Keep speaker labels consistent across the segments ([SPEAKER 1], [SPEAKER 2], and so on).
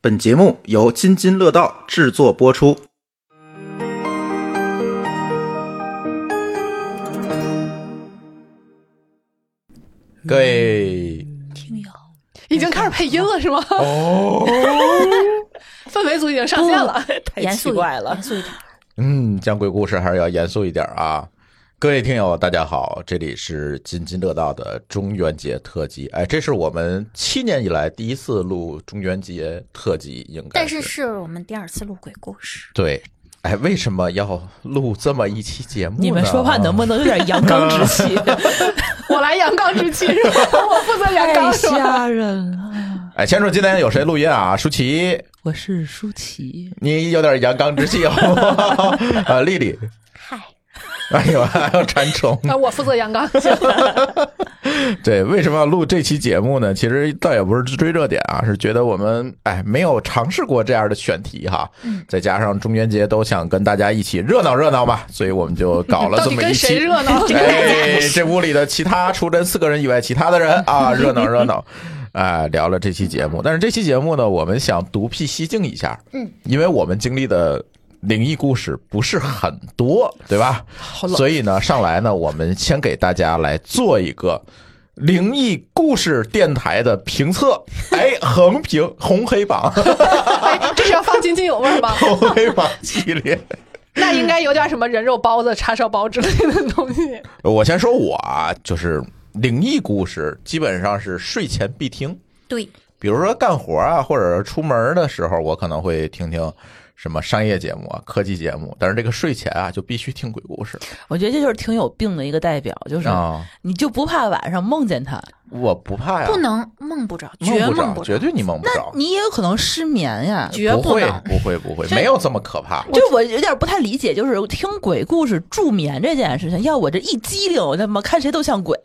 [SPEAKER 1] 本节目由津津乐道制作播出。各位，
[SPEAKER 2] 听友，
[SPEAKER 3] 已经开始配音了是吗？
[SPEAKER 1] 哦，
[SPEAKER 3] 氛围组已经上线了。
[SPEAKER 2] 严
[SPEAKER 4] 太
[SPEAKER 2] 肃
[SPEAKER 4] 奇
[SPEAKER 2] 一
[SPEAKER 4] 怪
[SPEAKER 2] 点，
[SPEAKER 4] 了
[SPEAKER 2] 严。肃一点。
[SPEAKER 1] 嗯，讲鬼故事还是要严肃一点啊。各位听友，大家好，这里是津津乐道的中元节特辑。哎，这是我们七年以来第一次录中元节特辑，应该
[SPEAKER 2] 但是是我们第二次录鬼故事，
[SPEAKER 1] 对，哎，为什么要录这么一期节目呢？
[SPEAKER 4] 你们说话能不能有点阳刚之气？
[SPEAKER 3] 我来阳刚之气是 吧？我负责阳刚是吧？
[SPEAKER 4] 人了！
[SPEAKER 1] 哎，先说今天有谁录音啊？舒淇，
[SPEAKER 4] 我是舒淇，
[SPEAKER 1] 嗯你有点阳刚之 气好不好？啊，丽丽，
[SPEAKER 2] 嗨，
[SPEAKER 1] 哎呦，还有馋虫。
[SPEAKER 3] 啊，我负责阳刚。
[SPEAKER 1] 对，为什么要录这期节目呢？其实倒也不是追热点啊，是觉得我们哎没有尝试过这样的选题哈，
[SPEAKER 3] 嗯
[SPEAKER 1] 再加上中元节都想跟大家一起热闹热闹嘛，所以我们就搞了
[SPEAKER 3] 到
[SPEAKER 1] 这
[SPEAKER 3] 底
[SPEAKER 1] 么
[SPEAKER 3] 跟
[SPEAKER 1] 一
[SPEAKER 3] 谁
[SPEAKER 1] 期。
[SPEAKER 3] 热闹？
[SPEAKER 1] 哎，这屋里的其他除这四个人以外，其他的人啊，热闹热闹，啊，聊了这期节目。但是这期节目呢，我们想独辟蹊径一下，
[SPEAKER 2] 嗯，
[SPEAKER 1] 因为我们经历的灵异故事不是很多，对吧？
[SPEAKER 4] 好冷。
[SPEAKER 1] 所以呢，上来呢，我们先给大家来做一个灵异故事电台的评测，哎，横评红黑榜，
[SPEAKER 3] 哎， 这是要放津津有味 吗？
[SPEAKER 1] 红黑榜系列。
[SPEAKER 3] 那应该有点什么人肉包子、叉烧包之类的东西。
[SPEAKER 1] 我先说我啊，就是灵异故事，基本上是睡前必听。
[SPEAKER 2] 对，
[SPEAKER 1] 比如说干活啊，或者是出门的时候，我可能会听听什么商业节目啊、科技节目，但是这个睡前啊，就必须听鬼故事
[SPEAKER 4] 我觉得这就是挺有病的一个代表，就是
[SPEAKER 1] 啊。
[SPEAKER 4] 你就不怕晚上梦见他，
[SPEAKER 1] 我不怕呀，
[SPEAKER 2] 不能梦不着，
[SPEAKER 1] 梦
[SPEAKER 2] 绝
[SPEAKER 1] 不
[SPEAKER 2] 梦
[SPEAKER 1] 着，
[SPEAKER 2] 不
[SPEAKER 1] 绝
[SPEAKER 2] 着，
[SPEAKER 1] 对你梦不着，
[SPEAKER 4] 你也有可能失眠呀。
[SPEAKER 2] 绝
[SPEAKER 1] 不会
[SPEAKER 2] 能，。
[SPEAKER 1] 不会，不会，
[SPEAKER 4] 这
[SPEAKER 1] 没有这么可怕。
[SPEAKER 4] 就是我有点不太理解，就是听鬼故事助眠这件事情，要我这一激灵，我他妈看谁都像鬼。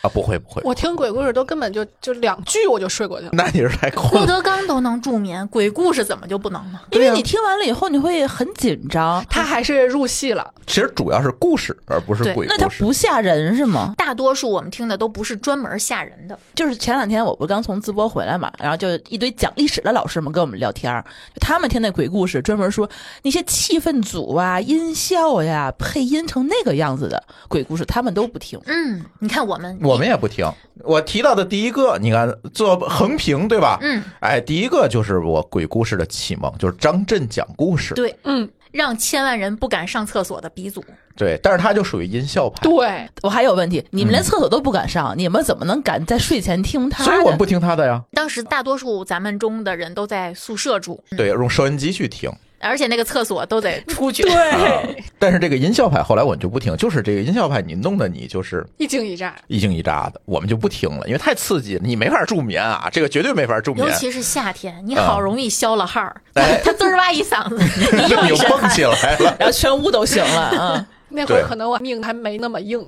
[SPEAKER 1] 啊，不会不会，
[SPEAKER 3] 我听鬼故事都根本就就两句我就睡过去了。
[SPEAKER 1] 那你是太
[SPEAKER 2] 郭
[SPEAKER 1] 困了。
[SPEAKER 2] 德纲都能助眠，鬼故事怎么就不能呢？
[SPEAKER 1] 啊
[SPEAKER 4] 因为你听完了以后，你会很紧张。
[SPEAKER 3] 他还是入戏了，
[SPEAKER 1] 其实主要是故事，而不是
[SPEAKER 2] 对
[SPEAKER 1] 鬼
[SPEAKER 4] 那他
[SPEAKER 1] 故事。
[SPEAKER 4] 不吓人是吗？
[SPEAKER 2] 大多数我们听的都不是专门吓人的，
[SPEAKER 4] 就是前两天我不是刚从淄博回来嘛，然后就一堆讲历史的老师们跟我们聊天儿，就他们听那鬼故事，专门说那些气氛组啊、音效呀、配音成那个样子的鬼故事，他们都不听。
[SPEAKER 2] 嗯，你看我们，
[SPEAKER 1] 我们也不听。我提到的第一个，你看做横评对吧？
[SPEAKER 2] 嗯，
[SPEAKER 1] 哎，第一个就是我鬼故事的启蒙，就是张震讲故事。
[SPEAKER 2] 对，
[SPEAKER 3] 嗯，
[SPEAKER 2] 让千万人不敢上厕所的鼻祖，
[SPEAKER 1] 对，但是他就属于音效派，
[SPEAKER 3] 对，
[SPEAKER 4] 我还有问题，你们连厕所都不敢上，你们怎么能敢在睡前听他
[SPEAKER 1] 所以我们
[SPEAKER 4] 的？
[SPEAKER 1] 不听他的呀。
[SPEAKER 2] 当时大多数咱们中的人都在宿舍住，
[SPEAKER 1] 对，用收音机去听。
[SPEAKER 2] 而且那个厕所都得出去，
[SPEAKER 1] 啊，但是这个音效派后来我们就不听，就是这个音效派，你弄得你就是
[SPEAKER 3] 一惊一乍。
[SPEAKER 1] 一惊一乍的，我们就不听了，因为太刺激了，你没法助眠啊，这个绝对没法助眠
[SPEAKER 2] 尤。其是夏天，你好容易消了汗儿，
[SPEAKER 1] 嗯哎
[SPEAKER 2] 他滋儿哇一嗓子，
[SPEAKER 1] 那
[SPEAKER 2] 你
[SPEAKER 1] 就
[SPEAKER 2] 又一身
[SPEAKER 1] 蹦
[SPEAKER 2] 汗。
[SPEAKER 1] 起来了，
[SPEAKER 4] 然后全屋都醒了啊！
[SPEAKER 3] 那会儿
[SPEAKER 1] 对
[SPEAKER 3] 可能我命还没那么硬，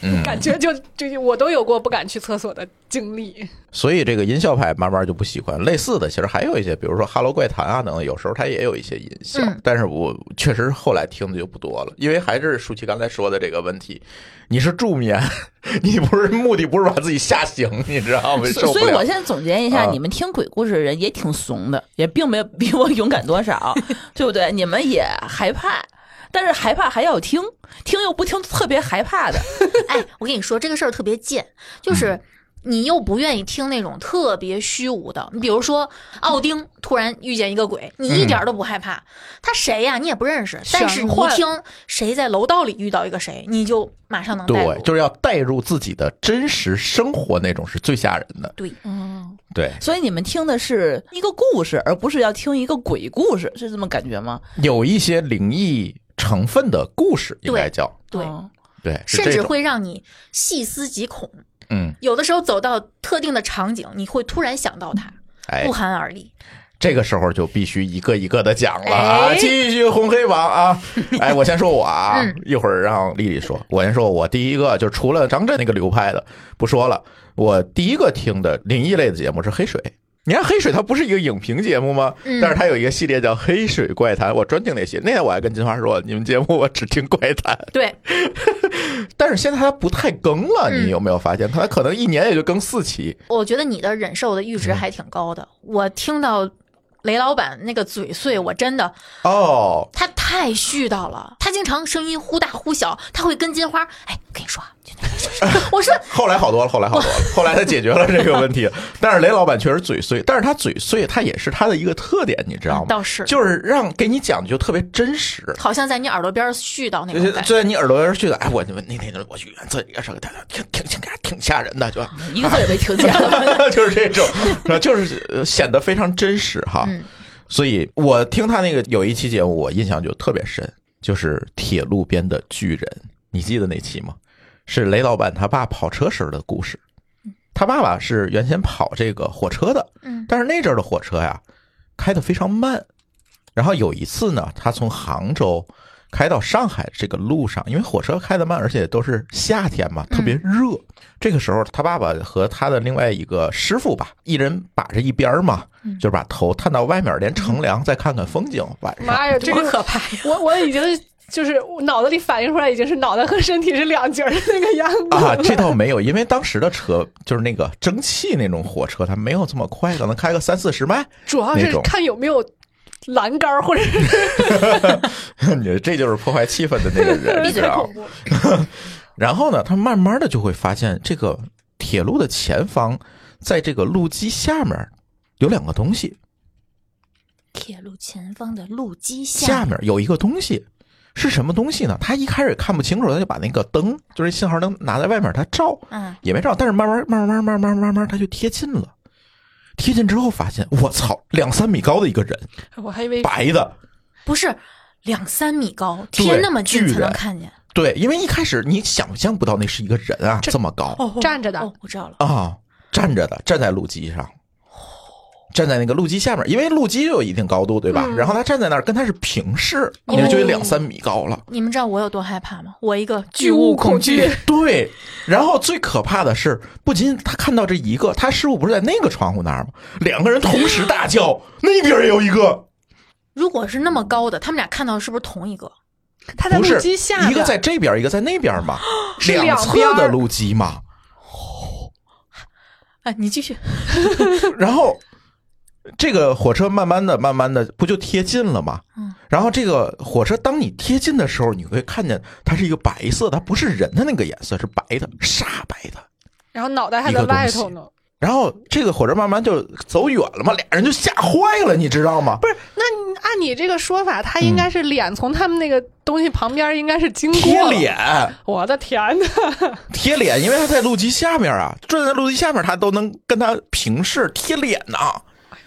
[SPEAKER 1] 嗯，
[SPEAKER 3] 感觉就就我都有过不敢去厕所的经历。
[SPEAKER 1] 所以这个音效派慢慢就不喜欢。类似的，其实还有一些，比如说《哈喽怪谈》啊等等，有时候它也有一些音 效，
[SPEAKER 2] 嗯
[SPEAKER 1] 但是我确实后来听的就不多了，因为还是舒淇刚才说的这个问题，你是助眠， 你不是目的不是把自己吓醒，你知道吗？受
[SPEAKER 4] 所
[SPEAKER 1] 不
[SPEAKER 4] 以，我
[SPEAKER 1] 了。
[SPEAKER 4] 现在总结一下，
[SPEAKER 1] 啊
[SPEAKER 4] 你们听鬼故事的人也挺怂的， 也并没有比我勇敢多少， 对不对？你们也害怕，但是害怕还要听，听又不听，特别害怕的。
[SPEAKER 2] 哎，我跟你说这个事儿特别贱，就是
[SPEAKER 1] 嗯
[SPEAKER 2] 你又不愿意听那种特别虚无的，你比如说奥丁突然遇见一个鬼，你一点
[SPEAKER 1] 嗯
[SPEAKER 2] 儿都不害怕，他谁呀、你也不认识，但是你
[SPEAKER 3] 玄
[SPEAKER 2] 一
[SPEAKER 3] 幻
[SPEAKER 2] 听谁在楼道里遇到一个谁，你就马上能带入
[SPEAKER 1] 对，就是要带入自己的真实生活，那种是最吓人的。
[SPEAKER 2] 对，
[SPEAKER 4] 嗯，
[SPEAKER 1] 对，
[SPEAKER 4] 所以你们听的是一个故事，而不是要听一个鬼故事，是这么感觉吗？
[SPEAKER 1] 有一些灵异成分的故事，应该
[SPEAKER 2] 对
[SPEAKER 1] 叫
[SPEAKER 2] 对
[SPEAKER 4] 嗯
[SPEAKER 1] 对，哦是
[SPEAKER 2] 甚
[SPEAKER 1] 这
[SPEAKER 2] 至
[SPEAKER 1] 种
[SPEAKER 2] 会让你细思极恐。
[SPEAKER 1] 嗯，
[SPEAKER 2] 有的时候走到特定的场景，你会突然想到他，
[SPEAKER 1] 哎
[SPEAKER 2] 不，寒而栗。
[SPEAKER 1] 这个时候就必须一个一个的讲了啊，
[SPEAKER 2] 哎
[SPEAKER 1] 继续红黑榜 啊！哎，我先说我啊
[SPEAKER 2] 嗯，
[SPEAKER 1] 一会儿让丽丽说。我先说我第一个，就除了张震那个流派的不说了，我第一个听的灵异类的节目是《黑水》。你看《黑水》它不是一个影评节目吗？
[SPEAKER 2] 嗯
[SPEAKER 1] 但是它有一个系列叫《黑水怪谈》，我专听那些。那天我还跟金花说，你们节目我只听怪谈。
[SPEAKER 2] 对，
[SPEAKER 1] 但是现在它不太更了，
[SPEAKER 2] 嗯
[SPEAKER 1] 你有没有发现？它可能一年也就更四期。嗯
[SPEAKER 2] 我觉得你的忍受的阈值还挺高的。我听到雷老板那个嘴碎，我真的
[SPEAKER 1] 哦，
[SPEAKER 2] 他太絮叨了，他经常声音忽大忽小，他会跟金花，哎，我跟你说啊，就那个 我说
[SPEAKER 1] 后来好多了，后来好多了，后来他解决了这个问题。但是雷老板确实嘴碎，但是他嘴碎，他也是他的一个特点，你知道吗？
[SPEAKER 2] 倒是，
[SPEAKER 1] 就是让给你讲就特别真实，
[SPEAKER 2] 好像在你耳朵边絮叨那
[SPEAKER 1] 就
[SPEAKER 2] 种
[SPEAKER 1] 是
[SPEAKER 2] 感觉。
[SPEAKER 1] 就在你耳朵边去的。哎，我那那天我去自己是个挺挺挺挺挺吓人的，就
[SPEAKER 4] 一个字也没听见。
[SPEAKER 1] 就是这种，然后就是呃显得非常真实哈。
[SPEAKER 2] 嗯
[SPEAKER 1] 所以我听他那个有一期节目，我印象就特别深，就是铁路边的巨人，你记得那期吗？是雷老板他爸跑车时候的故事。他爸爸是原先跑这个火车的，
[SPEAKER 2] 嗯
[SPEAKER 1] 但是那阵儿的火车呀，开得非常慢。然后有一次呢，他从杭州开到上海这个路上，因为火车开得慢，而且都是夏天嘛，特别热。这个时候，他爸爸和他的另外一个师傅吧，一人把着一边儿嘛，就是把头探到外面，连乘凉，再看看风景。晚上，
[SPEAKER 3] 妈呀，这
[SPEAKER 2] 多
[SPEAKER 3] 个
[SPEAKER 2] 可怕呀！
[SPEAKER 3] 嗯我我已经就是我脑子里反映出来，已经是脑袋和身体是两截儿的那个样子
[SPEAKER 1] 啊，
[SPEAKER 3] 了
[SPEAKER 1] 这倒没有，因为当时的车就是那个蒸汽那种火车，它没有这么快，可能开个三四十迈，
[SPEAKER 3] 主要
[SPEAKER 1] 那
[SPEAKER 3] 是
[SPEAKER 1] 种
[SPEAKER 3] 看有没有栏杆儿或者是
[SPEAKER 1] 你这就是破坏气氛的那个 人，你知
[SPEAKER 3] 最
[SPEAKER 1] 道吗
[SPEAKER 3] 恐？怖。
[SPEAKER 1] 然后呢，他慢慢的就会发现，这个铁路的前方，在这个路基下面有两个东西，
[SPEAKER 2] 铁路前方的路基
[SPEAKER 1] 下
[SPEAKER 2] 下，
[SPEAKER 1] 面有一个东西，是什么东西呢？他一开始看不清楚，他就把那个灯，就是信号灯拿在外面，他照
[SPEAKER 2] 嗯，
[SPEAKER 1] 也没照，但是慢慢慢慢慢慢慢慢，他就贴近了。贴近之后发现，我操，两三米高的一个人，
[SPEAKER 3] 我还以为
[SPEAKER 1] 白的。
[SPEAKER 2] 不是两三米高，
[SPEAKER 1] 对
[SPEAKER 2] 贴那么近
[SPEAKER 1] 巨
[SPEAKER 2] 才能
[SPEAKER 1] 人
[SPEAKER 2] 看见。
[SPEAKER 1] 对，因为一开始你想象不到那是一个人啊，这么高
[SPEAKER 2] 哦，哦
[SPEAKER 3] 站着的
[SPEAKER 2] 哦，我知道了。
[SPEAKER 1] 啊，站着的，站在路基上，站在那个路基下面，因为路基有一定高度，对吧？
[SPEAKER 3] 嗯
[SPEAKER 1] 然后他站在那儿，跟他是平视，你
[SPEAKER 2] 哦
[SPEAKER 1] 就有两三米高了。
[SPEAKER 2] 你们知道我有多害怕吗？我一个
[SPEAKER 3] 巨物恐惧，
[SPEAKER 1] 对，然后最可怕的是，不仅他看到这一个，他师傅不是在那个窗户那儿吗？两个人同时大 叫，那边也有一个，
[SPEAKER 2] 如果是那么高的，他们俩看到的是不是同一个？
[SPEAKER 3] 他在
[SPEAKER 1] 不
[SPEAKER 3] 路
[SPEAKER 1] 是
[SPEAKER 3] 基下
[SPEAKER 1] 一个
[SPEAKER 3] 边
[SPEAKER 1] 在这边，一个在那边嘛，
[SPEAKER 3] 是
[SPEAKER 1] 两
[SPEAKER 3] 两
[SPEAKER 1] 侧
[SPEAKER 3] 边
[SPEAKER 1] 的
[SPEAKER 3] 儿
[SPEAKER 1] 路基嘛。
[SPEAKER 2] 哎，你继续。
[SPEAKER 1] 然后这个火车慢慢的、慢慢的，不就贴近了吗？
[SPEAKER 2] 嗯。
[SPEAKER 1] 然后这个火车，当你贴近的时候，你会看见它是一个白色，它不是人的那个颜色，是白的，煞白的。
[SPEAKER 3] 然后脑袋还
[SPEAKER 1] 一个
[SPEAKER 3] 在外
[SPEAKER 1] 东西
[SPEAKER 3] 头呢。
[SPEAKER 1] 然后这个火车慢慢就走远了嘛，俩人就吓坏了，你知道吗？
[SPEAKER 3] 不是，那你按你这个说法，他应该是脸从他们那个东西旁边应该是经
[SPEAKER 1] 嗯
[SPEAKER 3] 过
[SPEAKER 1] 贴
[SPEAKER 3] 了。
[SPEAKER 1] 脸，
[SPEAKER 3] 我的天呐，
[SPEAKER 1] 贴脸，因为他在路基下面啊，站在路基下面，他都能跟他平视，贴脸呐、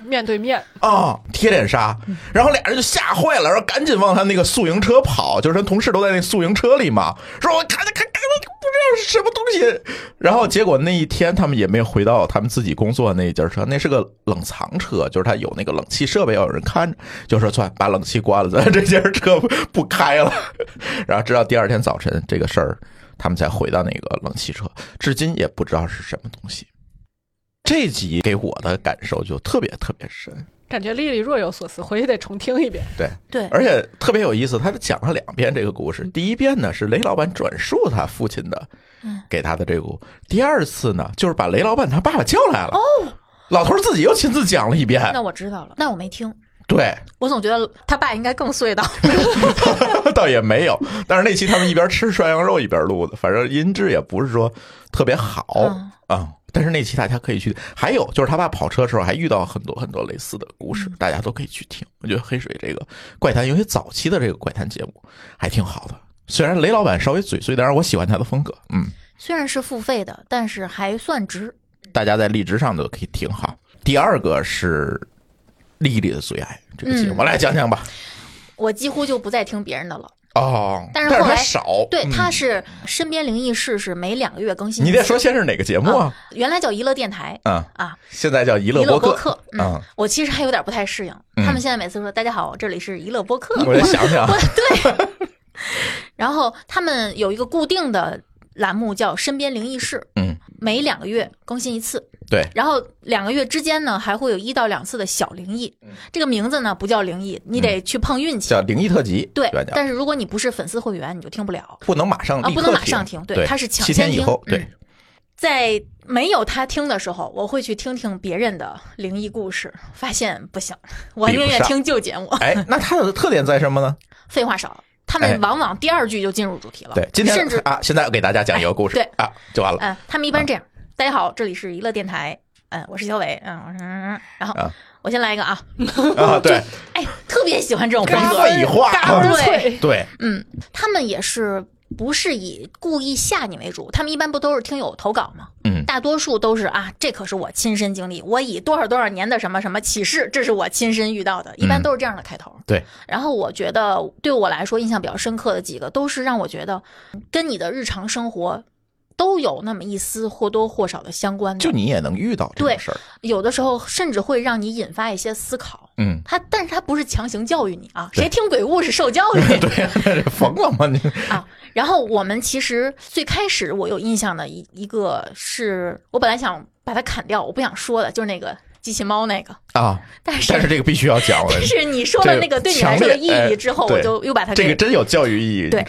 [SPEAKER 3] 面对面，
[SPEAKER 1] 啊、贴脸杀，然后俩人就吓坏了，然后赶紧往他那个宿营车跑，就是他同事都在那宿营车里嘛，说我看看看看，不知道是什么东西。然后结果那一天他们也没有回到他们自己工作的那一节车，那是个冷藏车，就是他有那个冷气设备要有人看着，就说算把冷气关了，咱这节车不不开了。 然后直到第二天早晨这个事儿，他们才回到那个冷气车，至今也不知道是什么东西。这集给我的感受就特别特别深。
[SPEAKER 3] 感觉丽丽若有所思，回去得重听一遍。
[SPEAKER 1] 对
[SPEAKER 2] 对
[SPEAKER 1] 而且特别有意思，他讲了两遍这个故事。第一遍呢是雷老板转述他父亲的
[SPEAKER 2] 嗯，
[SPEAKER 1] 给他的这个故事。第二次呢就是把雷老板他爸爸叫来了，哦，老头儿自己又亲自讲了一遍。
[SPEAKER 2] 那我知道了，但我没听。
[SPEAKER 1] 对，
[SPEAKER 2] 我总觉得他爸应该更碎叨。
[SPEAKER 1] 倒也没有。但是那期他们一边吃涮羊肉一边录的，反正音质也不是说特别好
[SPEAKER 2] 嗯
[SPEAKER 1] 啊、但是那期大家可以去，还有就是他爸跑车的时候还遇到很多很多类似的故
[SPEAKER 2] 嗯
[SPEAKER 1] 事，大家都可以去听。我觉得黑水这个怪谈，尤其早期的这个怪谈节目还挺好的。虽然雷老板稍微嘴碎，但是我喜欢他的风格。嗯，
[SPEAKER 2] 虽然是付费的，但是还算值。
[SPEAKER 1] 大家在荔枝上都可以听哈。第二个是丽丽的最爱这个节目，
[SPEAKER 2] 嗯
[SPEAKER 1] 我来讲讲吧。
[SPEAKER 2] 我几乎就不再听别人的了。
[SPEAKER 1] 哦，
[SPEAKER 2] 但
[SPEAKER 1] 但是
[SPEAKER 2] 是后
[SPEAKER 1] 他
[SPEAKER 2] 来
[SPEAKER 1] 少，
[SPEAKER 2] 对，
[SPEAKER 1] 嗯
[SPEAKER 2] 他是身边灵异事是每两个月更新一
[SPEAKER 1] 你
[SPEAKER 2] 次。
[SPEAKER 1] 得说先是哪个节目啊？
[SPEAKER 2] 原来叫娱乐电台
[SPEAKER 1] 嗯，
[SPEAKER 2] 啊，
[SPEAKER 1] 现在叫娱
[SPEAKER 2] 娱
[SPEAKER 1] 乐播
[SPEAKER 2] 播
[SPEAKER 1] 客。
[SPEAKER 2] 客。嗯
[SPEAKER 1] 嗯，
[SPEAKER 2] 我其实还有点不太适应。
[SPEAKER 1] 嗯
[SPEAKER 2] 他们现在每次说：“大家好，这里是娱乐播客。”
[SPEAKER 1] 我得想想
[SPEAKER 2] 嗯我对。然后他们有一个固定的栏目叫“身边灵异事”，
[SPEAKER 1] 嗯，
[SPEAKER 2] 每两个月更新一次。
[SPEAKER 1] 对，
[SPEAKER 2] 然后两个月之间呢，还会有一到两次的小灵异。
[SPEAKER 1] 嗯
[SPEAKER 2] 这个名字呢不叫灵异，你得去碰运气。
[SPEAKER 1] 叫灵异特辑，
[SPEAKER 2] 对
[SPEAKER 1] 吧，讲
[SPEAKER 2] 但是如果你不是粉丝会员，你就听不了。
[SPEAKER 1] 不能马上
[SPEAKER 2] 啊
[SPEAKER 1] 立刻
[SPEAKER 2] 不能马上听对
[SPEAKER 1] 对，
[SPEAKER 2] 它是抢
[SPEAKER 1] 七
[SPEAKER 2] 先
[SPEAKER 1] 天以
[SPEAKER 2] 听
[SPEAKER 1] 后，
[SPEAKER 2] 嗯
[SPEAKER 1] 对。
[SPEAKER 2] 在没有他听的时候，我会去听听别人的灵异故事，发现不行，我
[SPEAKER 1] 比不
[SPEAKER 2] 宁愿
[SPEAKER 1] 上
[SPEAKER 2] 听旧节目，
[SPEAKER 1] 哎，那它的特点在什么 呢？
[SPEAKER 2] 废话少。他
[SPEAKER 1] 哎
[SPEAKER 2] 们往往第二句就进入主题了，
[SPEAKER 1] 对，今天
[SPEAKER 2] 甚至
[SPEAKER 1] 啊，现在我给大家讲一个故事，
[SPEAKER 2] 对
[SPEAKER 1] 啊，就完了。
[SPEAKER 2] 嗯，他们一般这样。大家好，这里是娱乐电台，嗯，我是小伟，嗯，我是然后
[SPEAKER 1] 啊
[SPEAKER 2] 我先来一个啊，
[SPEAKER 1] 啊，对，
[SPEAKER 2] 哎，特别喜欢这种风
[SPEAKER 1] 该
[SPEAKER 2] 格，
[SPEAKER 1] 废话，
[SPEAKER 2] 嘎嘣
[SPEAKER 1] 对
[SPEAKER 2] 脆，
[SPEAKER 1] 对，
[SPEAKER 2] 嗯，他们也是不是以故意吓你为主，他们一般不都是听友投稿吗？
[SPEAKER 1] 嗯
[SPEAKER 2] 大多数都是啊，这可是我亲身经历，我以多少多少年的什么什么启示，这是我亲身遇到
[SPEAKER 1] 嗯
[SPEAKER 2] 的，一般都是这样的开头。
[SPEAKER 1] 对，
[SPEAKER 2] 然后我觉得对我来说印象比较深刻的几个，都是让我觉得跟你的日常生活都有那么一丝或多或少的相关
[SPEAKER 1] 就
[SPEAKER 2] 的，
[SPEAKER 1] 你也能遇到这
[SPEAKER 2] 对
[SPEAKER 1] 种事儿，
[SPEAKER 2] 有的时候甚至会让你引发一些思考。
[SPEAKER 1] 嗯，
[SPEAKER 2] 他，但是他不是强行教育你啊，
[SPEAKER 1] 对
[SPEAKER 2] 谁听鬼故事受教育？
[SPEAKER 1] 对， 那这疯了吗？你
[SPEAKER 2] 啊，然后我们其实最开始我有印象的一一个是我本来想把它砍掉，我不想说的，就是那个机器猫那个，
[SPEAKER 1] 啊，
[SPEAKER 2] 但是
[SPEAKER 1] 但是这个必须要讲，我
[SPEAKER 2] 但 是你说了那个对你来说的意义之后，
[SPEAKER 1] 这
[SPEAKER 2] 我
[SPEAKER 1] 个强烈哎
[SPEAKER 2] 就又把它
[SPEAKER 1] 这
[SPEAKER 2] 给
[SPEAKER 1] 个真有教育意义。
[SPEAKER 2] 对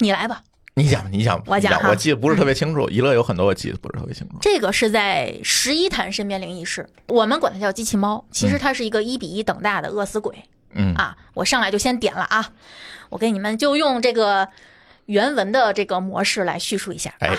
[SPEAKER 2] 你来吧。
[SPEAKER 1] 你讲，你讲，
[SPEAKER 2] 我
[SPEAKER 1] 你
[SPEAKER 2] 讲
[SPEAKER 1] 讲，
[SPEAKER 2] 哈
[SPEAKER 1] 我记得不是特别清楚，娱乐有很多我记得不是特别清楚。
[SPEAKER 2] 这个是在十一潭身边灵异室，我们管它叫机器猫，其实它是一个一比一等大的饿死鬼、
[SPEAKER 1] 嗯
[SPEAKER 2] 啊。我上来就先点了啊，我给你们就用这个原文的这个模式来叙述一下啊。
[SPEAKER 1] 哎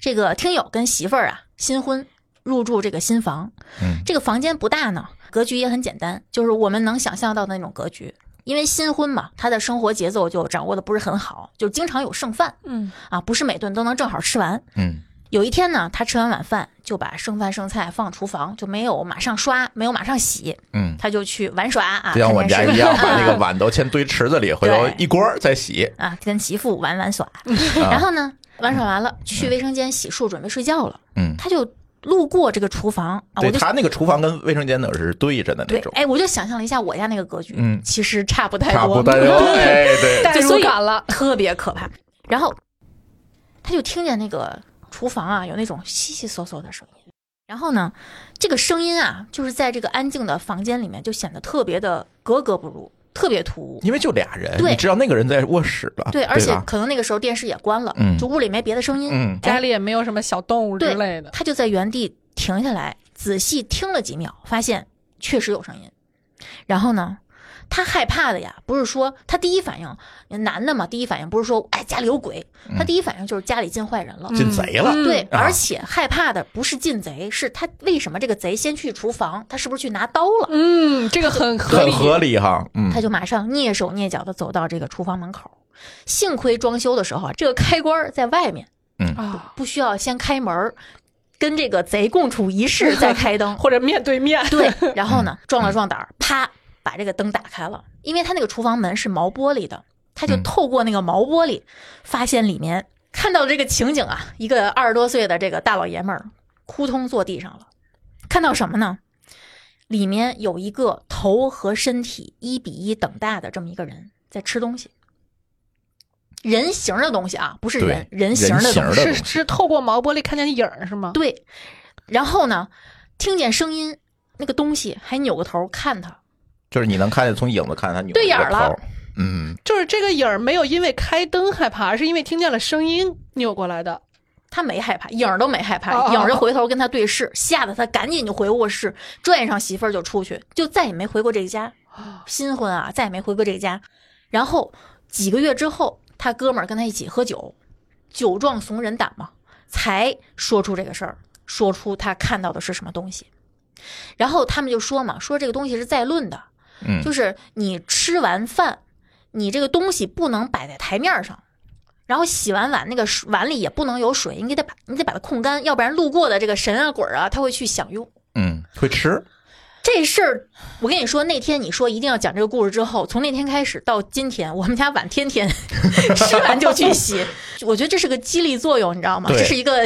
[SPEAKER 2] 这个听友跟媳妇儿啊新婚入住这个新房，
[SPEAKER 1] 嗯
[SPEAKER 2] 这个房间不大呢，格局也很简单，就是我们能想象到的那种格局。因为新婚嘛，他的生活节奏就掌握的不是很好，就经常有剩饭
[SPEAKER 3] 嗯，
[SPEAKER 2] 啊，不是每顿都能正好吃完。
[SPEAKER 1] 嗯
[SPEAKER 2] 有一天呢，他吃完晚饭就把剩饭剩菜放厨房，就没有马上刷，没有马上洗，
[SPEAKER 1] 嗯，
[SPEAKER 2] 他就去玩耍啊，
[SPEAKER 1] 就像我们家一 样，
[SPEAKER 2] 看电视
[SPEAKER 1] 把那个碗都先堆池子里，回头一锅儿再洗。
[SPEAKER 2] 啊，跟媳妇玩玩耍。
[SPEAKER 1] 啊
[SPEAKER 2] 然后呢，玩耍完了，去卫生间洗漱，准备睡觉了。
[SPEAKER 1] 嗯，
[SPEAKER 2] 他就路过这个厨房啊，
[SPEAKER 1] 对
[SPEAKER 2] 我就
[SPEAKER 1] 他那个厨房跟卫生间等是对着的那
[SPEAKER 2] 对
[SPEAKER 1] 种，，
[SPEAKER 2] 哎，我就想象了一下我家那个格局，
[SPEAKER 1] 嗯
[SPEAKER 2] 其实差不太
[SPEAKER 1] 差不
[SPEAKER 2] 多，
[SPEAKER 1] 多。哎，对，
[SPEAKER 3] 代入感
[SPEAKER 1] 哦
[SPEAKER 3] 了，
[SPEAKER 2] 特别可怕。然后他就听见那个厨房啊有那种悉悉嗦嗦的声音，然后呢，这个声音啊就是在这个安静的房间里面就显得特别的格格不入，特别突兀。
[SPEAKER 1] 因为就俩人，
[SPEAKER 2] 对
[SPEAKER 1] 你知道那个人在卧室了，
[SPEAKER 2] 对，而
[SPEAKER 1] 嗯
[SPEAKER 2] 且
[SPEAKER 1] 吧
[SPEAKER 2] 可能那个时候电视也关了，
[SPEAKER 1] 嗯
[SPEAKER 2] 就屋里没别的声音，
[SPEAKER 1] 嗯
[SPEAKER 3] 家里也没有什么小动物之
[SPEAKER 2] 对
[SPEAKER 3] 类的，
[SPEAKER 2] 他就在原地停下来，仔细听了几秒，发现确实有声音。然后呢，他害怕的呀，不是说他第一反应，男的嘛，第一反应不是说哎家里有鬼，
[SPEAKER 1] 嗯
[SPEAKER 2] 他第一反应就是家里进坏人了。
[SPEAKER 1] 进贼了，
[SPEAKER 3] 嗯
[SPEAKER 2] 对，
[SPEAKER 1] 啊
[SPEAKER 2] 而且害怕的不是进贼，是他为什么这个贼先去厨房？他是不是去拿刀了？
[SPEAKER 3] 嗯，这个很合
[SPEAKER 1] 很
[SPEAKER 3] 理，
[SPEAKER 1] 合理哈。嗯
[SPEAKER 2] 他，就马上蹑手蹑脚的走到这个厨房门口。幸亏装修的时候啊，这个开关儿在外面，
[SPEAKER 3] 啊，
[SPEAKER 2] 不需要先开门儿，跟这个贼共处一室再开灯。
[SPEAKER 3] 或者面对面，
[SPEAKER 2] 对，然后
[SPEAKER 1] 嗯
[SPEAKER 2] 呢，壮了壮胆儿，啪，把这个灯打开了，因为他那个厨房门是毛玻璃的，他就
[SPEAKER 1] 嗯
[SPEAKER 2] 透过那个毛玻璃，发现里面看到这个情景啊，一个二十多岁的这个大老爷们儿扑通坐地上了，看到什么呢？里面有一个头和身体一比一等大的这么一个人在吃东西，人形儿的东西啊，不是
[SPEAKER 1] 对
[SPEAKER 2] 人，人形儿
[SPEAKER 1] 人
[SPEAKER 2] 的
[SPEAKER 1] 形
[SPEAKER 2] 东
[SPEAKER 1] 儿
[SPEAKER 2] 西
[SPEAKER 1] 的，
[SPEAKER 3] 是是透过毛玻璃看见影儿是吗？
[SPEAKER 2] 对，然后呢，听见声音，那个东西还扭个头看他，
[SPEAKER 1] 就是你能看见从影子看见他扭
[SPEAKER 2] 对眼儿了
[SPEAKER 1] 了头，嗯，
[SPEAKER 3] 就是这个影儿没有因为开灯害怕，而是因为听见了声音扭过来的。
[SPEAKER 2] 他没害怕，影儿都没害
[SPEAKER 3] 哦
[SPEAKER 2] 怕，
[SPEAKER 3] 哦
[SPEAKER 2] 影儿就回头跟他对视，吓得他赶紧就回卧室，拽上媳妇儿就出去，就再也没回过这个家。
[SPEAKER 3] 哦
[SPEAKER 2] 新婚啊，再也没回过这个家。然后几个月之后，他哥们儿跟他一起喝酒，酒壮怂人胆嘛，才说出这个事儿，说出他看到的是什么东西。然后他们就说嘛，说这个东西是再论的，
[SPEAKER 1] 嗯
[SPEAKER 2] 就是你吃完饭，你这个东西不能摆在台面上，然后洗完碗那个水碗里也不能有水，你给它把你得把它控干，要不然路过的这个神啊鬼儿啊，他会去享用。
[SPEAKER 1] 嗯，会吃，
[SPEAKER 2] 这事儿，我跟你说，那天你说一定要讲这个故事之后，从那天开始到今天，我们家碗天 天吃完就去洗，我觉得这是个激励作用，你知道吗？
[SPEAKER 1] 对
[SPEAKER 2] 这是一个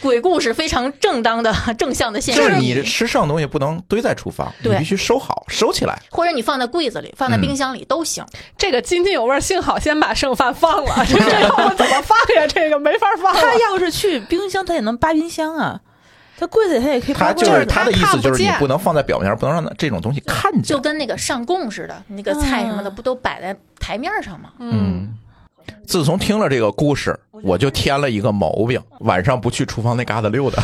[SPEAKER 2] 鬼故事非常正当的正向的现
[SPEAKER 1] 就
[SPEAKER 2] 象。
[SPEAKER 1] 是你吃剩的东西不能堆在厨房，你
[SPEAKER 2] 对
[SPEAKER 1] 必须收好，收起来。
[SPEAKER 2] 或者你放在柜子里，放在冰箱里都行。
[SPEAKER 1] 嗯
[SPEAKER 3] 这个津津有味儿，幸好先把剩饭放了，这要不怎么放呀？这个没法放 了。
[SPEAKER 4] 他要是去冰箱，他也能扒冰箱啊。他柜子里他也可以
[SPEAKER 1] 他
[SPEAKER 4] 扒柜
[SPEAKER 1] 就
[SPEAKER 4] 子
[SPEAKER 1] 是
[SPEAKER 4] 啊。
[SPEAKER 1] 他的意
[SPEAKER 3] 看
[SPEAKER 1] 思，
[SPEAKER 3] 不
[SPEAKER 1] 就是你
[SPEAKER 3] 见
[SPEAKER 1] 不能放在表面，不能让它这种东西看见。
[SPEAKER 2] 就跟那个上供似的，你那个菜什么的
[SPEAKER 4] 嗯
[SPEAKER 2] 不都摆在台面上吗？
[SPEAKER 3] 嗯，
[SPEAKER 1] 自从听了这个故事，我就添了一个毛病，晚上不去厨房那嘎达 溜达。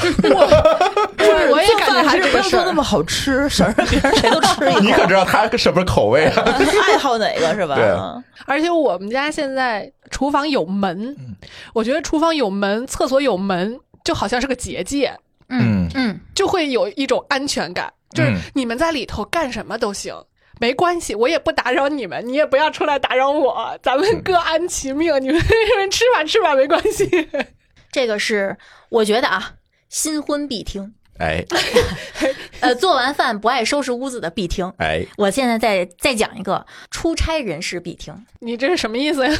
[SPEAKER 3] 我我也
[SPEAKER 4] 做
[SPEAKER 3] 感觉
[SPEAKER 4] 饭
[SPEAKER 3] 还
[SPEAKER 4] 还是
[SPEAKER 3] 是这
[SPEAKER 4] 不
[SPEAKER 3] 个
[SPEAKER 4] 要
[SPEAKER 3] 事
[SPEAKER 4] 做那
[SPEAKER 3] 儿。
[SPEAKER 4] 么好吃，省 着别人谁都吃一
[SPEAKER 1] 你
[SPEAKER 4] 口。嗯
[SPEAKER 1] 可知道他什么口味 啊？
[SPEAKER 4] 爱好哪个是吧？
[SPEAKER 1] 对啊
[SPEAKER 4] 嗯
[SPEAKER 3] 而且我们家现在厨房有门，我觉得厨房有门，厕所有门，就好像是个结界，
[SPEAKER 1] 嗯
[SPEAKER 2] 嗯，
[SPEAKER 3] 就会有一种安全感，就是
[SPEAKER 1] 嗯
[SPEAKER 3] 你们在里头干什么都行。没关系，我也不打扰你们，你也不要出来打扰我，咱们各安其命。你们你们吃吧吃吧，没关系。
[SPEAKER 2] 这个是我觉得啊，新婚必听。
[SPEAKER 1] 哎
[SPEAKER 2] 呃，做完饭不爱收拾屋子的必听。
[SPEAKER 1] 哎，
[SPEAKER 2] 我现在再再讲一个，出差人士必听，
[SPEAKER 3] 你这是什么意思呀？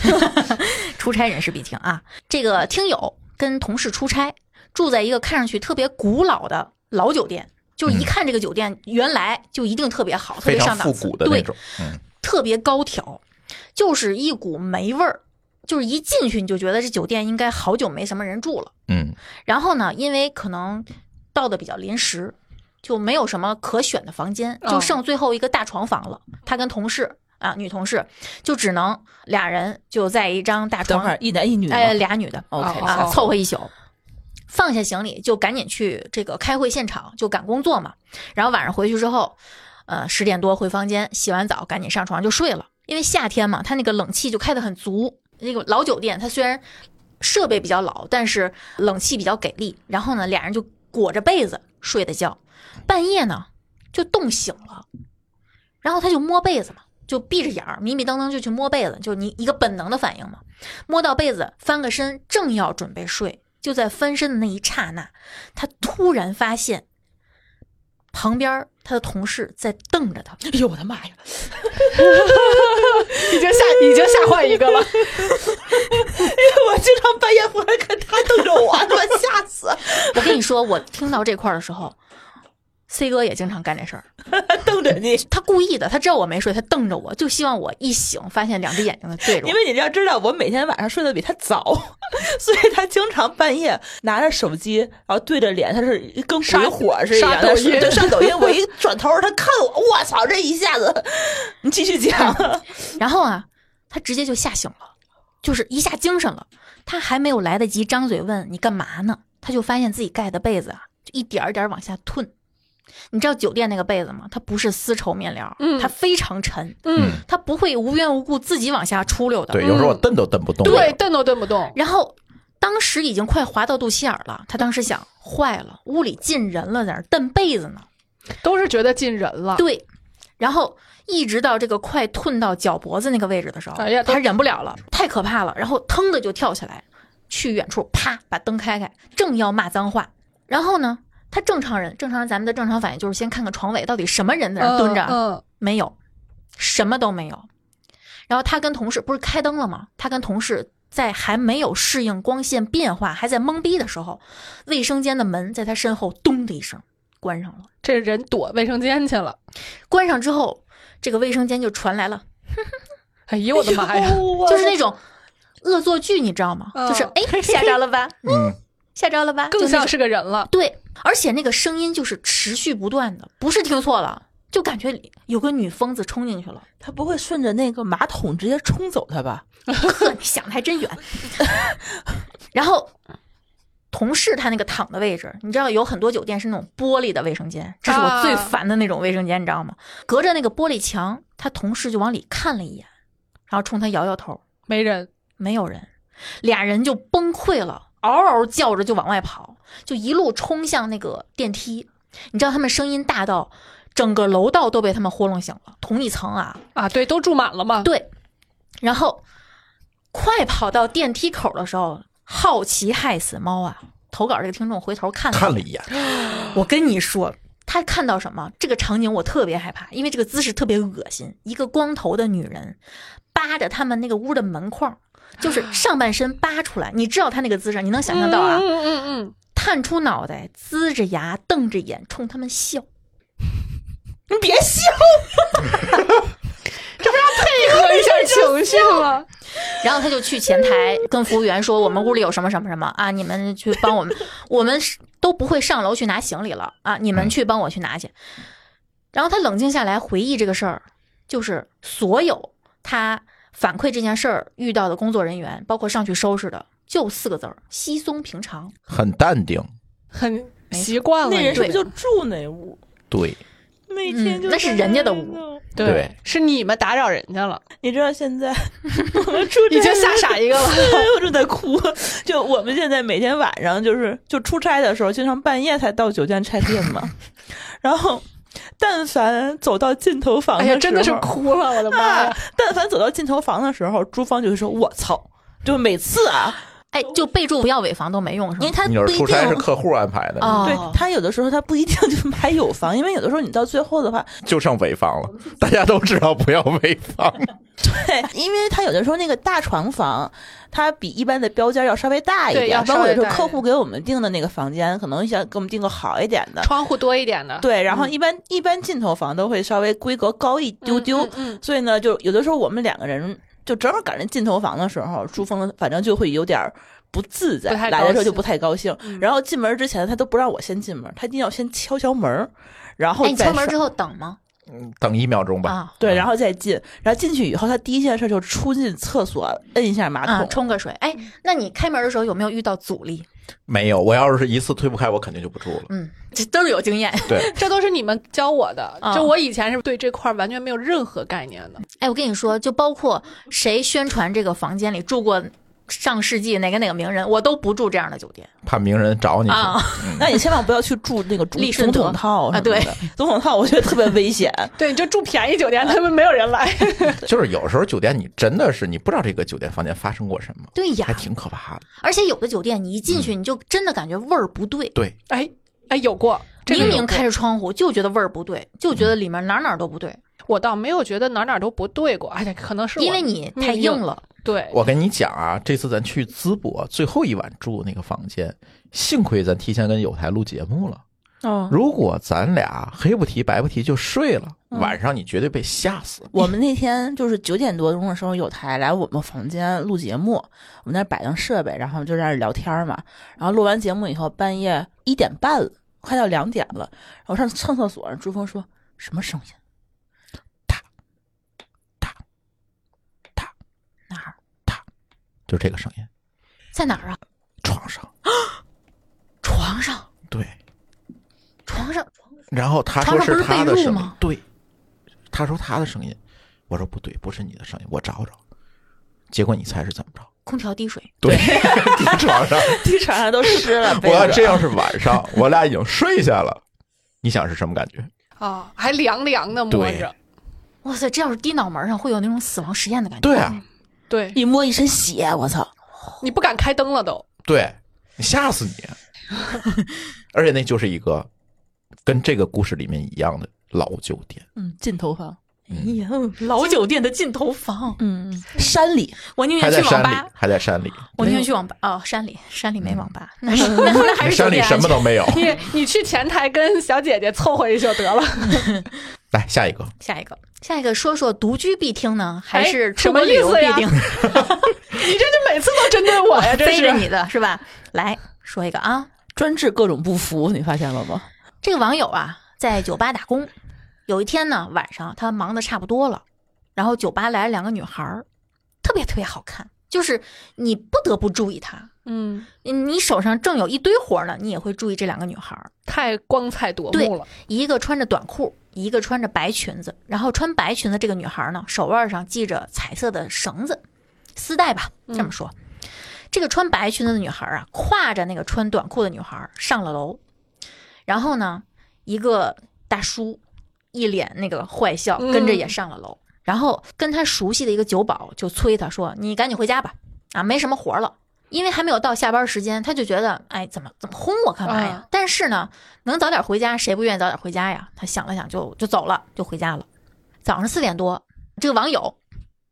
[SPEAKER 2] 出差人士必听啊。这个听友跟同事出差，住在一个看上去特别古老的老酒店，就是一看这个酒店原来就一定特别好，特
[SPEAKER 1] 嗯非
[SPEAKER 2] 别
[SPEAKER 1] 常
[SPEAKER 2] 上档
[SPEAKER 1] 复
[SPEAKER 2] 次
[SPEAKER 1] 古的那
[SPEAKER 2] 对
[SPEAKER 1] 种。嗯
[SPEAKER 2] 特别高挑，就是一股霉味儿，就是一进去你就觉得这酒店应该好久没什么人住了。
[SPEAKER 1] 嗯
[SPEAKER 2] 然后呢，因为可能到的比较临时，就没有什么可选的房间，
[SPEAKER 3] 哦
[SPEAKER 2] 就剩最后一个大床房了。他跟同事啊，女同事就只能俩人就在一张大
[SPEAKER 4] 等
[SPEAKER 2] 床
[SPEAKER 4] 会，儿一男一女吗。
[SPEAKER 2] 哎，俩女的
[SPEAKER 4] OK，
[SPEAKER 3] 哦
[SPEAKER 2] 啊，凑合一宿。放下行李就赶紧去这个开会现场，就赶工作嘛。然后晚上回去之后，呃，十点多回房间，洗完澡赶紧上床就睡了。因为夏天嘛，它那个冷气就开得很足。那个老酒店它虽然设备比较老，但是冷气比较给力。然后呢，俩人就裹着被子睡的觉，半夜呢就冻醒了，然后他就摸被子嘛，就闭着眼儿迷迷瞪瞪就去摸被子，就你一个本能的反应嘛。摸到被子，翻个身，正要准备睡，就在翻身的那一刹那，他突然发现，旁边儿他的同事在瞪着他，
[SPEAKER 4] 哎呦我的妈呀！
[SPEAKER 3] 已经吓已经吓坏一个了。
[SPEAKER 4] 我经常半夜回来看他瞪着我，他妈吓死！
[SPEAKER 2] 我跟你说，我听到这块儿的时候，C 哥也经常干这事儿。
[SPEAKER 4] 瞪着你，
[SPEAKER 2] 他故意的，他知道我没睡，他瞪着我，就希望我一醒发现两只眼睛在对着我。
[SPEAKER 4] 因为你要知道，我每天晚上睡得比他早， 所以他经常半夜拿着手机，然后对着脸，他是跟鬼火似的，
[SPEAKER 3] 刷抖音
[SPEAKER 4] 对上抖 音。我一转头，他看我，我操，这一下子， 你继续讲。
[SPEAKER 2] 然后啊，他直接就吓醒了，就是一下精神了。他还没有来得及张嘴问你干嘛呢，他就发现自己盖的被子啊，就一点儿一点儿往下吞。你知道酒店那个被子吗？它不是丝绸棉料，
[SPEAKER 3] 嗯
[SPEAKER 2] 它非常沉，
[SPEAKER 3] 嗯，
[SPEAKER 2] 它不会无缘无故自己往下出溜的。
[SPEAKER 1] 对，有时候我蹬都蹬不动。
[SPEAKER 3] 对，，蹬都蹬不动。
[SPEAKER 2] 然后当时已经快滑到肚脐眼儿了，他当时想，坏了，屋里进人了，在那儿蹬被子呢。
[SPEAKER 3] 都是觉得进人了。
[SPEAKER 2] 对，然后一直到这个快吞到脚脖子那个位置的时候，
[SPEAKER 3] 哎呀都
[SPEAKER 2] 他忍不了了，太可怕了，然后腾的就跳起来，去远处啪把灯开开，正要骂脏话，然后呢，他正常人，正常人咱们的正常反应就是先看看床尾到底什么人在那儿蹲着，
[SPEAKER 3] 嗯，
[SPEAKER 2] 没有，什么都没有。然后他跟同事不是开灯了吗？他跟同事在还没有适应光线变化，还在懵逼的时候，卫生间的门在他身后咚的一声关上了。
[SPEAKER 3] 这人躲卫生间去了。
[SPEAKER 2] 关上之后，这个卫生间就传来了，
[SPEAKER 3] 哎呦我的妈 呀！
[SPEAKER 2] 就是那种恶作剧，你知道吗？
[SPEAKER 3] 嗯
[SPEAKER 2] 就是哎，吓着了吧？
[SPEAKER 1] 嗯，
[SPEAKER 2] 吓着了吧？
[SPEAKER 3] 更
[SPEAKER 2] 就那
[SPEAKER 3] 像
[SPEAKER 2] 种
[SPEAKER 3] 是个人了。
[SPEAKER 2] 对，而且那个声音就是持续不断的，不是听错了，就感觉里有个女疯子冲进去了。
[SPEAKER 4] 他不会顺着那个马桶直接冲走他吧？
[SPEAKER 2] 呵，你想的还真远。 然后。同事他那个躺的位置，你知道有很多酒店是那种玻璃的卫生间，这是我最
[SPEAKER 3] 啊
[SPEAKER 2] 烦的那种卫生间，你知道吗？隔着那个玻璃墙，他同事就往里看了一眼，然后冲他摇摇头，
[SPEAKER 3] 没人，
[SPEAKER 2] 没有人，俩人就崩溃了，嗷嗷叫着就往外跑，就一路冲向那个电梯。你知道他们声音大到整个楼道都被他们豁弄醒了，同一层啊。
[SPEAKER 3] 啊，对，都住满了嘛。
[SPEAKER 2] 对，然后快跑到电梯口的时候，好奇害死猫啊！投稿这个听众回头看
[SPEAKER 1] 看了一眼，
[SPEAKER 2] 我跟你说，他看到什么？这个场景我特别害怕，因为这个姿势特别恶心。一个光头的女人扒着他们那个屋的门框，就是上半身扒出来。你知道他那个姿势，你能想象到啊？
[SPEAKER 3] 嗯嗯嗯
[SPEAKER 2] 探出脑袋，呲着牙，瞪着眼，冲他们笑。
[SPEAKER 4] 你别笑，
[SPEAKER 3] 嗯，配合一下情绪吗？
[SPEAKER 2] 然后他就去前台跟服务员说：“我们屋里有什么什么什么啊，你们去帮我 们，我们是都不会上楼去拿行李了啊，你们去帮我去拿去。”然后他冷静下来回忆这个事儿，就是所有他反馈这件事儿遇到的工作人员，包括上去收拾的，就四个字儿：稀松平常。
[SPEAKER 1] 很淡定。
[SPEAKER 3] 很习惯了
[SPEAKER 4] 那
[SPEAKER 3] 已经，
[SPEAKER 4] 人是不是就住那屋？
[SPEAKER 1] 对，
[SPEAKER 4] 那天就
[SPEAKER 2] 嗯那是人家的屋
[SPEAKER 4] 屋。
[SPEAKER 1] 对
[SPEAKER 3] 对，是你们打扰人家了，
[SPEAKER 4] 你知道现在 我们出
[SPEAKER 3] 已经吓傻一 个了。
[SPEAKER 4] 我正在哭。就我们现在每天晚上就是就出差的时候，经常半夜才到酒店check in 嘛。然后，但凡走到尽头房
[SPEAKER 3] 哎
[SPEAKER 4] 时候，
[SPEAKER 3] 呀，真的是哭了，我的妈
[SPEAKER 4] 啊
[SPEAKER 3] 呀！！
[SPEAKER 4] 但凡走到尽头房的时候，朱芳就会说：“我操！”就每次啊，
[SPEAKER 2] 哎，就备注不要尾房都没用，是
[SPEAKER 5] 因
[SPEAKER 2] 吗
[SPEAKER 5] 为？他
[SPEAKER 1] 你
[SPEAKER 5] 不
[SPEAKER 1] 要是
[SPEAKER 5] 一
[SPEAKER 1] 出差是
[SPEAKER 5] 定。
[SPEAKER 1] 客户安排的，
[SPEAKER 2] 哦
[SPEAKER 4] 对他有的时候他不一定就买有房，因为有的时候你到最后的话，
[SPEAKER 1] 就剩潍坊了。大家都知道不要潍坊，
[SPEAKER 4] 对，因为他有的时候那个大床房，它比一般的标间要稍微大一
[SPEAKER 3] 对
[SPEAKER 4] 点
[SPEAKER 3] 要，
[SPEAKER 4] 包括有时
[SPEAKER 3] 稍微
[SPEAKER 4] 候
[SPEAKER 3] 大一
[SPEAKER 4] 客
[SPEAKER 3] 点
[SPEAKER 4] 户给我们订的那个房间，可能想给我们订个好一点的。
[SPEAKER 3] 窗户多一点的，
[SPEAKER 4] 对，然后
[SPEAKER 3] 嗯
[SPEAKER 4] 一般、一般进头房都会稍微规格高一丢丢，
[SPEAKER 3] 嗯，嗯
[SPEAKER 4] 所以呢，就有的时候我们两个人就正好赶上进头房的时候，朱峰反正就会有点儿不自在，
[SPEAKER 3] 不太
[SPEAKER 4] 来的时
[SPEAKER 3] 高
[SPEAKER 4] 候就
[SPEAKER 3] 兴
[SPEAKER 4] 不太高兴。
[SPEAKER 3] 嗯
[SPEAKER 4] 然后进门之前，他都不让我先进门，他一定要先敲敲门儿，然后
[SPEAKER 2] 哎，你
[SPEAKER 4] 再
[SPEAKER 2] 敲门
[SPEAKER 4] 上
[SPEAKER 2] 之后等吗？
[SPEAKER 1] 等一秒钟吧。
[SPEAKER 2] 嗯啊
[SPEAKER 4] 对，然
[SPEAKER 1] 后
[SPEAKER 4] 后再进。然后进去以后，他第一件事就冲进厕所摁一下马
[SPEAKER 2] 啊，
[SPEAKER 4] 桶。
[SPEAKER 2] 冲个水。哎，那你开门的时候有没有遇到阻力？
[SPEAKER 1] 没有，我要是一次推不开，我肯定就不住了。
[SPEAKER 2] 嗯，这都是有经验。
[SPEAKER 1] 对，
[SPEAKER 3] 这都是你们教我的
[SPEAKER 2] 啊。
[SPEAKER 3] 就我以前是对这块儿完全没有任何概念的。
[SPEAKER 2] 哎，我跟你说，就包括谁宣传这个房间里住过上世纪哪个哪个名人，我都不住这样的酒店
[SPEAKER 1] 怕名人找你去。
[SPEAKER 2] 啊。
[SPEAKER 4] 那你千万不要去住那个总
[SPEAKER 2] 利
[SPEAKER 4] 总
[SPEAKER 2] 顺德
[SPEAKER 4] 统套
[SPEAKER 2] 啊对
[SPEAKER 4] 什么的，总统套我觉得特别危险。
[SPEAKER 3] 对，你就住便宜酒店，他们没有人来。
[SPEAKER 1] 就是有时候酒店你真的是你不知道这个酒店房间发生过什么，
[SPEAKER 2] 对
[SPEAKER 1] 还嗯
[SPEAKER 2] 呀，
[SPEAKER 1] 挺可怕的。
[SPEAKER 2] 而且有的酒店你一进去，你就真的感觉味儿不对，
[SPEAKER 1] 对，
[SPEAKER 3] 哎哎，有过，这个
[SPEAKER 2] 明
[SPEAKER 3] 有
[SPEAKER 2] 明
[SPEAKER 3] 过
[SPEAKER 2] 开着窗户就觉得味儿不对，就觉
[SPEAKER 1] 嗯
[SPEAKER 2] 得里面哪儿哪儿都不对，
[SPEAKER 3] 我倒没有觉得哪儿哪儿都不对过。哎呀，可能是我
[SPEAKER 2] 因为你
[SPEAKER 1] 嗯
[SPEAKER 2] 太
[SPEAKER 3] 命
[SPEAKER 2] 硬了。
[SPEAKER 3] 对，
[SPEAKER 1] 我跟你讲啊，这次咱去淄博最后一晚住那个房间，幸亏咱提前跟有台录节目了。
[SPEAKER 2] 嗯
[SPEAKER 4] 哦，
[SPEAKER 1] 如果咱俩黑不提白不提就睡了，
[SPEAKER 2] 嗯
[SPEAKER 1] 晚上你绝对被吓死。
[SPEAKER 4] 我们那天就是九点多钟的时候，有台来我们房间录节目，我们那儿摆上设备，然后就在那儿聊天嘛。然后录完节目以后，半夜一点半了，快到两点了，然后上上厕所，朱峰说什么声音？
[SPEAKER 2] 哪儿
[SPEAKER 1] 就这个声音，
[SPEAKER 2] 在哪儿啊？
[SPEAKER 1] 床上。
[SPEAKER 2] 床上，
[SPEAKER 1] 对，
[SPEAKER 2] 床上，
[SPEAKER 1] 然后他
[SPEAKER 2] 床
[SPEAKER 1] 说
[SPEAKER 2] 上不是
[SPEAKER 1] 他
[SPEAKER 2] 被
[SPEAKER 1] 的
[SPEAKER 2] 褥
[SPEAKER 1] 声音
[SPEAKER 2] 吗，
[SPEAKER 1] 对，他说他的声音，我说不对，不是你的声音，我找找。结果你猜是怎么着？
[SPEAKER 2] 空调滴水。
[SPEAKER 1] 对， 床 上。
[SPEAKER 4] 地床上都湿 了，
[SPEAKER 1] 我要这要是晚上，我俩已经睡下了，你想是什么感觉？
[SPEAKER 3] 啊，还凉凉的摸
[SPEAKER 1] 对
[SPEAKER 3] 着，
[SPEAKER 2] 哇塞，这要是滴脑门上，会有那种死亡实验的感觉。
[SPEAKER 1] 对啊，
[SPEAKER 3] 对
[SPEAKER 4] 一摸一身血，我操！
[SPEAKER 3] 你不敢开灯了都。
[SPEAKER 1] 对，你吓死 你！而且那就是一个跟这个故事里面一样的老酒店，
[SPEAKER 4] 嗯，进头哎房，
[SPEAKER 1] 嗯
[SPEAKER 2] 呀，老酒店的尽头房，
[SPEAKER 4] 嗯，山里
[SPEAKER 2] 我宁
[SPEAKER 1] 还
[SPEAKER 2] 愿
[SPEAKER 1] 在
[SPEAKER 2] 去网
[SPEAKER 1] 山里嗯
[SPEAKER 2] 吧，，
[SPEAKER 1] 还在山里，
[SPEAKER 2] 我宁愿去网吧。哦，山里，山里没网吧，那是那那还是酒
[SPEAKER 1] 山里
[SPEAKER 2] 店
[SPEAKER 1] 什么
[SPEAKER 2] 安全
[SPEAKER 1] 都没 有。
[SPEAKER 3] 你你去前台跟小姐姐凑合一宿得了。
[SPEAKER 1] 来下一个，
[SPEAKER 2] 下一个，下一个说说独居必听呢，还
[SPEAKER 3] 哎
[SPEAKER 2] 是
[SPEAKER 3] 什
[SPEAKER 2] 出
[SPEAKER 3] 么
[SPEAKER 2] 国旅
[SPEAKER 3] 意
[SPEAKER 2] 游
[SPEAKER 3] 思
[SPEAKER 2] 必
[SPEAKER 3] 呀
[SPEAKER 2] 听？
[SPEAKER 3] 你这就每次都针对我呀，这
[SPEAKER 2] 非
[SPEAKER 3] 是
[SPEAKER 2] 着你的是吧？来说一个啊，
[SPEAKER 4] 专治各种不服，你发现了吗？
[SPEAKER 2] 这个网友啊，在酒吧打工，有一天呢晚上他忙的差不多了，然后酒吧来了两个女孩儿，特别特别好看，就是你不得不注意她。
[SPEAKER 3] 嗯，
[SPEAKER 2] 你手上正有一堆活儿呢，你也会注意这两个女孩儿，
[SPEAKER 3] 太光彩夺目了。
[SPEAKER 2] 一个穿着短裤，一个穿着白裙子。然后穿白裙子这个女孩儿呢，手腕上系着彩色的绳子，丝带吧，这么说。这个穿白裙子的女孩儿啊，挎着那个穿短裤的女孩儿上了楼，然后呢，一个大叔一脸那个坏笑，
[SPEAKER 3] 嗯
[SPEAKER 2] 跟着也上了楼。然后跟他熟悉的一个酒保就催他说：“你赶紧回家吧，啊，没什么活儿了。”因为还没有到下班时间，他就觉得，哎，怎么怎么轰我干嘛呀？
[SPEAKER 3] 啊
[SPEAKER 2] 但是呢，能早点回家，谁不愿意早点回家呀？他想了想就，就走了，就回家了。早上四点多，这个网友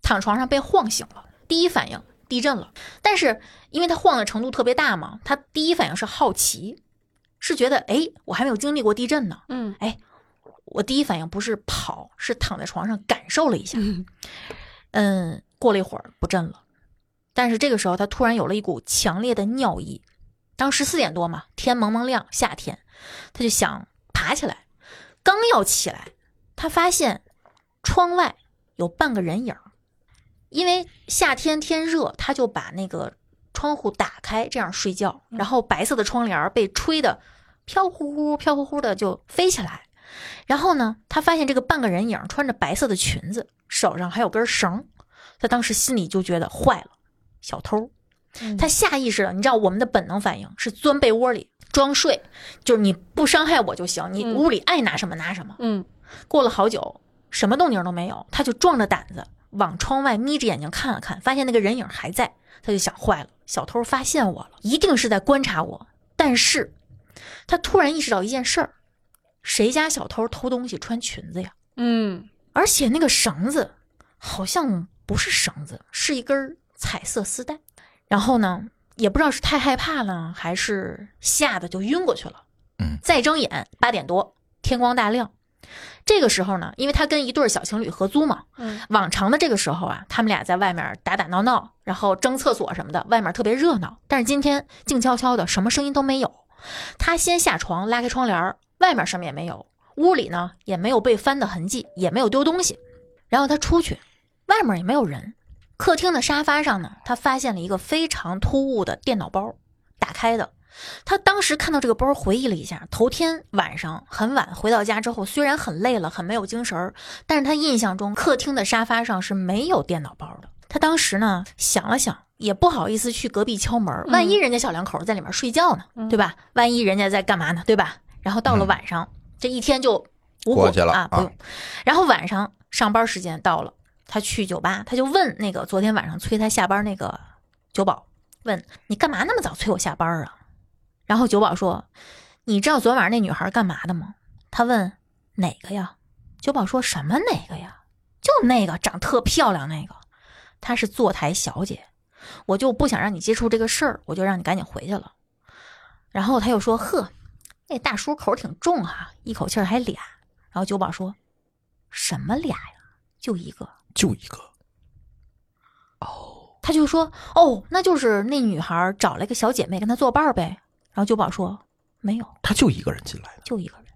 [SPEAKER 2] 躺床上被晃醒了，第一反应地震了。但是因为他晃的程度特别大嘛，他第一反应是好奇，是觉得哎，我还没有经历过地震呢。
[SPEAKER 3] 嗯
[SPEAKER 2] 我第一反应不是跑，是躺在床上感受了一下。嗯，过了一会儿不震了，但是这个时候他突然有了一股强烈的尿意。当时四点多嘛，天蒙蒙亮，夏天，他就想爬起来，刚要起来，他发现窗外有半个人影儿，因为夏天天热，他就把那个窗户打开，这样睡觉，然后白色的窗帘儿被吹的飘忽忽、飘忽忽的就飞起来。然后呢，他发现这个半个人影穿着白色的裙子，手上还有根绳，他当时心里就觉得坏了，小偷。他下意识的，你知道我们的本能反应是钻被窝里装睡，就是你不伤害我就行，你
[SPEAKER 3] 嗯
[SPEAKER 2] 屋里爱拿什么拿什么。
[SPEAKER 3] 嗯
[SPEAKER 2] 过了好久，什么动静都没有，他就壮着胆子往窗外眯着眼睛看了看，发现那个人影还在，他就想坏了，小偷发现我了，一定是在观察我。但是，他突然意识到一件事儿：谁家小偷偷东西穿裙子呀？
[SPEAKER 3] 嗯
[SPEAKER 2] 而且那个绳子好像不是绳子，是一根儿彩色丝带。然后呢，也不知道是太害怕了，还是吓得就晕过去了。
[SPEAKER 1] 嗯，
[SPEAKER 2] 再睁眼八点多，天光大亮。这个时候呢，因为他跟一对儿小情侣合租嘛，
[SPEAKER 3] 嗯
[SPEAKER 2] 往常的这个时候啊，他们俩在外面打打闹闹，然后争厕所什么的，外面特别热闹。但是今天静悄悄的，什么声音都没有。他先下床，拉开窗帘儿，外面什么也没有，屋里呢也没有被翻的痕迹，也没有丢东西。然后他出去，外面也没有人。客厅的沙发上呢，他发现了一个非常突兀的电脑包，打开的。他当时看到这个包，回忆了一下，头天晚上很晚回到家之后，虽然很累了，很没有精神儿，但是他印象中客厅的沙发上是没有电脑包的。他当时呢想了想，也不好意思去隔壁敲门儿，万一人家小两口在里面睡觉呢，对吧？万一人家在干嘛呢，对吧？然后到了
[SPEAKER 1] 嗯
[SPEAKER 2] 晚上，这一天就无
[SPEAKER 1] 过
[SPEAKER 2] 果
[SPEAKER 1] 去了
[SPEAKER 2] 啊，
[SPEAKER 1] 啊
[SPEAKER 2] 不用。然后晚上上班时间到了，他去酒吧，他就问那个昨天晚上催他下班那个酒保，问你干嘛那么早催我下班啊？然后酒保说：“你知道昨晚那女孩干嘛的吗？”他问：“哪个呀？”酒保说什么哪个呀？就那个长特漂亮那个，她是坐台小姐，我就不想让你接触这个事儿，我就让你赶紧回去了。然后他又说：“呵，那大叔口挺重哈、一口气儿还俩。”然后酒保说：“什么俩呀？就一个。”
[SPEAKER 1] 就一个，
[SPEAKER 2] 他就说：“哦，那就是那女孩找了一个小姐妹跟她作伴儿呗。”然后酒保说：“没有，
[SPEAKER 1] 他就一个人进来的。
[SPEAKER 2] 就一个人。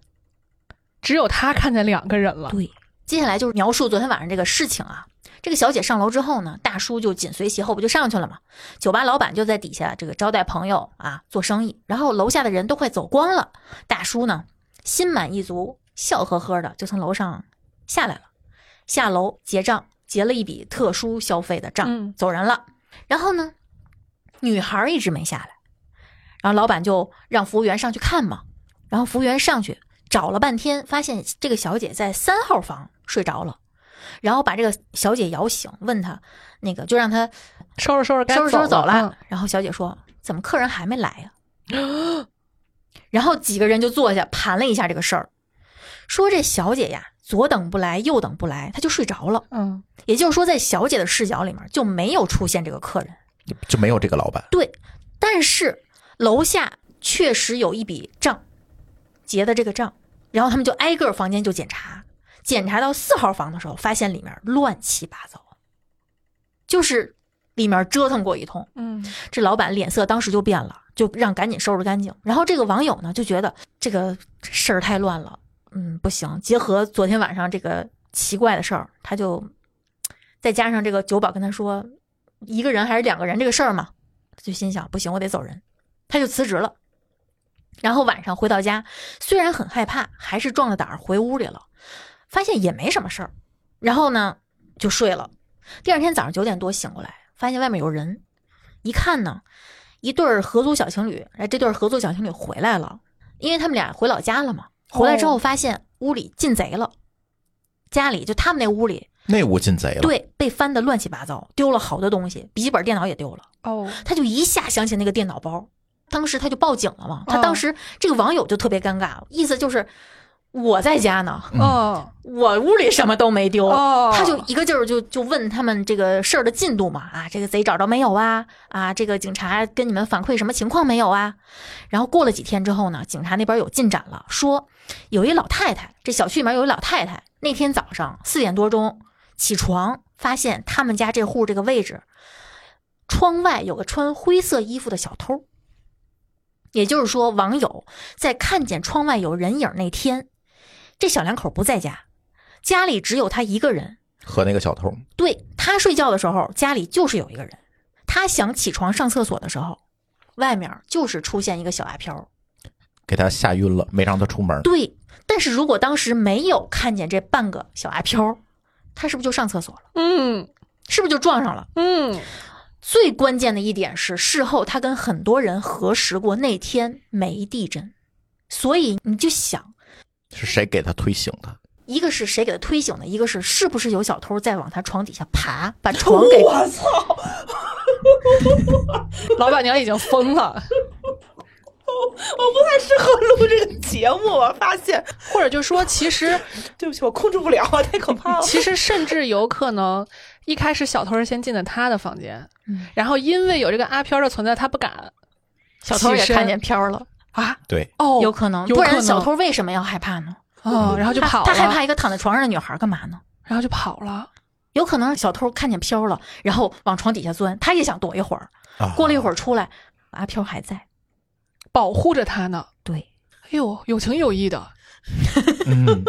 [SPEAKER 3] 只有他看见两个人”了。
[SPEAKER 2] 对，接下来就是描述昨天晚上这个事情啊。这个小姐上楼之后呢，大叔就紧随其后，不就上去了吗？酒吧老板就在底下这个招待朋友啊，做生意。然后楼下的人都快走光了，大叔呢心满意足，笑呵呵的就从楼上下来了，下楼结账，结了一笔特殊消费的账，
[SPEAKER 3] 嗯
[SPEAKER 2] 走人了。然后呢，女孩儿一直没下来，然后老板就让服务员上去看嘛。然后服务员上去找了半天，发现这个小姐在三号房睡着了，然后把这个小姐摇醒，问她那个就让她
[SPEAKER 3] 收拾收拾，该
[SPEAKER 2] 收拾收拾
[SPEAKER 3] 走
[SPEAKER 2] 走了。。嗯然后小姐说：“怎么客人还没来呀、 然后几个人就坐下盘了一下这个事儿，说这小姐呀，左等不来，右等不来，她就睡着了。
[SPEAKER 3] 嗯
[SPEAKER 2] 也就是说，在小姐的视角里面就没有出现这个客人。
[SPEAKER 1] 就没有这个老板，
[SPEAKER 2] 对，但是楼下确实有一笔账，结的这个账，然后他们就挨个房间就检查，检查到四号房的时候，发现里面乱七八糟，就是里面折腾过一通。
[SPEAKER 3] 嗯
[SPEAKER 2] 这老板脸色当时就变了，就让赶紧收拾干净。然后这个网友呢就觉得这个事儿太乱了，嗯，不行。结合昨天晚上这个奇怪的事儿，他就再加上这个酒保跟他说一个人还是两个人这个事儿嘛，他就心想不行，我得走人，他就辞职了。然后晚上回到家，虽然很害怕，还是壮着胆儿回屋里了，发现也没什么事儿。然后呢，就睡了。第二天早上九点多醒过来，发现外面有人，一看呢，一对儿合租小情侣，哎，这对儿合租小情侣回来了，因为他们俩回老家了嘛。回来之后发现屋里进贼了，家里就他们那屋里，
[SPEAKER 1] 那屋进贼了。，
[SPEAKER 2] 对，被翻的乱七八糟，丢了好多东西，笔记本电脑也丢了。
[SPEAKER 3] 哦，
[SPEAKER 2] 他就一下想起那个电脑包，当时他就报警了嘛。他当时这个网友就特别尴尬，意思就是我在家呢，
[SPEAKER 1] 嗯
[SPEAKER 3] 哦
[SPEAKER 2] 我屋里什么都没丢。
[SPEAKER 3] 哦，
[SPEAKER 2] 他就一个劲儿就就问他们这个事儿的进度嘛啊，这个贼找着没有啊啊，这个警察跟你们反馈什么情况没有啊？然后过了几天之后呢，警察那边有进展了，说有一老太太，这小区里面有一老太太，那天早上四点多钟起床，发现他们家这户这个位置窗外有个穿灰色衣服的小偷。也就是说，网友在看见窗外有人影那天，这小两口不在家，家里只有他一个人，
[SPEAKER 1] 和那个小偷，
[SPEAKER 2] 对他睡觉的时候，家里就是有一个人；他想起床上厕所的时候，外面就是出现一个小阿飘。
[SPEAKER 1] 给他吓晕了，没让他出门。
[SPEAKER 2] 对，但是如果当时没有看见这半个小阿飘，他是不是就上厕所了？
[SPEAKER 3] 嗯
[SPEAKER 2] 是不是就撞上了？
[SPEAKER 3] 嗯，
[SPEAKER 2] 最关键的一点是，事后他跟很多人核实过，那天没地震。所以你就想，
[SPEAKER 1] 是谁给他推醒的？
[SPEAKER 2] 一个是谁给他推醒的，一个是是不是有小偷在往他床底下爬，把床给
[SPEAKER 3] 老板娘已经疯了，
[SPEAKER 6] 我不太适合录这个节目，我发现，
[SPEAKER 3] 或者就说其实
[SPEAKER 6] 对不起，我控制不了，太可怕了。
[SPEAKER 3] 其实甚至有可能，一开始小偷是先进的他的房间，
[SPEAKER 2] 嗯
[SPEAKER 3] 然后因为有这个阿飘的存在，他不敢
[SPEAKER 2] 小偷也
[SPEAKER 3] 起身
[SPEAKER 2] 看见飘了，
[SPEAKER 3] 啊，
[SPEAKER 1] 对，
[SPEAKER 3] 哦，
[SPEAKER 2] 有可能，
[SPEAKER 3] 有
[SPEAKER 2] 不
[SPEAKER 3] 可
[SPEAKER 2] 然
[SPEAKER 3] 能
[SPEAKER 2] 小偷为什么要害怕呢？
[SPEAKER 3] 哦，然后就
[SPEAKER 2] 他
[SPEAKER 3] 跑了，
[SPEAKER 2] 他害怕，一个躺在床上的女孩干嘛呢？
[SPEAKER 3] 然后就跑了，
[SPEAKER 2] 有可能小偷看见飘了，然后往床底下钻，他也想躲一会儿。
[SPEAKER 1] 啊
[SPEAKER 2] 过了一会儿出来，阿飘还在。
[SPEAKER 3] 保护着他呢。
[SPEAKER 2] 对，
[SPEAKER 3] 哎呦，有情有义的
[SPEAKER 1] 嗯，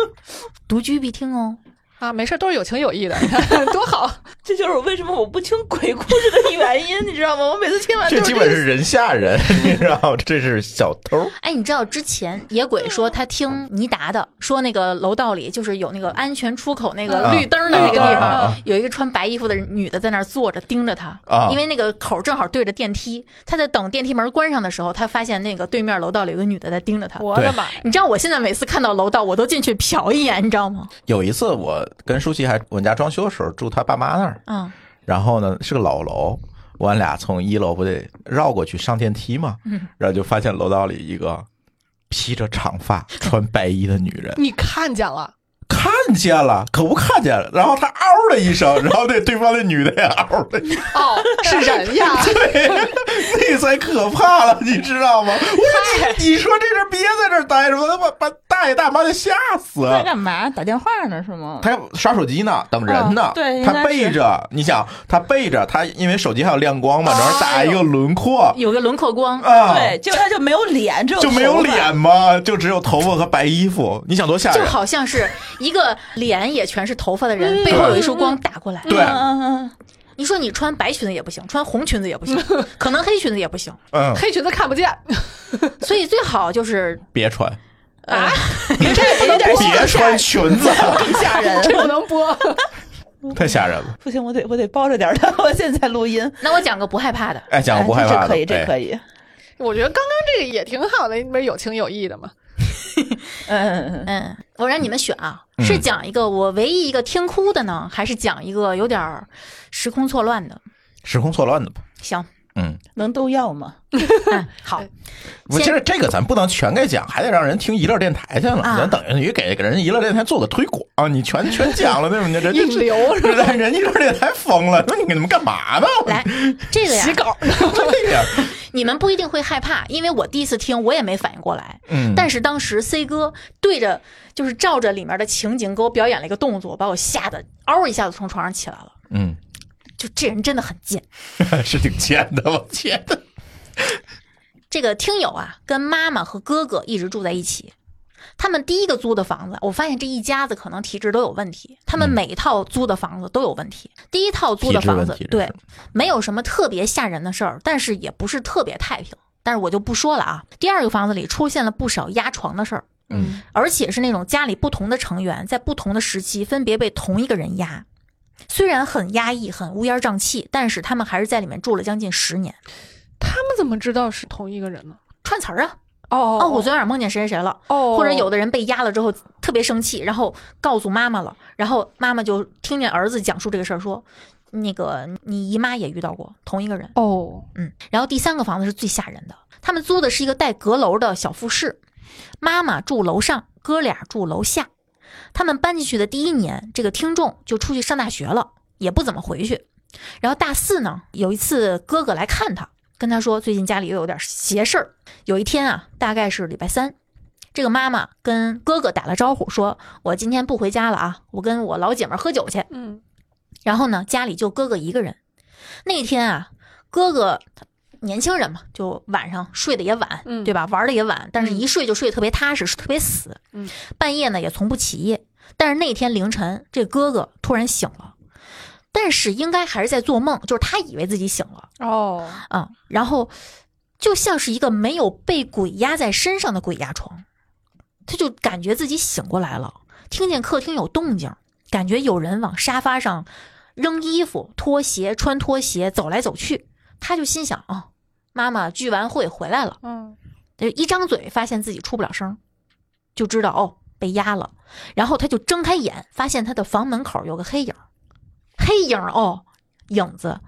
[SPEAKER 2] 独居必听哦。
[SPEAKER 3] 啊，没事儿，都是有情有义的，你看多好。
[SPEAKER 6] 这就是我为什么我不听鬼故事的原因，你知道吗？我每次听完
[SPEAKER 1] 这
[SPEAKER 6] 都
[SPEAKER 1] 基
[SPEAKER 6] 是
[SPEAKER 1] 本是人吓 人，你知道吗？这是小偷，
[SPEAKER 2] 哎，你知道之前野鬼说他听尼达的，说那个楼道里就是有那个安全出口那个
[SPEAKER 1] 啊
[SPEAKER 2] 绿灯的那个地
[SPEAKER 1] 啊啊
[SPEAKER 2] 方
[SPEAKER 1] 啊，
[SPEAKER 2] 有一个穿白衣服的女的在那儿坐着盯着他
[SPEAKER 1] 啊，
[SPEAKER 2] 因为那个口正好对着电梯。他在等电梯门关上的时候，他发现那个对面楼道里有个女的在盯着他。
[SPEAKER 3] 我
[SPEAKER 1] 对
[SPEAKER 3] 的妈呀！
[SPEAKER 2] 你知道我现在每次看到楼道，我都进去瞟一眼，你知道吗？
[SPEAKER 1] 有一次我跟舒淇还我们家装修的时候住他爸妈那儿，
[SPEAKER 2] 嗯
[SPEAKER 1] 然后呢是个老楼，我俩从一楼不得绕过去上电梯嘛，
[SPEAKER 2] 嗯，
[SPEAKER 1] 然后就发现楼道里一个披着长发、穿白衣的女人，
[SPEAKER 3] 你看见了，
[SPEAKER 1] 看见了，可不看见了，然后她嗷了一声，然后那对方那女的 也嗷了一声，
[SPEAKER 3] 哦，是人呀，
[SPEAKER 1] 对，那才可怕了，你知道吗？我说你你说这阵儿别在这儿待着，我他妈把大爷大妈就吓死
[SPEAKER 4] 在
[SPEAKER 1] 了。
[SPEAKER 4] 干嘛？打电话呢是吗？
[SPEAKER 1] 他刷手机呢，等人呢。
[SPEAKER 4] 哦对应该
[SPEAKER 1] 他背着，你想，他背着他，因为手机还有亮光
[SPEAKER 4] 啊
[SPEAKER 1] 嘛，然后打一个轮
[SPEAKER 4] 哎
[SPEAKER 1] 廓
[SPEAKER 2] 有个轮廓光，
[SPEAKER 1] 啊，
[SPEAKER 4] 对，结果他就没有脸，只有
[SPEAKER 1] 就没有
[SPEAKER 4] 头发
[SPEAKER 1] 脸嘛，就只有头发和白衣服。你想多吓
[SPEAKER 2] 就
[SPEAKER 1] 人？
[SPEAKER 2] 好像是一个脸也全是头发的人，背后有一束光打过来。
[SPEAKER 1] 对，
[SPEAKER 4] 嗯嗯
[SPEAKER 2] 你说你穿白裙子也不行，穿红裙子也不行，可能黑裙子也不行，
[SPEAKER 1] 嗯，
[SPEAKER 3] 黑裙子看不见，
[SPEAKER 2] 所以最好就是
[SPEAKER 1] 别穿，
[SPEAKER 2] 呃，
[SPEAKER 6] 你这有点
[SPEAKER 1] 别穿裙子，
[SPEAKER 6] 吓人。
[SPEAKER 3] 这不能播。
[SPEAKER 1] 太吓人了。
[SPEAKER 6] 不行，我得我得包着点儿他。 我现在录音，
[SPEAKER 2] 那我讲个不害怕的，
[SPEAKER 1] 哎，讲个不害怕
[SPEAKER 6] 哎这
[SPEAKER 1] 的，
[SPEAKER 6] 可以，这
[SPEAKER 1] 对
[SPEAKER 6] 可以。
[SPEAKER 3] 我觉得刚刚这个也挺好的，不是有情有义的嘛。
[SPEAKER 6] 嗯嗯嗯，
[SPEAKER 2] 嗯，我让你们选啊，
[SPEAKER 1] 嗯
[SPEAKER 2] 是讲一个我唯一一个听哭的呢，还是讲一个有点儿时空错乱的？
[SPEAKER 1] 时空错乱的吧。
[SPEAKER 2] 行，
[SPEAKER 1] 嗯，
[SPEAKER 6] 能都要吗？
[SPEAKER 2] 嗯，好，
[SPEAKER 1] 不，其实这个咱不能全给讲，还得让人听娱乐电台去了。
[SPEAKER 2] 啊
[SPEAKER 1] 咱等于给给人娱乐电台做个推广，啊你全全讲了，对吧？你人家
[SPEAKER 3] 引流是
[SPEAKER 1] 人人娱乐电台疯了，说你给你们干嘛呢？
[SPEAKER 2] 来这个呀
[SPEAKER 3] 洗，稿，
[SPEAKER 1] 对呀，
[SPEAKER 2] 你们不一定会害怕，因为我第一次听我也没反应过来，
[SPEAKER 1] 嗯，
[SPEAKER 2] 但是当时 C 哥对着就是照着里面的情景给我表演了一个动作，把我吓得嗷一下子从床上起来了。
[SPEAKER 1] 嗯，
[SPEAKER 2] 就这人真的很贱。
[SPEAKER 1] 是挺贱的，我天呐。
[SPEAKER 2] 这个听友啊，跟妈妈和哥哥一直住在一起。他们第一个租的房子，我发现这一家子可能体质都有问题。他们每一套租的房子都有问题。第一套租的房子
[SPEAKER 1] 嗯体质问题，这
[SPEAKER 2] 对
[SPEAKER 1] 是，
[SPEAKER 2] 没有什么特别吓人的事儿，但是也不是特别太平。但是我就不说了啊。第二个房子里出现了不少压床的事儿，
[SPEAKER 1] 嗯，
[SPEAKER 2] 而且是那种家里不同的成员在不同的时期分别被同一个人压。虽然很压抑、很乌烟瘴气，但是他们还是在里面住了将近十年。
[SPEAKER 3] 他们怎么知道是同一个人呢？
[SPEAKER 2] 串词儿啊！
[SPEAKER 3] 哦
[SPEAKER 2] 哦，我昨天晚上梦见谁谁谁了。
[SPEAKER 3] 哦，
[SPEAKER 2] 或者有
[SPEAKER 3] 的
[SPEAKER 2] 的人被压了之后特别生气，然后告诉妈妈了，然后妈妈就听见儿子讲述这个事儿，说那个你姨妈也遇到过同一个人，
[SPEAKER 3] 哦，
[SPEAKER 2] 嗯。然后第三个房子是最吓人的，他们租的是一个带阁楼的小复式，妈妈住楼上，哥俩住楼下。他们搬进去的第一年，这个听众就出去上大学了，也不怎么回去。然后大四呢，有一次哥哥来看他，跟他说最近家里又有点邪事儿。有一天啊，大概是礼拜三，这个妈妈跟哥哥打了招呼，说：“我今天不回家了啊，我跟我老姐们儿喝酒去。”
[SPEAKER 3] 嗯，
[SPEAKER 2] 然后呢，家里就哥哥一个人。那天啊，哥哥年轻人嘛，就晚上睡得也晚，
[SPEAKER 3] 嗯
[SPEAKER 2] 对吧？玩的也晚，但是
[SPEAKER 3] 嗯
[SPEAKER 2] 一睡就睡得特别踏实，特别死。
[SPEAKER 3] 嗯，
[SPEAKER 2] 半夜呢也从不起夜。但是那天凌晨，这哥哥突然醒了，但是应该还是在做梦，就是他以为自己醒了
[SPEAKER 3] 哦，
[SPEAKER 2] 啊、然后就像是一个没有被鬼压在身上的鬼压床，他就感觉自己醒过来了，听见客厅有动静，感觉有人往沙发上扔衣服、拖鞋、穿拖鞋走来走去，他就心想哦，妈妈聚完会回来了。
[SPEAKER 3] 嗯，
[SPEAKER 2] 就一张嘴发现自己出不了声儿，就知道哦被压了。然后他就睁开眼，发现他的房门口有个黑影儿，黑影儿哦影子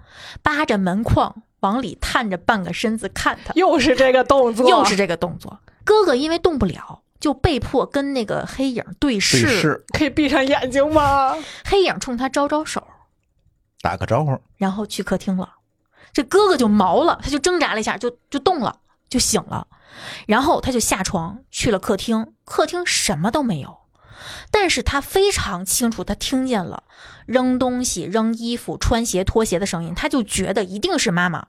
[SPEAKER 2] 扒着门框往里探着半个身子看他，
[SPEAKER 3] 又是这个动作，
[SPEAKER 2] 又是这个动作。哥哥因为动不了，就被迫跟那个黑影儿对视，
[SPEAKER 1] 对视，
[SPEAKER 3] 可以闭上眼睛吗？
[SPEAKER 2] 黑影儿冲他招招手，
[SPEAKER 1] 打个招呼，
[SPEAKER 2] 然后去客厅了。这哥哥就毛了，他就挣扎了一下，就就动了，就醒了。然后他就下床去了客厅，客厅什么都没有，但是他非常清楚，他听见了扔东西、扔衣服、穿鞋、脱鞋的声音，他就觉得一定是妈妈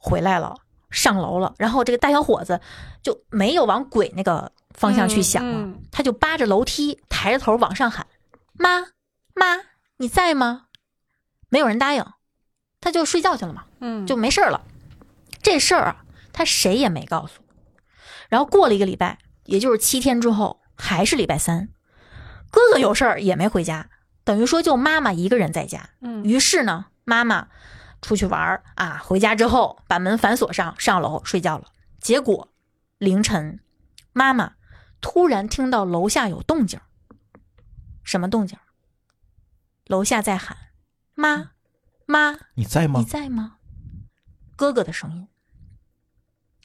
[SPEAKER 2] 回来了，上楼了。然后这个大小伙子就没有往鬼那个方向去想啊了，
[SPEAKER 3] 嗯嗯
[SPEAKER 2] 他就扒着楼梯，抬着头往上喊：“妈，妈，你在吗？”没有人答应，他就睡觉去了嘛。
[SPEAKER 3] 嗯
[SPEAKER 2] 就没事儿了。这事儿啊，他谁也没告诉。然后过了一个礼拜，也就是七天之后，还是礼拜三，哥哥有事儿也没回家，等于说就妈妈一个人在家。
[SPEAKER 3] 嗯
[SPEAKER 2] 于是呢，妈妈出去玩儿啊，回家之后把门反锁上，上楼睡觉了。结果凌晨，妈妈突然听到楼下有动静儿，什么动静儿？楼下在喊：“妈，妈，
[SPEAKER 1] 你在
[SPEAKER 2] 你
[SPEAKER 1] 吗？
[SPEAKER 2] 在吗？哥哥的声音，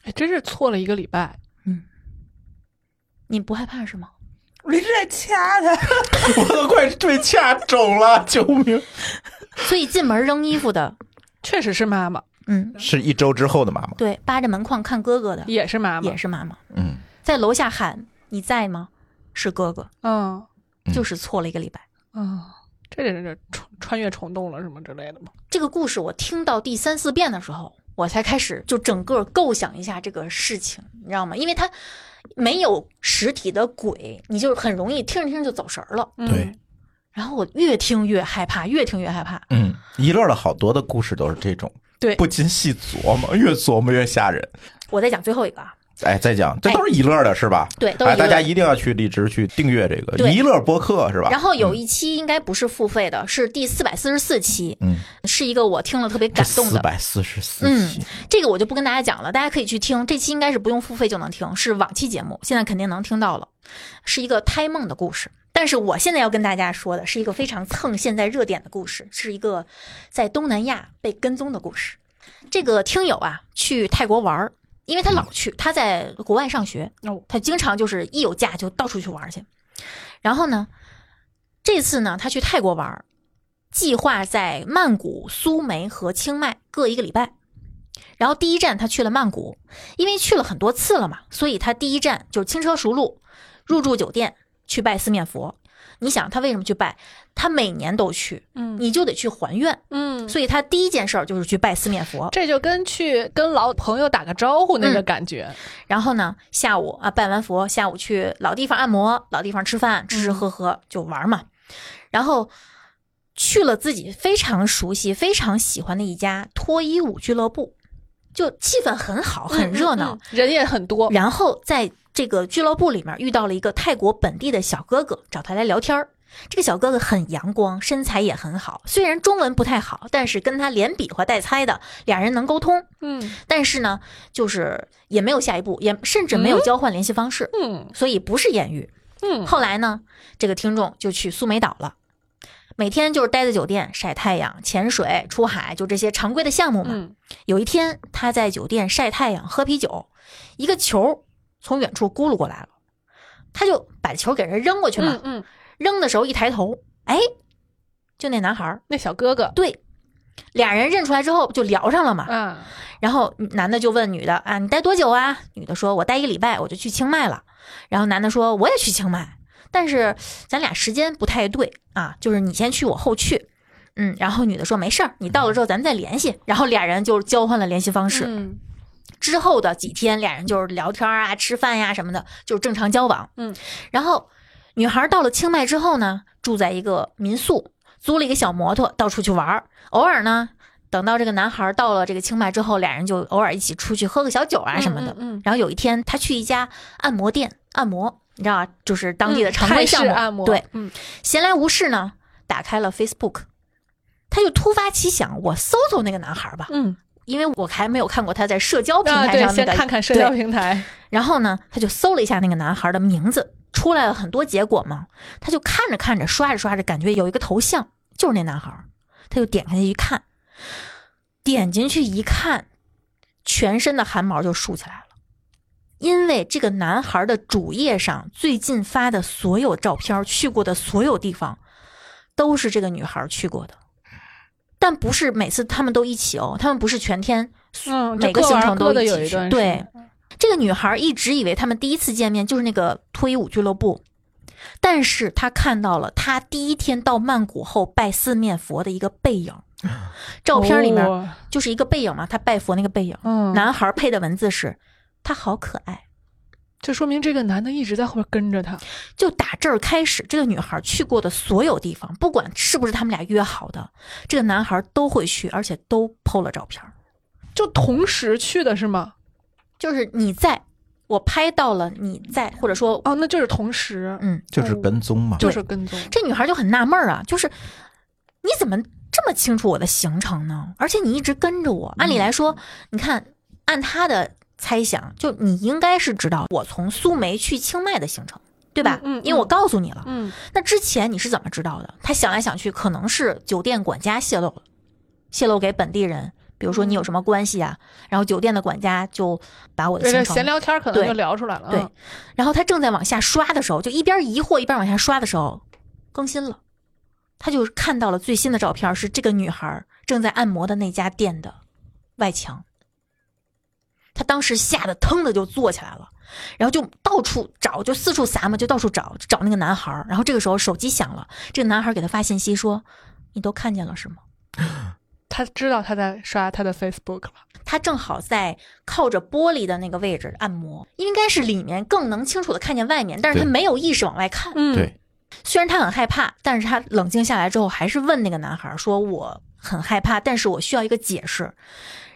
[SPEAKER 3] 哎真是错了一个礼拜，
[SPEAKER 2] 你不害怕是吗？
[SPEAKER 6] 我一直在掐他，
[SPEAKER 1] 我都快被掐肿了，救命！
[SPEAKER 2] 所以进门扔衣服的，
[SPEAKER 3] 确实是妈妈，
[SPEAKER 2] 嗯，
[SPEAKER 1] 是一周之后的妈妈，
[SPEAKER 2] 对，扒着门框看哥哥的
[SPEAKER 3] 也是妈妈
[SPEAKER 2] 也，是妈妈，
[SPEAKER 1] 嗯，
[SPEAKER 2] 在楼下喊你在吗？是哥哥，
[SPEAKER 3] 嗯
[SPEAKER 1] 嗯
[SPEAKER 2] 就是错了一个礼拜。
[SPEAKER 3] 嗯，这人这穿穿越虫洞了什么之类的吗？
[SPEAKER 2] 这个故事我听到第三四遍的时候，我才开始就整个构想一下这个事情，你知道吗？因为它没有实体的鬼，你就很容易听着听着就走神儿了。
[SPEAKER 1] 对，
[SPEAKER 2] 然后我越听越害怕，越听越害怕。
[SPEAKER 1] 嗯，一乐的好多的故事都是这种，
[SPEAKER 2] 对
[SPEAKER 1] 不禁细琢磨，越琢磨越吓人。
[SPEAKER 2] 我再讲最后一个啊，
[SPEAKER 1] 哎，再讲，这都是一乐的是吧？
[SPEAKER 2] 对，都是
[SPEAKER 1] 哎，大
[SPEAKER 2] 一
[SPEAKER 1] 家
[SPEAKER 2] 个
[SPEAKER 1] 一定要去荔枝去订阅这个
[SPEAKER 2] 对
[SPEAKER 1] 一乐播客是吧？
[SPEAKER 2] 然后有
[SPEAKER 1] 嗯
[SPEAKER 2] 一期应该不是付费的，是第四百四十四期，
[SPEAKER 1] 嗯，
[SPEAKER 2] 是一个我听了特别感动
[SPEAKER 1] 四
[SPEAKER 2] 的。
[SPEAKER 1] 百四十四期，
[SPEAKER 2] 这个我就不跟大家讲了，大家可以去听。这期应该是不用付费就能听，是往期节目，现在肯定能听到了，是一个胎梦的故事。但是我现在要跟大家说的是一个非常蹭现在热点的故事，是一个在东南亚被跟踪的故事。这个听友啊，去泰国玩儿，因为他老去，他在国外上学，
[SPEAKER 3] 哦
[SPEAKER 2] 他经常就是一有假就到处去玩儿去。然后呢，这次呢，他去泰国玩儿，计划在曼谷、苏梅和清迈各一个礼拜。然后第一站他去了曼谷，因为去了很多次了嘛，所以他第一站就是轻车熟路，入住酒店去拜四面佛。你想他为什么去拜？他每年都去，
[SPEAKER 3] 嗯
[SPEAKER 2] 你就得去还愿，
[SPEAKER 3] 嗯，
[SPEAKER 2] 所以他第一件事儿就是去拜四面佛。
[SPEAKER 3] 这就跟去跟老朋友打个招呼那个
[SPEAKER 2] 嗯
[SPEAKER 3] 感觉，
[SPEAKER 2] 然后呢，下午啊拜完佛，下午去老地方按摩，老地方吃
[SPEAKER 3] 嗯
[SPEAKER 2] 饭，吃吃喝喝就玩嘛。然后去了自己非常熟悉、非常喜欢的一家脱衣舞俱乐部，就气氛很好，很热闹。
[SPEAKER 3] 嗯，嗯人也很多，
[SPEAKER 2] 然后在这个俱乐部里面遇到了一个泰国本地的小哥哥，找他来聊天儿。这个小哥哥很阳光，身材也很好，虽然中文不太好，但是跟他连比划带猜的，俩人能沟通。
[SPEAKER 3] 嗯
[SPEAKER 2] 但是呢，就是也没有下一步，也甚至没有交换联系方式，
[SPEAKER 3] 嗯
[SPEAKER 2] 所以不是艳遇。
[SPEAKER 3] 嗯，
[SPEAKER 2] 后来呢，这个听众就去苏梅岛了，每天就是待在酒店晒太阳、潜水、出海，就这些常规的项目嘛。
[SPEAKER 3] 嗯
[SPEAKER 2] 有一天，他在酒店晒太阳、喝啤酒，一个球从远处咕噜过来了，他就把球给人扔过去
[SPEAKER 3] 嗯
[SPEAKER 2] 嘛。
[SPEAKER 3] 嗯，
[SPEAKER 2] 扔的时候一抬头，哎，就那男孩儿，
[SPEAKER 3] 那小哥哥
[SPEAKER 2] 对，俩人认出来之后就聊上了嘛。
[SPEAKER 3] 啊，
[SPEAKER 2] 然后男的就问女的啊，你待多久啊？女的说，我待一个礼拜，我就去清迈了。然后男的说，我也去清迈，但是咱俩时间不太对啊，就是你先去，我后去。嗯，然后女的说没事儿，你到了之后咱们再联系。然后俩人就交换了联系方式。
[SPEAKER 3] 嗯
[SPEAKER 2] 之后的几天，俩人就是聊天啊、吃饭呀、什么的，就是正常交往。
[SPEAKER 3] 嗯，
[SPEAKER 2] 然后女孩到了清迈之后呢，住在一个民宿，租了一个小摩托到处去玩儿。偶尔呢，等到这个男孩到了这个清迈之后，俩人就偶尔一起出去喝个小酒啊什么的。
[SPEAKER 3] 嗯嗯嗯
[SPEAKER 2] 然后有一天，他去一家按摩店按摩，你知道吧？就是当地的常规
[SPEAKER 3] 嗯泰式
[SPEAKER 2] 项目、
[SPEAKER 3] 按摩，
[SPEAKER 2] 对，
[SPEAKER 3] 嗯，
[SPEAKER 2] 闲来无事呢，打开了 Facebook，他就突发奇想，我搜搜那个男孩吧，
[SPEAKER 3] 嗯，
[SPEAKER 2] 因为我还没有看过他在社交平
[SPEAKER 3] 啊，
[SPEAKER 2] 台
[SPEAKER 3] 对，
[SPEAKER 2] 上那
[SPEAKER 3] 先
[SPEAKER 2] 个。
[SPEAKER 3] 看看社交
[SPEAKER 2] 对
[SPEAKER 3] 平台，
[SPEAKER 2] 然后呢，他就搜了一下那个男孩的名字，出来了很多结果嘛。他就看着看着，刷着刷着，感觉有一个头像就是那男孩，他就点开去一看，点进去一看，全身的汗毛就竖起来了。因为这个男孩的主页上最近发的所有照片，去过的所有地方，都是这个女孩去过的，但不是每次他们都一起哦，他们不是全天，
[SPEAKER 3] 嗯就
[SPEAKER 2] 每个
[SPEAKER 3] 各
[SPEAKER 2] 行
[SPEAKER 3] 玩
[SPEAKER 2] 程
[SPEAKER 3] 各
[SPEAKER 2] 都
[SPEAKER 3] 的
[SPEAKER 2] 一
[SPEAKER 3] 有
[SPEAKER 2] 起
[SPEAKER 3] 一
[SPEAKER 2] 去
[SPEAKER 3] 段时
[SPEAKER 2] 对
[SPEAKER 3] 间，
[SPEAKER 2] 这个女孩一直以为他们第一次见面就是那个脱衣舞俱乐部，但是她看到了她第一天到曼谷后拜四面佛的一个背 影，照片里面
[SPEAKER 3] 哦
[SPEAKER 2] 就是一个背影嘛，她拜佛那个背影，
[SPEAKER 3] 嗯，
[SPEAKER 2] 男孩配的文字是“他好可爱”。
[SPEAKER 3] 这说明这个男的一直在后边跟着他，
[SPEAKER 2] 就打这儿开始，这个女孩去过的所有地方，不管是不是他们俩约好的，这个男孩都会去，而且都 PO 了照片儿。
[SPEAKER 3] 就同时去的是吗？
[SPEAKER 2] 就是你在，我拍到了你在，或者说，
[SPEAKER 3] 哦，那就是同时，
[SPEAKER 2] 嗯，
[SPEAKER 1] 就是跟踪嘛，
[SPEAKER 3] 就是跟踪，
[SPEAKER 2] 这女孩就很纳闷儿啊，就是你怎么这么清楚我的行程呢？而且你一直跟着我，
[SPEAKER 3] 嗯
[SPEAKER 2] 按理来说，你看，按她的猜想，就你应该是知道我从苏梅去清迈的行程，对吧？
[SPEAKER 3] 嗯嗯嗯
[SPEAKER 2] 因为我告诉你了。
[SPEAKER 3] 嗯，
[SPEAKER 2] 那之前你是怎么知道的？他想来想去，可能是酒店管家泄露了，泄露给本地人，比如说
[SPEAKER 3] 嗯
[SPEAKER 2] 你有什么关系啊，然后酒店的管家就把我的
[SPEAKER 3] 对
[SPEAKER 2] 行
[SPEAKER 3] 这闲
[SPEAKER 2] 程。
[SPEAKER 3] 聊天可能
[SPEAKER 2] 对
[SPEAKER 3] 就聊出来了，嗯
[SPEAKER 2] 对，然后他正在往下刷的时候，就一边疑惑一边往下刷的时候，更新了，他就看到了最新的照片，是这个女孩正在按摩的那家店的外墙。他当时吓得腾的就坐起来了，然后就到处找，就四处撒嘛，就到处找找那个男孩儿。然后这个时候手机响了，这个男孩儿给他发信息说：“你都看见了是吗
[SPEAKER 3] 他知道他在刷他的 Facebook 了，？”
[SPEAKER 2] 他正好在靠着玻璃的那个位置按摩，应该是里面更能清楚的看见外面，但是他
[SPEAKER 1] 对
[SPEAKER 2] 没有意识往外看。
[SPEAKER 3] 嗯
[SPEAKER 1] 对，
[SPEAKER 2] 虽然他很害怕，但是他冷静下来之后，还是问那个男孩说：“我很害怕，但是我需要一个解释。”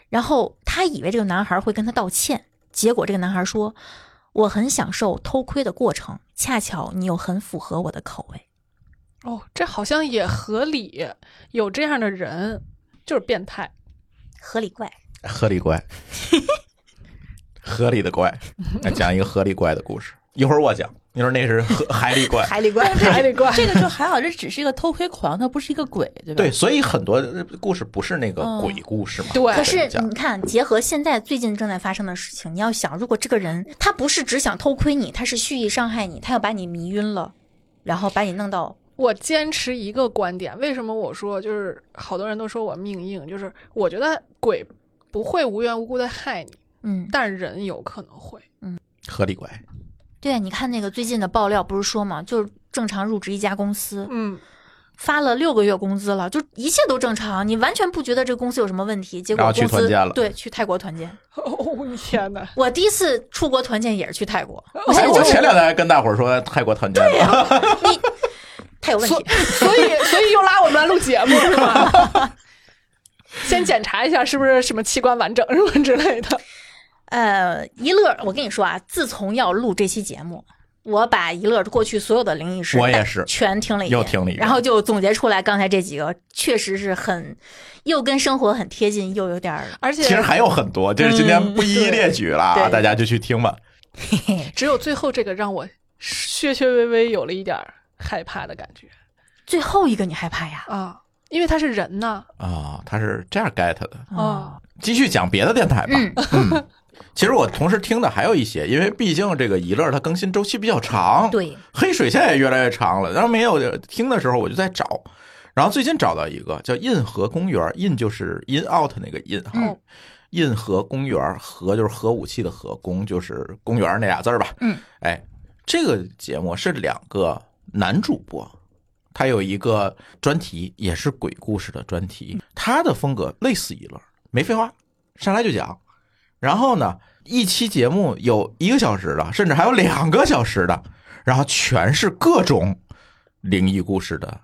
[SPEAKER 2] 然后他以为这个男孩会跟他道歉，结果这个男孩说：“我很享受偷窥的过程，恰巧你又很符合我的口味。
[SPEAKER 3] 哦，这好像也合理，有这样的人就是变 态，”
[SPEAKER 2] 合理怪，
[SPEAKER 1] 合理 怪，合理的怪，来讲一个合理怪的故事。一会儿我讲，一会儿那是 合海里怪。
[SPEAKER 2] 海里怪，
[SPEAKER 3] 还得怪。
[SPEAKER 6] 这个就还好，这只是一个偷窥狂，他不是一个鬼，对吧？
[SPEAKER 1] 对，所以很多故事不是那
[SPEAKER 2] 嗯
[SPEAKER 1] 个鬼故事嘛。
[SPEAKER 3] 对
[SPEAKER 2] 可是
[SPEAKER 1] 这样
[SPEAKER 2] 你看，结合现在最近正在发生的事情，你要想，如果这个人他不是只想偷窥你，他是蓄意伤害你，他要把你迷晕了，然后把你弄到
[SPEAKER 3] 我坚持一个观点，为什么我说就是好多人都说我命硬，就是我觉得鬼不会无缘无故的害你，
[SPEAKER 2] 嗯。
[SPEAKER 3] 但人有可能会。
[SPEAKER 1] 合理怪，
[SPEAKER 2] 对，啊你看那个最近的爆料不是说嘛，就是正常入职一家公司，
[SPEAKER 3] 嗯，
[SPEAKER 2] 发了六个月工资了，就一切都正常，你完全不觉得这个公司有什么问题。结果
[SPEAKER 1] 然后
[SPEAKER 2] 公司
[SPEAKER 1] 去团建了
[SPEAKER 2] 对，去泰国团建。
[SPEAKER 3] 哦，你天哪！
[SPEAKER 2] 我第一次出国团建也是去泰国，我现
[SPEAKER 1] 哎，
[SPEAKER 2] 在
[SPEAKER 1] 我
[SPEAKER 2] 就
[SPEAKER 1] 前
[SPEAKER 2] 是
[SPEAKER 1] 两天还跟大伙儿说泰国团建了，
[SPEAKER 2] 你太有问题。
[SPEAKER 3] 所以，所以又拉我们来录节目是吗？ 先检查一下是不是什么器官完整什么之类的。
[SPEAKER 2] 呃，一乐，我跟你说啊，自从要录这期节目，我把一乐过去所有的灵异事，
[SPEAKER 1] 我也是
[SPEAKER 2] 全听了一
[SPEAKER 1] 又
[SPEAKER 2] 遍，
[SPEAKER 1] 听了一遍
[SPEAKER 2] 然后就总结出来刚才这几个，确实是很又跟生活很贴近，又有点儿
[SPEAKER 3] 而且
[SPEAKER 1] 其实还有很多，就是今天不一一列举了啊，
[SPEAKER 2] 对
[SPEAKER 1] 大家就去听吧。
[SPEAKER 3] 只有最后这个让我略略微微有了一点儿害怕的感觉
[SPEAKER 2] 最后一个你害怕呀？
[SPEAKER 3] 啊，因为他是人呐
[SPEAKER 1] 啊，他是这样 get 的。
[SPEAKER 3] 啊，
[SPEAKER 1] 继续讲别的电台吧。
[SPEAKER 2] 嗯
[SPEAKER 1] 嗯，其实我同时听的还有一些，因为毕竟这个一乐它更新周期比较长，
[SPEAKER 2] 对，
[SPEAKER 1] 黑水线也越来越长了。然后没有听的时候，我就在找，然后最近找到一个叫“印河公园”，印就是 in out 那个印哈。
[SPEAKER 2] 嗯
[SPEAKER 1] 印河公园，核就是核武器的核，公就是公园那俩字儿吧。
[SPEAKER 2] 嗯，
[SPEAKER 1] 哎，这个节目是两个男主播，他有一个专题，也是鬼故事的专
[SPEAKER 2] 嗯
[SPEAKER 1] 题，他的风格类似一乐，没废话，上来就讲。然后呢，一期节目有一个小时的，甚至还有两个小时的，然后全是各种灵异故事的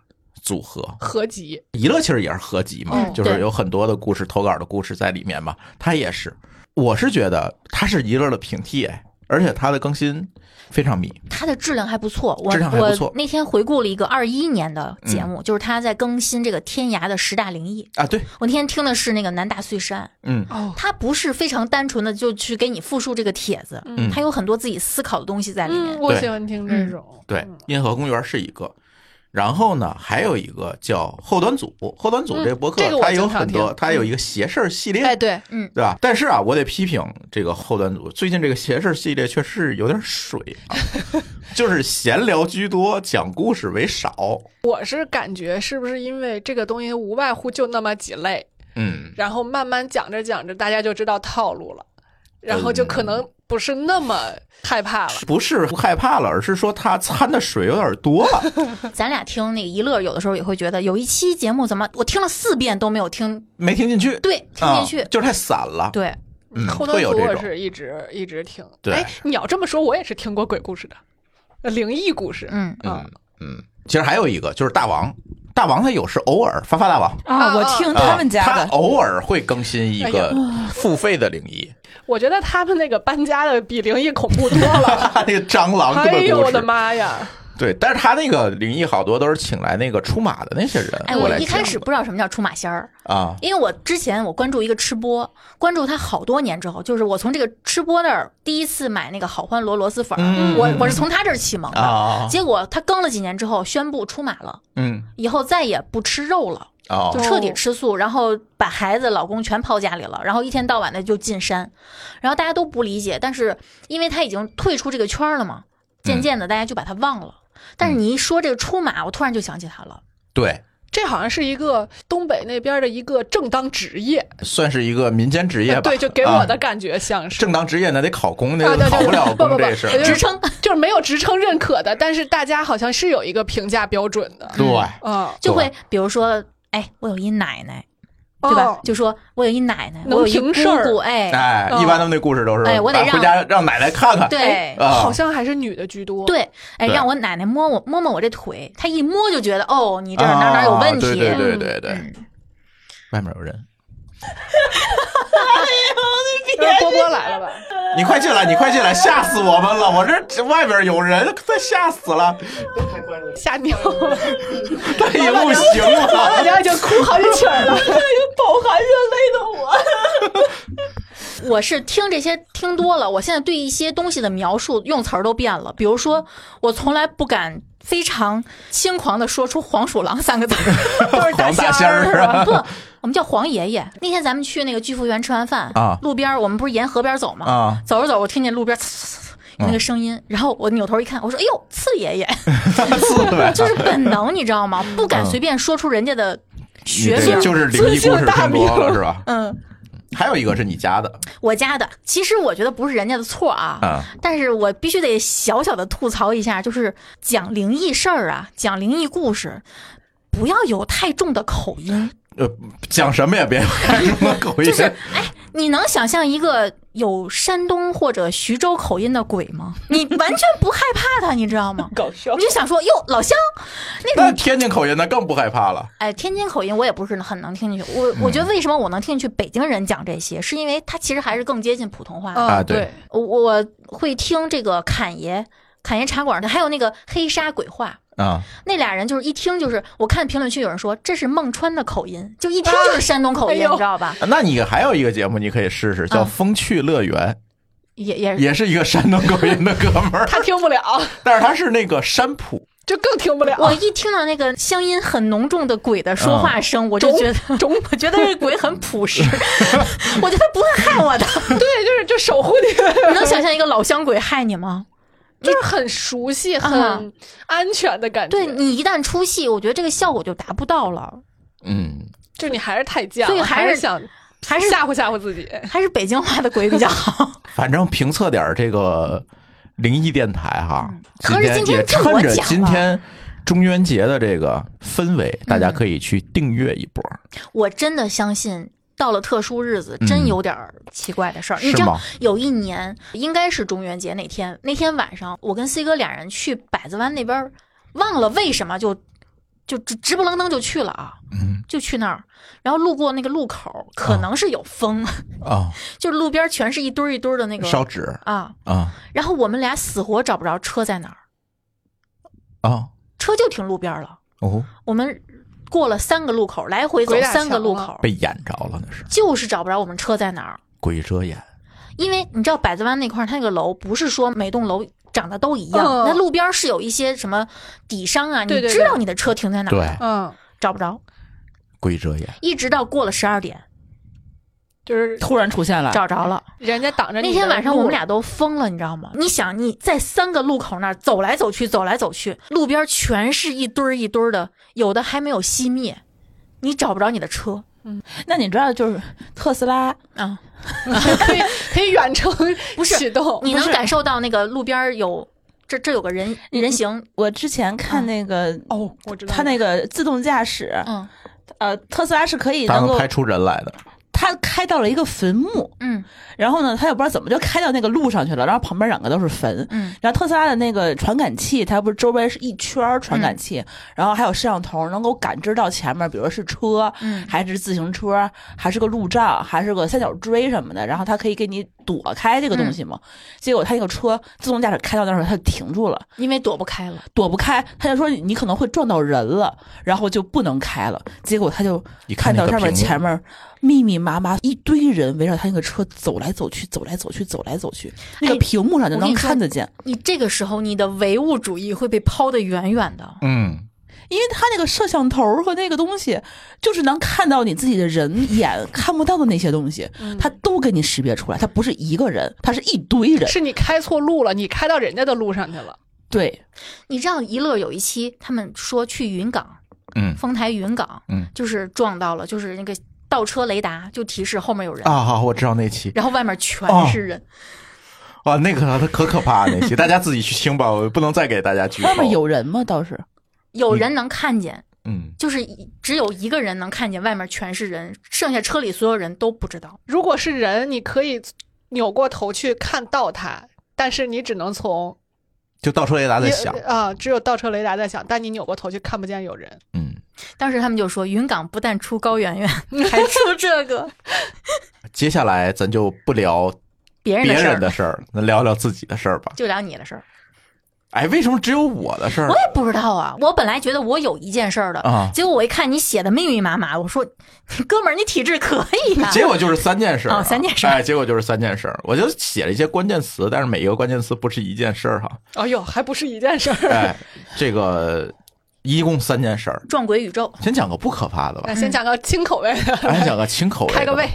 [SPEAKER 1] 组合。
[SPEAKER 3] 合集，
[SPEAKER 1] 娱乐其实也是合集嘛，
[SPEAKER 2] 嗯
[SPEAKER 1] 就是
[SPEAKER 2] 对
[SPEAKER 1] 有很多的故事投稿的故事在里面嘛。它也是，我是觉得它是娱乐的平替，哎，而且它的更新非常密。
[SPEAKER 2] 它的质量还不错。我
[SPEAKER 1] 质量还不错嗯
[SPEAKER 2] 我那天回顾了一个二一年的节目，就是他在更新这个《天涯的十大灵异》。
[SPEAKER 1] 啊，对，
[SPEAKER 2] 我那天听的是那个南大碎尸案，
[SPEAKER 1] 嗯
[SPEAKER 3] 哦，
[SPEAKER 2] 他不是非常单纯的就去给你复述这个帖子，
[SPEAKER 1] 嗯
[SPEAKER 2] 他有很多自己思考的东西在里面。
[SPEAKER 3] 嗯，我
[SPEAKER 1] 对
[SPEAKER 3] 喜欢听这种，
[SPEAKER 1] 对
[SPEAKER 3] 嗯，
[SPEAKER 1] 银河公园是一个。然后呢，还有一个叫后端组，后端组这博客、
[SPEAKER 3] 嗯这个我
[SPEAKER 1] 它有
[SPEAKER 3] 经常
[SPEAKER 1] 很多，
[SPEAKER 3] 听
[SPEAKER 1] 它有一个邪事儿系列，
[SPEAKER 3] 哎，对，
[SPEAKER 1] 对吧？但是啊，我得批评这个后端组，最近这个闲事儿系列确实有点水 啊，就是闲聊居多，讲故事为少。
[SPEAKER 3] 我是感觉是不是因为这个东西无外乎就那么几类，
[SPEAKER 1] 嗯，
[SPEAKER 3] 然后慢慢讲着讲着，大家就知道套路了，然后就可能不是那么害怕了。
[SPEAKER 1] 不嗯是不害怕了，而是说他掺的水有点多 了。
[SPEAKER 2] 咱俩听那个一乐，有的时候也会觉得有一期节目怎么我听了四遍都没有听
[SPEAKER 1] 没听进去，
[SPEAKER 2] 对，听
[SPEAKER 1] 啊
[SPEAKER 2] 进去。
[SPEAKER 1] 就是太散了。
[SPEAKER 2] 对，
[SPEAKER 1] 嗯，
[SPEAKER 3] 后端
[SPEAKER 1] 会有
[SPEAKER 3] 组
[SPEAKER 1] 这
[SPEAKER 3] 我
[SPEAKER 1] 种。
[SPEAKER 3] 是一直一直听，
[SPEAKER 1] 对
[SPEAKER 3] 哎，你要这么说，我也是听过鬼故事的，呃灵异故事，
[SPEAKER 2] 嗯，
[SPEAKER 3] 啊
[SPEAKER 1] 嗯嗯，其实还有一个就是大王，大王他有时偶尔发发大王，
[SPEAKER 4] 啊，我
[SPEAKER 2] 嗯
[SPEAKER 3] 啊
[SPEAKER 4] 听
[SPEAKER 1] 啊
[SPEAKER 4] 他们 家
[SPEAKER 1] 他
[SPEAKER 6] 哎
[SPEAKER 4] 的，
[SPEAKER 1] 偶尔会更新一
[SPEAKER 2] 哎
[SPEAKER 1] 个付费的灵异，
[SPEAKER 3] 我觉得他们那个搬家的比灵异恐怖多 了。
[SPEAKER 1] 那个蟑螂的
[SPEAKER 3] 哎呦
[SPEAKER 1] 故
[SPEAKER 3] 我的
[SPEAKER 1] 事。
[SPEAKER 3] 妈呀！
[SPEAKER 1] 对，但是他那个灵异好多都是请来那个出马的那些人。
[SPEAKER 2] 哎，我
[SPEAKER 1] 来
[SPEAKER 2] 一开
[SPEAKER 1] 讲
[SPEAKER 2] 始
[SPEAKER 1] 的
[SPEAKER 2] 不知道什么叫出马仙儿，
[SPEAKER 1] 啊，
[SPEAKER 2] 因为我之前我关注一个吃播，关注他好多年之后，就是我从这个吃播那儿第一次买那个好欢螺螺蛳粉儿，
[SPEAKER 1] 嗯
[SPEAKER 2] 我我是从他这儿启蒙的。
[SPEAKER 1] 啊
[SPEAKER 2] 结果他更了几年之后宣布出马了，
[SPEAKER 1] 嗯
[SPEAKER 2] 以后再也不吃肉了，
[SPEAKER 1] 哦
[SPEAKER 2] 就彻底吃素，然后把孩子、老公全抛家里了，然后一天到晚的就进山，然后大家都不理解，但是因为他已经退出这个圈儿了
[SPEAKER 1] 嗯
[SPEAKER 2] 嘛，渐渐的大家就把他忘了。但是你一说这个出马，我突然就想起他了。
[SPEAKER 1] 对，
[SPEAKER 3] 这好像是一个东北那边的一个正当职业，呃
[SPEAKER 1] 算是一个民间职业吧。
[SPEAKER 3] 对，就给我的
[SPEAKER 1] 啊
[SPEAKER 3] 感觉像是。
[SPEAKER 1] 正当职业那得考公，那
[SPEAKER 3] 啊对对
[SPEAKER 1] 考不了
[SPEAKER 3] 不不
[SPEAKER 1] 公
[SPEAKER 3] 不
[SPEAKER 1] 这事儿。
[SPEAKER 3] 就是
[SPEAKER 2] 职称
[SPEAKER 3] 就是没有职称认可的，但是大家好像是有一个评价标准的，
[SPEAKER 1] 对，
[SPEAKER 3] 嗯，
[SPEAKER 2] 就会
[SPEAKER 1] 对
[SPEAKER 2] 比如说，哎，我有一奶奶，对吧？
[SPEAKER 3] 哦
[SPEAKER 2] 就说我有一奶奶，
[SPEAKER 3] 能
[SPEAKER 2] 我有一
[SPEAKER 3] 平事儿
[SPEAKER 2] 姑姑，哎，
[SPEAKER 1] 哎，
[SPEAKER 3] 嗯
[SPEAKER 1] 一般他们那故事都是，
[SPEAKER 2] 哎我得
[SPEAKER 1] 啊
[SPEAKER 2] 让
[SPEAKER 1] 回家让奶奶看看。
[SPEAKER 2] 对。
[SPEAKER 1] 啊
[SPEAKER 3] 哎好像还是女的居多。，
[SPEAKER 2] 对，哎，
[SPEAKER 1] 对
[SPEAKER 2] 让我奶奶摸我摸摸我这腿，她一摸就觉得哦，你这儿哪儿哪儿有问题。
[SPEAKER 1] 啊对对对对对，
[SPEAKER 2] 嗯
[SPEAKER 1] 外面有人，
[SPEAKER 3] 波波来了吧？
[SPEAKER 1] 你快进来，你快进来，吓死我们了！我这这外边有人，快吓死了，
[SPEAKER 3] 吓尿 了，
[SPEAKER 1] 他也不行
[SPEAKER 3] 大
[SPEAKER 1] 了。
[SPEAKER 3] 家就哭好几曲儿了。
[SPEAKER 2] 我是听这些听多了，我现在对一些东西的描述用词儿都变了。比如说，我从来不敢非常轻狂的说出“黄鼠狼”三个 字儿，
[SPEAKER 3] 都是
[SPEAKER 1] 黄大
[SPEAKER 3] 仙
[SPEAKER 1] 仙儿
[SPEAKER 3] 是吧？
[SPEAKER 2] 不，我们叫黄爷爷。那天咱们去那个聚福园吃完饭
[SPEAKER 1] 啊
[SPEAKER 2] 路边儿我们不是沿河边儿走吗？
[SPEAKER 1] 啊
[SPEAKER 2] 走着走，我听见路边儿呲呲呲有那个声音，然后我扭头一看，我说：“哎呦，刺爷爷！”
[SPEAKER 1] 嗯刺猬，
[SPEAKER 2] 就是本能，你知道吗？不敢随便说出人家的
[SPEAKER 1] 你
[SPEAKER 2] 学
[SPEAKER 1] 这个
[SPEAKER 2] 历。
[SPEAKER 1] 就是灵异故事听多了是吧？
[SPEAKER 2] 嗯，
[SPEAKER 1] 还有一个是你家的
[SPEAKER 2] 我家的，其实我觉得不是人家的错啊，
[SPEAKER 1] 啊，
[SPEAKER 2] 但是我必须得小小的吐槽一下，就是讲灵异事儿啊，讲灵异故事。不要有太重的口音，
[SPEAKER 1] 呃，讲什么也别看什么口音
[SPEAKER 2] 就，是哎，你能想象一个有山东或者徐州口音的鬼吗？你完全不害怕他，你知道吗？
[SPEAKER 3] 搞笑
[SPEAKER 2] 你，就想说，哟，老乡，
[SPEAKER 1] 那天津口音那更不害怕了。
[SPEAKER 2] 哎，天津口音我也不是很能听进去。我我觉得为什么我能听进去北京人讲这些，是因为他其实还是更接近普通话
[SPEAKER 3] 哦
[SPEAKER 2] 的。
[SPEAKER 1] 啊对
[SPEAKER 3] 嗯对，
[SPEAKER 2] 我我会听这个侃爷，侃爷茶馆的，还有那个黑沙鬼话。
[SPEAKER 1] 啊，
[SPEAKER 2] 那俩人就是一听就是，我看评论区有人说这是孟川的口音，就一听就是山东口音，
[SPEAKER 3] 啊哎呦
[SPEAKER 2] 你知道吧？
[SPEAKER 1] 那你还有一个节目你可以试试，叫《
[SPEAKER 2] 嗯
[SPEAKER 1] 风趣乐园
[SPEAKER 2] 也也》，是
[SPEAKER 1] 也是一个山东口音的哥们儿，
[SPEAKER 3] 他听不了，
[SPEAKER 1] 但是他是那个山普，
[SPEAKER 3] 就更听不了。
[SPEAKER 2] 我一听到那个乡音很浓重的鬼的说话声，我就觉得，
[SPEAKER 3] 中，
[SPEAKER 2] 我觉得这鬼很朴实，我觉得他不会害我的。
[SPEAKER 3] 对，就是就守护你，
[SPEAKER 2] 你能想象一个老乡鬼害你吗？
[SPEAKER 3] 就是很熟悉、很安全的感觉。
[SPEAKER 2] 啊对，你一旦出戏，我觉得这个效果就达不到了。
[SPEAKER 1] 嗯，
[SPEAKER 3] 就是你还是太犟了，
[SPEAKER 2] 所以还
[SPEAKER 3] 还
[SPEAKER 2] 是
[SPEAKER 3] 想
[SPEAKER 2] 还是
[SPEAKER 3] 吓唬吓唬自己。
[SPEAKER 2] 还是北京话的鬼比较 好。
[SPEAKER 1] 反正评测点儿这个灵异电台哈，今
[SPEAKER 2] 嗯合着今天
[SPEAKER 1] 也趁
[SPEAKER 2] 就我
[SPEAKER 1] 着
[SPEAKER 2] 讲
[SPEAKER 1] 今
[SPEAKER 2] 了
[SPEAKER 1] 天中元节的这个氛围，大
[SPEAKER 2] 嗯
[SPEAKER 1] 家可以去订阅一波，
[SPEAKER 2] 我真的相信，到了特殊日子，真有点儿奇怪的事儿。你
[SPEAKER 1] 是
[SPEAKER 2] 知道
[SPEAKER 1] 吗，
[SPEAKER 2] 有一年应该是中元节那天，那天晚上我跟 C 哥俩人去百子湾那边儿，忘了为什么就就直直不愣登就去了啊，
[SPEAKER 1] 嗯
[SPEAKER 2] 就去那儿，然后路过那个路口，可能是有风，
[SPEAKER 1] 啊，
[SPEAKER 2] 就是路边全是一堆儿一堆儿的那个
[SPEAKER 1] 烧纸
[SPEAKER 2] 啊，
[SPEAKER 1] 啊
[SPEAKER 2] 然后我们俩死活找不着车在哪儿，
[SPEAKER 1] 啊
[SPEAKER 2] 车就停路边儿了，
[SPEAKER 1] 哦，
[SPEAKER 2] 我们过了三个路口，来回走
[SPEAKER 3] 鬼打
[SPEAKER 2] 三个
[SPEAKER 3] 墙
[SPEAKER 2] 路
[SPEAKER 3] 了
[SPEAKER 2] 口，
[SPEAKER 1] 被演着了那是
[SPEAKER 2] 就是找不着我们车在哪儿。
[SPEAKER 1] 鬼遮眼
[SPEAKER 2] 因为你知道百子湾那块儿，它那个楼不是说每栋楼长得都一样，
[SPEAKER 3] 嗯
[SPEAKER 2] 那、路边儿是有一些什么底商啊，
[SPEAKER 3] 对对
[SPEAKER 2] 你知道你的车停在哪儿，啊
[SPEAKER 1] 对
[SPEAKER 3] 嗯，
[SPEAKER 2] 找不着，
[SPEAKER 1] 鬼遮眼，
[SPEAKER 2] 一直到过了十二点
[SPEAKER 3] 就是
[SPEAKER 4] 突然出现了，
[SPEAKER 2] 找着了。
[SPEAKER 3] 人家挡着你
[SPEAKER 2] 那
[SPEAKER 3] 的
[SPEAKER 2] 天晚上
[SPEAKER 3] 路
[SPEAKER 2] 我 们俩都疯了，你知道吗？你想你在三个路口那儿走来走去，走来走去，路边全是一堆儿一堆儿的，有的还没有熄灭，你找不着你的车
[SPEAKER 4] 那你知道就是特斯拉
[SPEAKER 2] 啊！
[SPEAKER 3] 可以可以远程
[SPEAKER 2] 不是
[SPEAKER 3] 启动，
[SPEAKER 2] 你
[SPEAKER 3] 不
[SPEAKER 2] 能
[SPEAKER 3] 是
[SPEAKER 2] 感受到那个路边儿有这这有个人人形，
[SPEAKER 4] 我之前看
[SPEAKER 2] 嗯
[SPEAKER 4] 那个，
[SPEAKER 3] 哦，我知道
[SPEAKER 4] 它那个自动驾驶，
[SPEAKER 2] 嗯
[SPEAKER 4] 呃，特斯拉是可以
[SPEAKER 1] 他
[SPEAKER 4] 能
[SPEAKER 1] 能
[SPEAKER 4] 够
[SPEAKER 1] 拍，出人来的，
[SPEAKER 4] 它开到了一个坟墓，
[SPEAKER 2] 嗯
[SPEAKER 4] 然后呢，它也不知道怎么就开到那个路上去了，然后旁边两个都是坟。
[SPEAKER 2] 嗯
[SPEAKER 4] 然后特斯拉的那个传感器，它不是周围是一圈儿传感
[SPEAKER 2] 嗯
[SPEAKER 4] 器，然后还有摄像头，能够感知到前面，比如是车，
[SPEAKER 2] 嗯
[SPEAKER 4] 还是自行车，还是个路障，还是个三角锥什么的，然后它可以给你躲开这个东西嘛。
[SPEAKER 2] 嗯
[SPEAKER 4] 结果它那个车自动驾驶开到那儿，它就停住了，
[SPEAKER 2] 因为躲不开了，
[SPEAKER 4] 躲不开，它就说你你可能会撞到人了，然后就不能开了。结果它就
[SPEAKER 1] 一看
[SPEAKER 4] 看
[SPEAKER 1] 那个
[SPEAKER 4] 到上面
[SPEAKER 1] 屏幕
[SPEAKER 4] 前面密密麻麻一堆人围绕他那个车走来走去，走来走去，走来走去，那个
[SPEAKER 2] 哎
[SPEAKER 4] 屏幕上就
[SPEAKER 2] 我跟
[SPEAKER 4] 能
[SPEAKER 2] 你说
[SPEAKER 4] 看得见，
[SPEAKER 2] 你这个时候你的唯物主义会被抛得远远的。
[SPEAKER 1] 嗯
[SPEAKER 4] 因为他那个摄像头和那个东西，就是能看到你自己的人眼看不到的那些东西，
[SPEAKER 3] 嗯
[SPEAKER 4] 他都给你识别出来，他不是一个人，他是一堆人，
[SPEAKER 3] 是你开错路了，你开到人家的路上去了。
[SPEAKER 4] 对，
[SPEAKER 2] 你知道一乐有一期他们说去云港，
[SPEAKER 1] 嗯
[SPEAKER 2] 丰台云港，
[SPEAKER 1] 嗯
[SPEAKER 2] 就是撞到了，就是那个倒车雷达就提示后面有人，
[SPEAKER 1] 啊，好我知道那期
[SPEAKER 2] 然后外面全是人，
[SPEAKER 1] 啊，那个可可怕那 期，大家自己去听吧，我不能再给大家剧透。
[SPEAKER 4] 外面有人吗？倒是
[SPEAKER 2] 有人能看见，
[SPEAKER 1] 嗯，
[SPEAKER 2] 就是一只有一个人能看见，外面全是人，剩下车里所有人都不知道。
[SPEAKER 3] 如果是人，你可以扭过头去看到他，但是你只能从
[SPEAKER 1] 就倒车雷达在
[SPEAKER 3] 你
[SPEAKER 1] 响，
[SPEAKER 3] 啊、只有倒车雷达在响，但你扭过头去看不见有 人。
[SPEAKER 1] 嗯，
[SPEAKER 2] 当时他们就说，云港不但出高圆圆，还 出这个
[SPEAKER 1] 接下来咱就不聊
[SPEAKER 2] 别人
[SPEAKER 1] 别
[SPEAKER 2] 的事
[SPEAKER 1] 人
[SPEAKER 2] 儿，
[SPEAKER 1] 的事儿，那聊聊自己的事儿吧。
[SPEAKER 2] 就聊你的事儿。
[SPEAKER 1] 哎，为什么只有我的事儿
[SPEAKER 2] 我也不知道啊，我本来觉得我有一件事儿的，
[SPEAKER 1] 啊？
[SPEAKER 2] 结果我一看你写的密密麻麻，我说， 哥们儿，你体质可以啊。
[SPEAKER 1] 结果就是三件事儿啊
[SPEAKER 2] 哦三件事儿
[SPEAKER 1] 哎，结果就是三件事儿，我就写了一些关键词，但是每一个关键词不是一件事儿哈。
[SPEAKER 3] 哎呦，还不是一件事儿。
[SPEAKER 1] 哎，这个一共三件事儿，
[SPEAKER 2] 撞鬼宇宙，
[SPEAKER 1] 先讲个不可怕的吧
[SPEAKER 3] 那，先讲个清口味 的，
[SPEAKER 1] 咱讲个清口味的吧
[SPEAKER 3] 哎开个胃。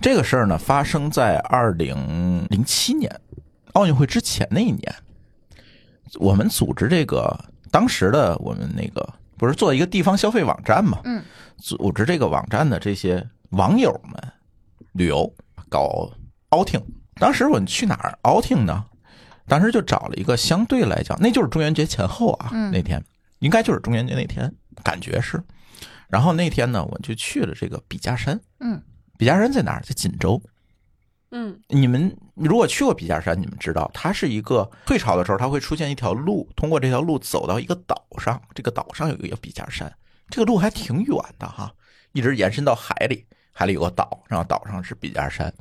[SPEAKER 1] 这个事儿呢，发生在二零零七年奥运会之前那一年，我们组织这个当时的我们那个不是做一个地方消费网站嘛，
[SPEAKER 2] 嗯，
[SPEAKER 1] 组织这个网站的这些网友们旅游搞 outing，当时我们去哪儿 outing 呢？当时就找了一个相对来讲，那就是中元节前后啊，
[SPEAKER 2] 嗯
[SPEAKER 1] 那天应该就是中元节那天，感觉是。然后那天呢，我就去了这个笔架山，
[SPEAKER 2] 嗯，
[SPEAKER 1] 笔架山在哪儿？在锦州。
[SPEAKER 3] 嗯，
[SPEAKER 1] 你们如果去过笔架山，你们知道它是一个退潮的时候，它会出现一条路，通过这条路走到一个岛上，这个岛上有一个笔架山，这个路还挺远的哈，一直延伸到海里，海里有个岛，然后岛上是笔架山。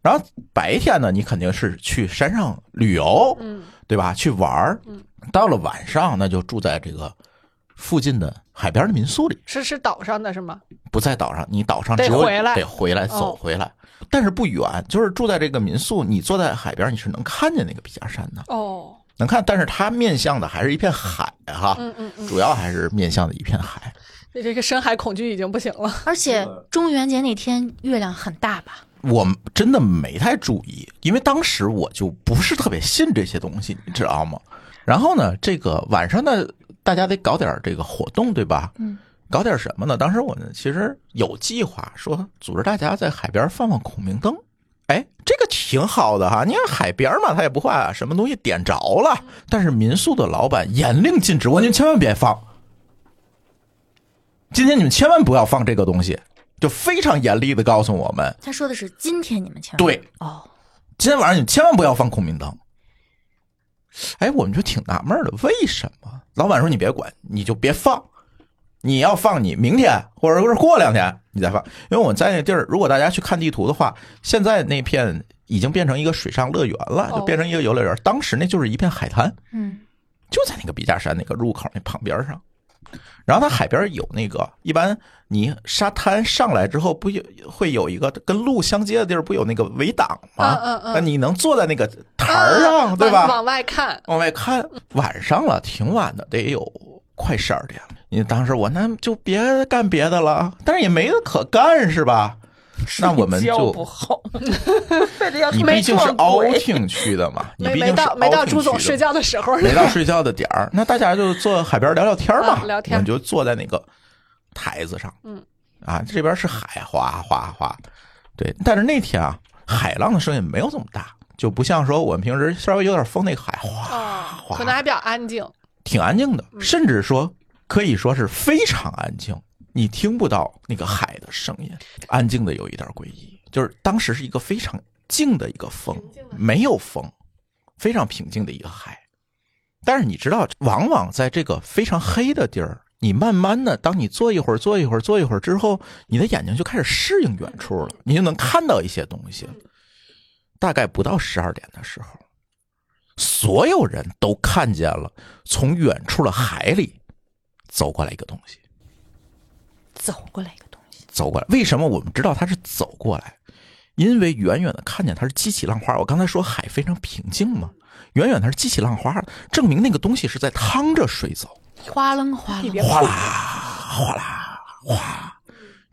[SPEAKER 1] 然后白天呢，你肯定是去山上旅游，
[SPEAKER 3] 嗯，
[SPEAKER 1] 对吧？去玩儿。到了晚上，那就住在这个附近的海边的民宿里。
[SPEAKER 3] 是是岛上的是吗？
[SPEAKER 1] 不在岛上，你岛上
[SPEAKER 3] 得
[SPEAKER 1] 只有
[SPEAKER 3] 回来
[SPEAKER 1] 得回来走
[SPEAKER 3] 哦
[SPEAKER 1] 回来，但是不远，就是住在这个民宿，你坐在海边，你是能看见那个笔架山的，
[SPEAKER 3] 哦，
[SPEAKER 1] 能看，但是它面向的还是一片海哈，
[SPEAKER 3] 嗯嗯嗯，
[SPEAKER 1] 主要还是面向的一片海。
[SPEAKER 3] 你这个深海恐惧已经不行了。
[SPEAKER 2] 而且中元节那天月亮很大吧？
[SPEAKER 1] 我真的没太注意，因为当时我就不是特别信这些东西，你知道吗？然后呢，这个晚上呢，大家得搞点这个活动，对吧？
[SPEAKER 2] 嗯，
[SPEAKER 1] 搞点什么呢？当时我们其实有计划说组织大家在海边放放孔明灯。哎，这个挺好的哈，你看海边嘛，它也不怕什么东西点着了。但是民宿的老板严令禁止，我你们千万别放。今天你们千万不要放这个东西，就非常严厉的告诉我们，
[SPEAKER 2] 他说的是今天你们千万
[SPEAKER 1] 对，
[SPEAKER 2] 哦，
[SPEAKER 1] 今天晚上你千万不要放孔明灯。哎，我们就挺纳闷儿的，为什么？老板说你别管，你就别放。你要放你明天或者是过两天你再放，因为我在那地儿，如果大家去看地图的话，现在那片已经变成一个水上乐园了，就变成一个游乐园。当时那就是一片海滩，
[SPEAKER 2] 嗯
[SPEAKER 1] 就在那个笔架山那个入口那旁边上。然后它海边有那个，一般你沙滩上来之后，不有会有一个跟路相接的地儿，不有那个围挡吗？
[SPEAKER 3] 嗯嗯嗯
[SPEAKER 1] 那你能坐在那个台儿上，对吧？
[SPEAKER 3] 啊往往外看，
[SPEAKER 1] 往外看，晚上了，挺晚的，得有快十二点了。你当时我那就别干别的了，但是也没得可干，是吧？那我们
[SPEAKER 6] 睡觉
[SPEAKER 1] 就
[SPEAKER 6] 不好，这就要
[SPEAKER 1] 你毕竟是 outing 去的嘛，你
[SPEAKER 3] 没
[SPEAKER 1] 毕竟
[SPEAKER 3] 没
[SPEAKER 1] 是
[SPEAKER 3] 到没到
[SPEAKER 1] outing
[SPEAKER 3] 朱总
[SPEAKER 1] 去的
[SPEAKER 3] 睡觉的时候呢
[SPEAKER 1] 没。 到睡觉的点儿，那大家就坐海边聊聊天儿嘛，
[SPEAKER 3] 啊聊天
[SPEAKER 1] 我们就坐在那个台子上，
[SPEAKER 3] 嗯，
[SPEAKER 1] 啊，这边是海，哗哗哗，对，但是那天啊，海浪的声音没有这么大，就不像说我们平时稍微有点风那个海，哗
[SPEAKER 3] 啊
[SPEAKER 1] 哗，
[SPEAKER 3] 可能还比较安静。
[SPEAKER 1] 挺安静的，甚至说可以说是非常安静，你听不到那个海的声音，安静的有一点诡异。就是当时是一个非常静的一个风，没有风，非常平静的一个海。但是你知道，往往在这个非常黑的地儿，你慢慢的，当你坐一会儿、坐一会儿、坐一会儿之后，你的眼睛就开始适应远处了，你就能看到一些东西了。大概不到十二点的时候，所有人都看见了从远处的海里走过来一个东西，
[SPEAKER 2] 走过来一个东西，
[SPEAKER 1] 走过来。为什么我们知道它是走过来？因为远远的看见它是激起浪花。我刚才说海非常平静嘛，远远它是激起浪花，证明那个东西是在趟着水走，
[SPEAKER 2] 哗楞哗楞，
[SPEAKER 1] 哗啦哗啦哗，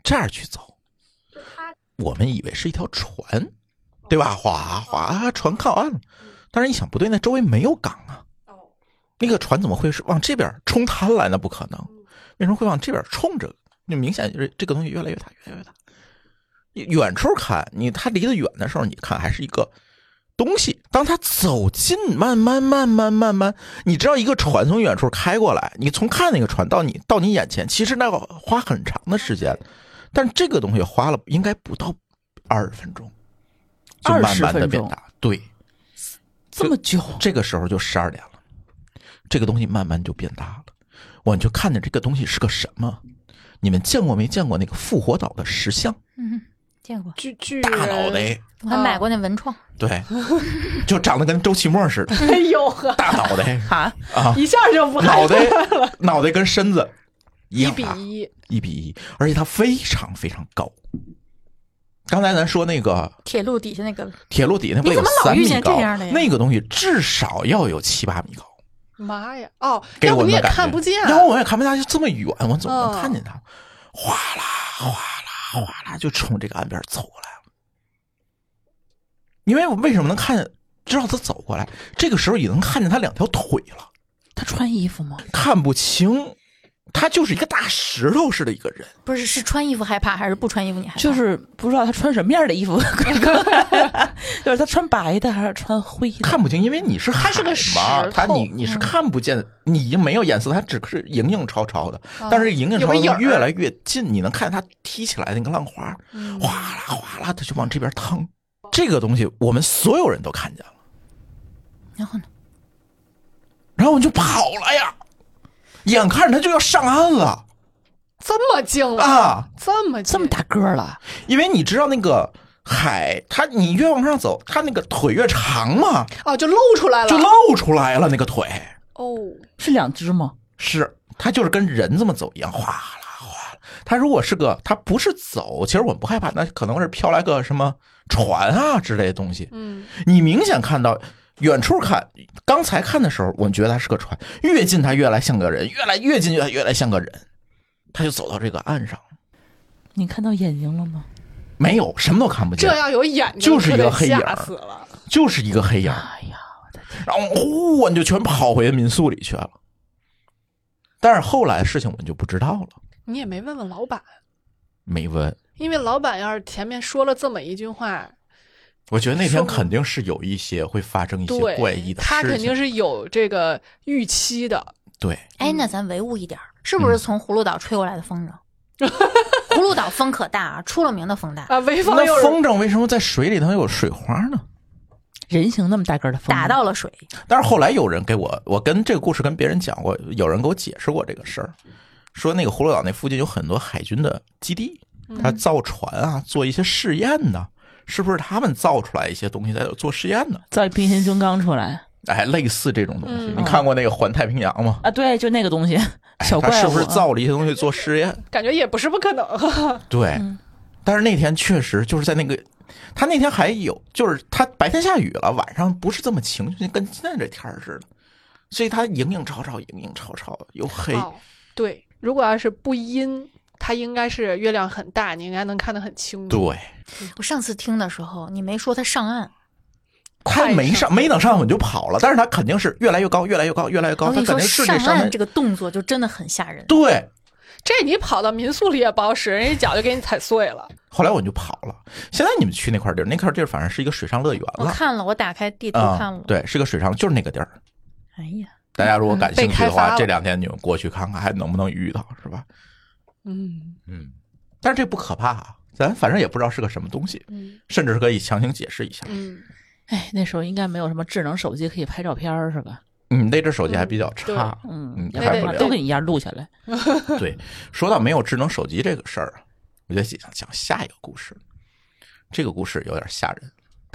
[SPEAKER 1] 这样去走。我们以为是一条船，对吧？哗哗，船靠岸了。但是一想不对，那周围没有港啊。那个船怎么会是往这边冲滩来？那不可能。为什么会往这边冲着？那明显就是这个东西越来越大，越来越大。远处看你，它离得远的时候，你看还是一个东西。当它走近，慢慢慢慢慢慢，你知道一个船从远处开过来，你从看那个船到你到你眼前，其实那个花很长的时间，但这个东西花了应该不到二十分钟，就慢慢的
[SPEAKER 6] 20分
[SPEAKER 1] 变
[SPEAKER 6] 钟
[SPEAKER 1] 大。对，
[SPEAKER 6] 这么久，
[SPEAKER 1] 这个时候就十二点了，这个东西慢慢就变大了。我就看着这个东西是个什么？你们见过没见过那个复活岛的石像？
[SPEAKER 2] 嗯，见过，哦
[SPEAKER 3] 巨巨
[SPEAKER 1] 大脑
[SPEAKER 3] 人，
[SPEAKER 1] 袋，
[SPEAKER 2] 我还买过那文创，
[SPEAKER 1] 对，就长得跟周奇墨 似的，
[SPEAKER 3] 哎呦呵，
[SPEAKER 1] 大脑袋
[SPEAKER 6] 啊
[SPEAKER 1] 啊，
[SPEAKER 3] 一下就不害
[SPEAKER 1] 脑
[SPEAKER 3] 怕
[SPEAKER 1] 袋
[SPEAKER 3] 了，
[SPEAKER 1] 脑袋跟身子一啊
[SPEAKER 3] 一
[SPEAKER 1] 样
[SPEAKER 3] 比
[SPEAKER 1] 大
[SPEAKER 3] 一，
[SPEAKER 1] 一比一，而且它非常非常高。刚才咱说那个
[SPEAKER 2] 铁路底下那个，
[SPEAKER 1] 铁路底那不得
[SPEAKER 2] 你怎
[SPEAKER 1] 有
[SPEAKER 2] 么老
[SPEAKER 1] 三
[SPEAKER 2] 遇
[SPEAKER 1] 米
[SPEAKER 2] 见
[SPEAKER 1] 高
[SPEAKER 2] 这样的呀，
[SPEAKER 1] 那个东西至少要有七八米高。
[SPEAKER 3] 妈呀！哦，
[SPEAKER 1] 给
[SPEAKER 3] 要
[SPEAKER 1] 我
[SPEAKER 3] 不
[SPEAKER 1] 们
[SPEAKER 3] 你
[SPEAKER 1] 的
[SPEAKER 3] 也
[SPEAKER 1] 感觉
[SPEAKER 3] 看不见，
[SPEAKER 1] 要不啊我也看不见，就这么远，我怎么能
[SPEAKER 3] 嗯
[SPEAKER 1] 看见它？哗啦哗啦哗啦，就冲这个岸边走过来了。因为我为什么能看见？知道它走过来，这个时候也能看见它两条腿了，
[SPEAKER 6] 他穿衣服吗？
[SPEAKER 1] 看不清，它就是一个大石头似的一个人。
[SPEAKER 2] 不是是穿衣服害怕还是不穿衣服你害怕？
[SPEAKER 6] 就是不知道他穿什么样的衣服， 就是他穿白的还是穿灰的？
[SPEAKER 1] 看不清，因为你是海
[SPEAKER 3] 它是个石
[SPEAKER 1] 嘛，它
[SPEAKER 3] 头嗯
[SPEAKER 1] 你你是看不见，你已经没有颜色，它只是影影绰绰的，但是影影
[SPEAKER 3] 有
[SPEAKER 1] 绰
[SPEAKER 3] 个影
[SPEAKER 1] 绰
[SPEAKER 3] 儿
[SPEAKER 1] 越来越近，你能看见它踢起来那个浪花，
[SPEAKER 3] 嗯
[SPEAKER 1] 哗啦哗啦的就往这边淌。这个东西我们所有人都看见了，
[SPEAKER 2] 然后呢？
[SPEAKER 1] 然后我们就跑了呀，眼看着它就要上岸了
[SPEAKER 3] 这么近了，
[SPEAKER 1] 啊！
[SPEAKER 3] 这么近
[SPEAKER 6] 这么大个儿了，
[SPEAKER 1] 因为你知道那个海，它你越往上走，它那个腿越长嘛，
[SPEAKER 3] 哦，就露出来了，
[SPEAKER 1] 就露出来了那个腿。
[SPEAKER 3] 哦，
[SPEAKER 6] 是两只吗？
[SPEAKER 1] 是，它就是跟人这么走一样，哗啦哗啦。它如果是个，它不是走，其实我们不害怕，那可能是飘来个什么船啊之类的东西。
[SPEAKER 3] 嗯，
[SPEAKER 1] 你明显看到，远处看，刚才看的时候，我们觉得它是个船，越近它越来像个人，越来越近越来越来像个人，它就走到这个岸上，
[SPEAKER 6] 你看到眼睛了吗？
[SPEAKER 1] 没有什么都看不见
[SPEAKER 3] 这，要有眼睛
[SPEAKER 1] 就是一个
[SPEAKER 3] 可得
[SPEAKER 1] 黑影
[SPEAKER 3] 吓
[SPEAKER 1] 儿
[SPEAKER 3] 死了。
[SPEAKER 1] 就是一个黑影儿。
[SPEAKER 6] 哎呀，
[SPEAKER 1] 然后呼，我们就全跑回民宿里去了。但是后来的事情我们就不知道了，
[SPEAKER 3] 你也没问问老板，
[SPEAKER 1] 没问。
[SPEAKER 3] 因为老板要是前面说了这么一句话，
[SPEAKER 1] 我觉得那
[SPEAKER 3] 说
[SPEAKER 1] 天肯定是有一些会发生一些怪异
[SPEAKER 3] 对，
[SPEAKER 1] 的事情，
[SPEAKER 3] 他肯定是有这个预期的。
[SPEAKER 1] 对，
[SPEAKER 2] 哎，那咱唯物一点儿，是
[SPEAKER 1] 嗯
[SPEAKER 2] 不是从葫芦岛吹过来的 风筝？葫芦岛风可大，啊，出了名的风大，
[SPEAKER 3] 啊，潍坊有
[SPEAKER 1] 那
[SPEAKER 3] 人
[SPEAKER 1] 风筝为什么在水里头有水花呢？
[SPEAKER 6] 人形那么大个儿的风筝啊
[SPEAKER 2] 打到了水，
[SPEAKER 1] 但是后来有人给我，我跟这个故事跟别人讲过，有人给我解释过这个事儿，说那个葫芦岛那附近有很多海军的基地，
[SPEAKER 3] 嗯
[SPEAKER 1] 他造船啊，做一些试验呢，是不是他们造出来一些东西在做试验呢？
[SPEAKER 6] 造一变形金刚出来
[SPEAKER 1] 哎，类似这种东西，
[SPEAKER 3] 嗯
[SPEAKER 1] 你看过那个《环太平洋》吗？哎
[SPEAKER 6] 啊？对，就那个东西，小
[SPEAKER 1] 他
[SPEAKER 3] 啊
[SPEAKER 6] 怪物
[SPEAKER 1] 是不是造了一些东西做实验？
[SPEAKER 3] 感觉也不是不可能。
[SPEAKER 1] 对，
[SPEAKER 2] 嗯
[SPEAKER 1] 但是那天确实就是在那个，他那天还有，就是他白天下雨了，晚上不是这么晴，就跟现在这天儿似的，所以他影影绰绰，影影绰绰又黑。
[SPEAKER 3] 哦，对，如果要是不阴，它应该是月亮很大，你应该能看得很清楚。
[SPEAKER 1] 对，
[SPEAKER 2] 我上次听的时候，你没说他上岸，
[SPEAKER 1] 他没上，没等上稳就跑了，但是他肯定是越来越高，越来越高，越来越
[SPEAKER 2] 我
[SPEAKER 1] 高，
[SPEAKER 2] 跟
[SPEAKER 1] 他
[SPEAKER 2] 哦你
[SPEAKER 1] 肯定是得
[SPEAKER 2] 说，上
[SPEAKER 1] 上
[SPEAKER 2] 岸
[SPEAKER 1] 来
[SPEAKER 2] 这。个动作就真的很吓人。
[SPEAKER 1] 对，
[SPEAKER 3] 这你跑到民宿里也不好使，人家一脚就给你踩碎了。
[SPEAKER 1] 后来我就跑了。现在你们去那块地儿，那块地儿反正是一个水上乐园
[SPEAKER 2] 我
[SPEAKER 1] 了
[SPEAKER 2] 看了，我打开地图
[SPEAKER 1] 啊、
[SPEAKER 2] 看了，嗯
[SPEAKER 1] 对，是个水上，就是那个地儿。
[SPEAKER 6] 哎呀，
[SPEAKER 1] 大家如果感兴趣的
[SPEAKER 3] 被开发
[SPEAKER 1] 话，
[SPEAKER 3] 了
[SPEAKER 1] 这两天你们过去看看，还能不能遇到，是吧？
[SPEAKER 3] 嗯
[SPEAKER 1] 嗯，但是这不可怕啊，咱反正也不知道是个什么东西，
[SPEAKER 3] 嗯
[SPEAKER 1] 甚至是可以强行解释一下。
[SPEAKER 3] 嗯，
[SPEAKER 6] 哎，那时候应该没有什么智能手机可以拍照片儿是吧？
[SPEAKER 1] 嗯，那只手机还比较差。
[SPEAKER 6] 嗯
[SPEAKER 1] 嗯，
[SPEAKER 6] 要
[SPEAKER 1] 拍
[SPEAKER 6] 不
[SPEAKER 1] 不
[SPEAKER 6] 然
[SPEAKER 1] 了
[SPEAKER 6] 都给你一样录下来。
[SPEAKER 1] 对，说到没有智能手机这个事儿啊，我就想讲下一个故事。这个故事有点吓人，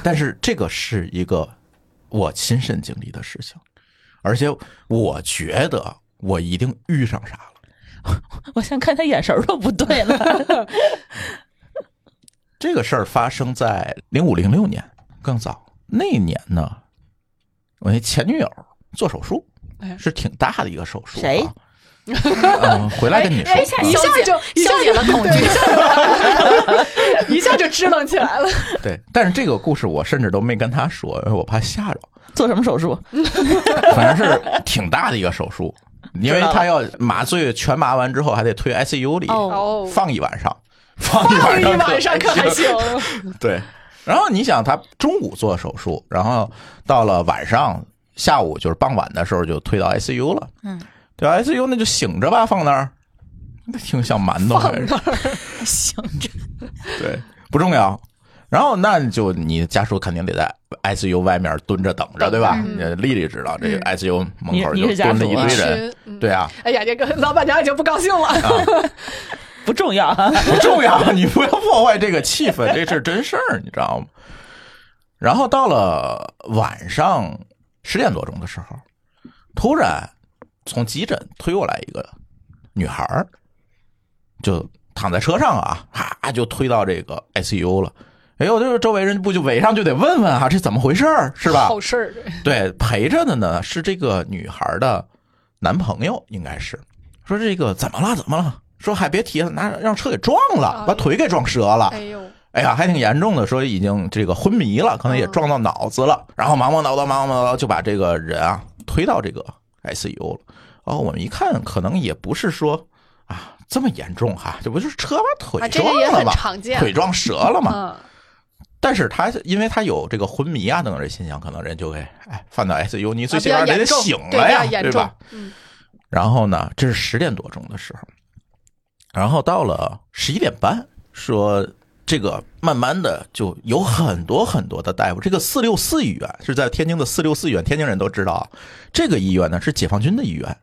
[SPEAKER 1] 但是这个是一个我亲身经历的事情，而且我觉得我一定遇上啥了。
[SPEAKER 6] 我先看他眼神儿都不对了。
[SPEAKER 1] 这个事儿发生在零五零六年，更早那年呢，我那前女友做手术
[SPEAKER 3] 哎，
[SPEAKER 1] 是挺大的一个手术啊。
[SPEAKER 6] 谁
[SPEAKER 1] 嗯回来跟你说
[SPEAKER 2] 哎，一下
[SPEAKER 1] 啊
[SPEAKER 3] 一下
[SPEAKER 2] 消解
[SPEAKER 3] 就一下
[SPEAKER 2] 消解了恐惧。
[SPEAKER 3] 一下就支棱起来了。
[SPEAKER 1] 对，但是这个故事我甚至都没跟她说，因为我怕吓着。
[SPEAKER 6] 做什么手术？
[SPEAKER 1] 反正是挺大的一个手术，因为她要麻醉全麻完之后，还得推 ICU 里
[SPEAKER 2] 哦，
[SPEAKER 3] 哦，
[SPEAKER 1] 放一晚上，放一
[SPEAKER 3] 放
[SPEAKER 1] 晚
[SPEAKER 3] 一
[SPEAKER 1] 上，
[SPEAKER 3] 晚上可还行？
[SPEAKER 1] 对，然后你想，他中午做手术，然后到了晚上、下午就是傍晚的时候就推到 ICU 了。
[SPEAKER 2] 嗯，
[SPEAKER 1] 对 ICU 那就醒着吧，放那儿，那挺像馒头还是？
[SPEAKER 6] 行，
[SPEAKER 1] 对，不重要。然后那就你家属肯定得在 ICU 外面蹲着等着，对吧？呃丽丽知道这个 ICU 门口
[SPEAKER 6] 嗯你
[SPEAKER 1] 就
[SPEAKER 6] 你是家
[SPEAKER 1] 蹲
[SPEAKER 6] 属
[SPEAKER 1] 了一
[SPEAKER 6] 啊
[SPEAKER 1] 堆
[SPEAKER 6] 一
[SPEAKER 1] 人，
[SPEAKER 3] 群
[SPEAKER 1] 对啊，
[SPEAKER 3] 哎呀，这个老板娘已经不高兴了。
[SPEAKER 1] 啊，
[SPEAKER 6] 不重要啊。
[SPEAKER 1] 不重要， 你不要破坏这个气氛，这是真事儿，你知道吗？然后到了晚上十点多钟的时候，突然从急诊推过来一个女孩儿，就躺在车上啊，哈就推到这个 ICU 了。哎呦，这周围人不就围上就得问问啊，这怎么回事儿是吧？
[SPEAKER 3] 好事儿，
[SPEAKER 1] 对，陪着的呢是这个女孩的男朋友，应该是说这个怎么了？怎么了？说还别提了，拿让车给撞了
[SPEAKER 3] 哎，
[SPEAKER 1] 把腿给撞折了
[SPEAKER 3] 哎。呦，
[SPEAKER 1] 哎呀，还挺严重的，说已经这个昏迷了，可能也
[SPEAKER 3] 嗯
[SPEAKER 1] 撞到脑子了。然后忙忙叨叨，忙忙叨叨就把这个人啊推到这个 ICU 了。哦，我们一看，可能也不是说啊这么严重哈、这不就是车把
[SPEAKER 3] 啊，
[SPEAKER 1] 腿
[SPEAKER 3] 这
[SPEAKER 1] 撞
[SPEAKER 3] 个也
[SPEAKER 1] 了
[SPEAKER 3] 很
[SPEAKER 1] 吗？
[SPEAKER 3] 常见。
[SPEAKER 1] 腿撞折了嘛？
[SPEAKER 3] 嗯，
[SPEAKER 1] 但是他因为他有这个昏迷啊等等这现象，可能人就给哎放到 ICU，你最
[SPEAKER 3] 啊
[SPEAKER 1] 起码
[SPEAKER 3] 比较
[SPEAKER 1] 得
[SPEAKER 3] 严重
[SPEAKER 1] 醒
[SPEAKER 3] 对
[SPEAKER 1] 了呀，
[SPEAKER 3] 比较
[SPEAKER 1] 对
[SPEAKER 3] 严重
[SPEAKER 1] 吧？。
[SPEAKER 3] 嗯，
[SPEAKER 1] 然后呢，这是十点多钟的时候，然后到了十一点半，说这个慢慢的就有很多很多的大夫，这个四六四医院是在天津的四六四医院，天津人都知道啊，这个医院呢是解放军的医院，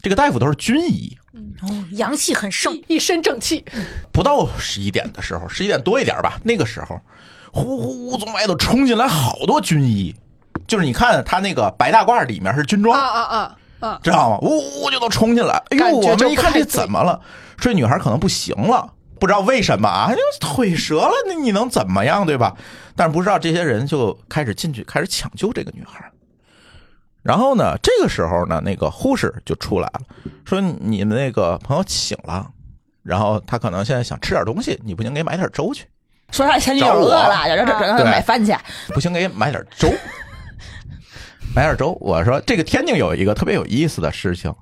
[SPEAKER 1] 这个大夫都是军医，
[SPEAKER 2] 哦阳气很盛，
[SPEAKER 3] 一身正气，
[SPEAKER 1] 不到十一点的时候，十一点多一点吧，那个时候，呼呼呼从外头冲进来好多军医，就是你看他那个白大褂里面是军
[SPEAKER 3] 啊
[SPEAKER 1] 装，
[SPEAKER 3] 啊啊啊！
[SPEAKER 1] 知道吗？呜呜呜就都冲进来，哎呦，
[SPEAKER 3] 感觉
[SPEAKER 1] 我
[SPEAKER 3] 就
[SPEAKER 1] 们一
[SPEAKER 3] 不
[SPEAKER 1] 看
[SPEAKER 3] 太
[SPEAKER 1] 这怎么了？说这女孩可能不行了，不知道为什么啊，哎呦腿折了，那你能怎么样对吧？但是不知道这些人就开始进去，开始抢救这个女孩。然后呢，这个时候呢，那个护士就出来了，说你们那个朋友醒了，然后他可能现在想吃点东西，你不行给买点粥去，
[SPEAKER 6] 说让前女友
[SPEAKER 1] 找我
[SPEAKER 6] 饿了，让让让让他
[SPEAKER 1] 对
[SPEAKER 6] 买饭去。
[SPEAKER 1] 不行给买点粥，买点粥。我说这个天津有一个特别有意思的事情，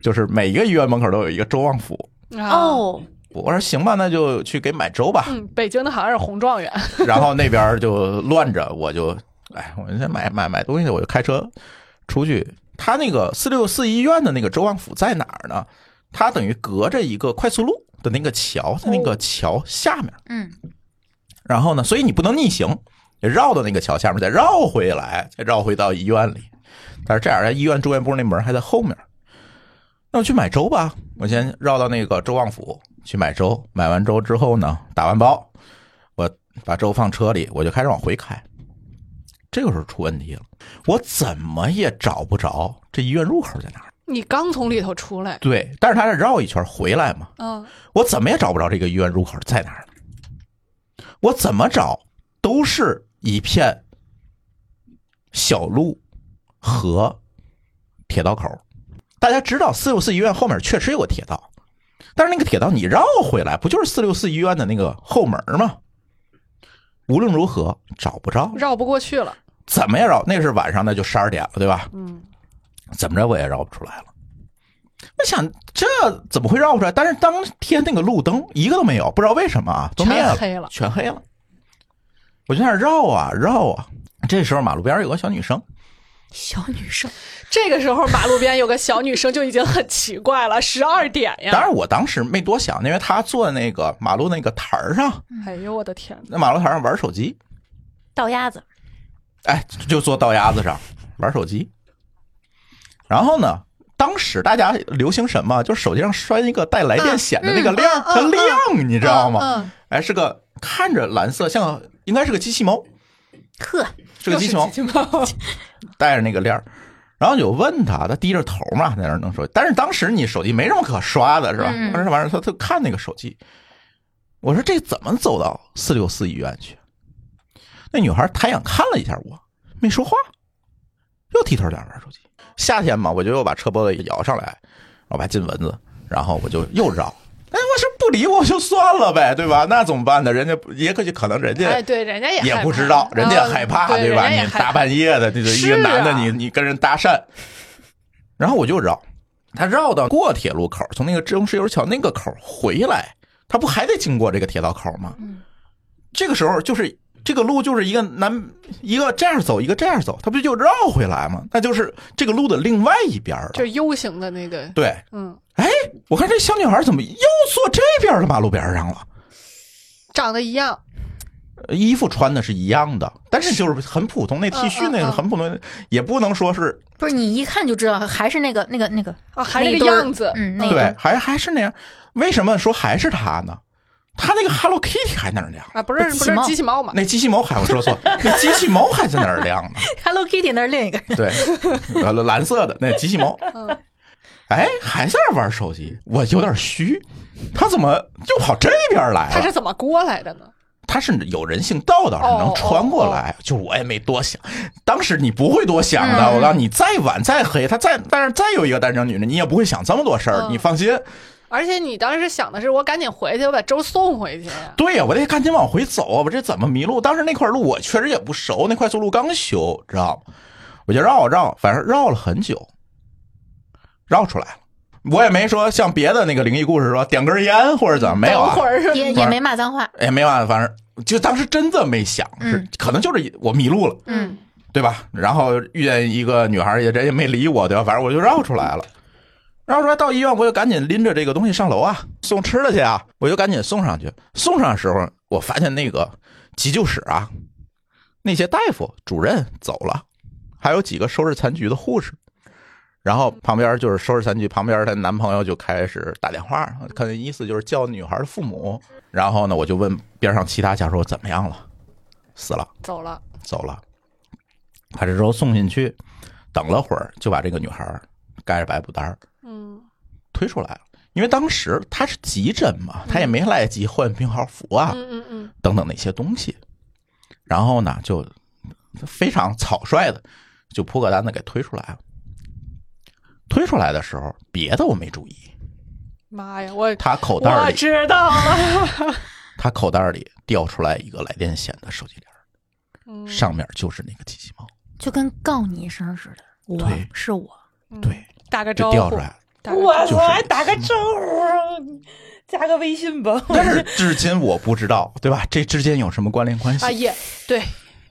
[SPEAKER 1] 就是每一个医院门口都有一个粥旺府。
[SPEAKER 3] 啊，
[SPEAKER 2] 哦，
[SPEAKER 1] 我说行吧，那就去给买粥 吧。
[SPEAKER 3] 嗯，北京的好像是红状元，
[SPEAKER 1] 然后那边就乱着，我就哎，我先买买买东西，我就开车出去。他那个四六四医院的那个周旺府在哪儿呢？它等于隔着一个快速路的那个桥，在那个桥下面。
[SPEAKER 2] 嗯，
[SPEAKER 1] 然后呢，所以你不能逆行，也绕到那个桥下面，再绕回来，再绕回到医院里。但是这样，医院住院部那门还在后面。那我去买粥吧。我先绕到那个周旺府去买粥，买完粥之后呢，打完包，我把粥放车里，我就开始往回开。这个时候出问题了，我怎么也找不着这医院入口在哪儿。
[SPEAKER 3] 你刚从里头出来，
[SPEAKER 1] 对，但是他得绕一圈回来嘛，
[SPEAKER 3] 嗯，
[SPEAKER 1] 我怎么也找不着这个医院入口在哪儿呢我怎么找都是一片小路和铁道口。大家知道四六四医院后面确实有个铁道，但是那个铁道你绕回来，不就是四六四医院的那个后门吗？无论如何找不着，
[SPEAKER 3] 绕不过去了，
[SPEAKER 1] 怎么也绕。那个是晚上，那就十二点了，对吧？
[SPEAKER 3] 嗯，
[SPEAKER 1] 怎么着我也绕不出来了。我想这怎么会绕不出来？但是当天那个路灯一个都没有，不知道为什么啊，都灭
[SPEAKER 3] 全
[SPEAKER 1] 了，
[SPEAKER 3] 黑了，
[SPEAKER 1] 全黑了。我就在那儿绕啊绕啊，这时候马路边有个小女生，
[SPEAKER 2] 小女生，
[SPEAKER 3] 这个时候马路边有个小女生就已经很奇怪 了，十二点
[SPEAKER 1] 当
[SPEAKER 3] 呀，
[SPEAKER 1] 然我当时没多想，因为她坐在那个马路那个台儿上，
[SPEAKER 3] 哎呦我的天，
[SPEAKER 1] 那马路台上玩手机，
[SPEAKER 2] 倒鸭子，
[SPEAKER 1] 哎，就坐道鸭子上玩手机。然后呢，当时大家流行什么？就是手机上拴一个带来电显的那个
[SPEAKER 3] 嗯嗯
[SPEAKER 1] 亮，它
[SPEAKER 3] 嗯嗯
[SPEAKER 1] 亮，你知道吗？
[SPEAKER 3] 嗯，
[SPEAKER 1] 哎，是个看着蓝色，像应该是个机器猫，
[SPEAKER 2] 呵，
[SPEAKER 1] 是个机器猫，
[SPEAKER 3] 猫，
[SPEAKER 1] 带着那个链儿。然后就问他，他低着头嘛，在那儿弄手机。但是当时你手机没什么可刷的，是吧？
[SPEAKER 2] 嗯
[SPEAKER 1] 当时完事儿，他就看那个手机。我说这怎么走到四六四医院去？那女孩抬眼看了一下我，没说话，又低头在那儿玩手机。夏天嘛，我就又把车玻璃摇上来，我把金蚊子，然后我就又绕。哎，我说不理我就算了呗，对吧？那怎么办呢？人家也可可能人家
[SPEAKER 3] 哎，对，人家也
[SPEAKER 1] 也
[SPEAKER 3] 害
[SPEAKER 1] 不
[SPEAKER 3] 怕
[SPEAKER 1] 知道，人家也害怕，
[SPEAKER 3] 嗯对
[SPEAKER 1] 吧？
[SPEAKER 3] 人家也
[SPEAKER 1] 你
[SPEAKER 3] 害
[SPEAKER 1] 大
[SPEAKER 3] 怕
[SPEAKER 1] 半夜的，这这一个
[SPEAKER 3] 是
[SPEAKER 1] 男的，
[SPEAKER 3] 啊
[SPEAKER 1] 你你跟人搭讪，然后我就绕，他绕到过铁路口，从那个中石油桥那个口回来，他不还得经过这个铁道口吗？
[SPEAKER 3] 嗯
[SPEAKER 1] 这个时候就是这个路就是一个南一个这样走，一个这样走，他不就绕回来吗？那就是这个路的另外一边了。
[SPEAKER 3] 就是 U 型的那个，
[SPEAKER 1] 对，
[SPEAKER 3] 嗯，
[SPEAKER 1] 哎，我看这小女孩怎么又坐这边的马路边上了？
[SPEAKER 3] 长得一样，
[SPEAKER 1] 呃衣服穿的是一样的，但是就是很普通，那 T
[SPEAKER 3] 嗯
[SPEAKER 1] 恤
[SPEAKER 3] 嗯
[SPEAKER 1] 那个
[SPEAKER 3] 嗯
[SPEAKER 1] 很普通，也不能说是
[SPEAKER 2] 不是你一看就知道，还是那个那个那个，
[SPEAKER 3] 啊，还
[SPEAKER 2] 那
[SPEAKER 3] 是
[SPEAKER 2] 一
[SPEAKER 3] 个
[SPEAKER 2] 对儿
[SPEAKER 3] 样子，
[SPEAKER 2] 嗯，那
[SPEAKER 1] 对
[SPEAKER 2] 个，
[SPEAKER 1] 还还是那样。为什么说还是他呢？他那个 Hello Kitty 还在那儿亮，
[SPEAKER 3] 啊，不是
[SPEAKER 2] 机
[SPEAKER 3] 不是
[SPEAKER 2] 器猫
[SPEAKER 3] 机器猫嘛，
[SPEAKER 1] 那机器猫还我说 错，那机器猫还在那儿亮呢。
[SPEAKER 2] Hello Kitty 那是另一个人，
[SPEAKER 1] 对，蓝蓝色的那机器猫，
[SPEAKER 3] 嗯，
[SPEAKER 1] 哎，还在那玩手机，我有点虚。他怎么就跑这边来
[SPEAKER 3] 他
[SPEAKER 1] 了？
[SPEAKER 3] 是怎么过来的呢？
[SPEAKER 1] 他是有人行道的，
[SPEAKER 3] 哦
[SPEAKER 1] 能穿过来。就是我也没多想，当时你不会多想的。
[SPEAKER 2] 嗯
[SPEAKER 1] 我告诉你，再晚再黑，他再但是再有一个单身女的，你也不会想这么多事儿。
[SPEAKER 3] 嗯
[SPEAKER 1] 你放心，
[SPEAKER 3] 而且你当时想的是，我赶紧回去，我把粥送回去呀。
[SPEAKER 1] 对呀、我得赶紧往回走啊！我这怎么迷路？当时那块路我确实也不熟，那快速路刚修，知道吗？我就绕啊绕，反正绕了很久，绕出来了。我也没说像别的那个灵异故事说点根烟或者怎么没有啊
[SPEAKER 3] 等会，儿是
[SPEAKER 2] 也
[SPEAKER 1] 不
[SPEAKER 2] 也
[SPEAKER 1] 是
[SPEAKER 2] 没骂脏话，
[SPEAKER 1] 也没办法，反正就当时真的没想，是
[SPEAKER 2] 嗯
[SPEAKER 1] 可能就是我迷路了，
[SPEAKER 2] 嗯，
[SPEAKER 1] 对吧？然后遇见一个女孩儿，也人也没理我，对吧？反正我就绕出来了。绕出来到医院，我就赶紧拎着这个东西上楼啊，送吃的去啊，我就赶紧送上去。送上的时候，我发现那个急救室啊，那些大夫、主任走了，还有几个收拾残局的护士。然后旁边就是收拾残局，旁边她男朋友就开始打电话，看那意思就是叫女孩的父母。然后呢，我就问边上其他家属怎么样了，死了。
[SPEAKER 3] 走了，
[SPEAKER 1] 走了。他这时候送进去，等了会儿就把这个女孩儿盖着白布单儿
[SPEAKER 3] 嗯，
[SPEAKER 1] 推出来了。因为当时他是急诊嘛，他也没来得及换病号服啊，
[SPEAKER 3] 嗯嗯嗯，
[SPEAKER 1] 等等那些东西。然后呢，就非常草率的就扑克单子给推出来了。推出来的时候，别的我没注意，
[SPEAKER 3] 妈呀，我
[SPEAKER 1] 他口袋
[SPEAKER 3] 我
[SPEAKER 1] 里
[SPEAKER 3] 知道了，
[SPEAKER 1] 他口袋里掉出来一个来电显的手机链儿，
[SPEAKER 3] 嗯
[SPEAKER 1] 上面就是那个机器猫，
[SPEAKER 2] 就跟告你一声似的，我
[SPEAKER 1] 对
[SPEAKER 2] 是我，
[SPEAKER 1] 对，
[SPEAKER 3] 嗯打个招
[SPEAKER 1] 就掉
[SPEAKER 3] 呼，
[SPEAKER 1] 出来了。
[SPEAKER 3] 打个
[SPEAKER 6] 我
[SPEAKER 1] 就是
[SPEAKER 6] 我还打个招呼啊，加个微信吧。
[SPEAKER 1] 但是至今我不知道，对吧？这之间有什么关联关系？
[SPEAKER 3] 啊 也对。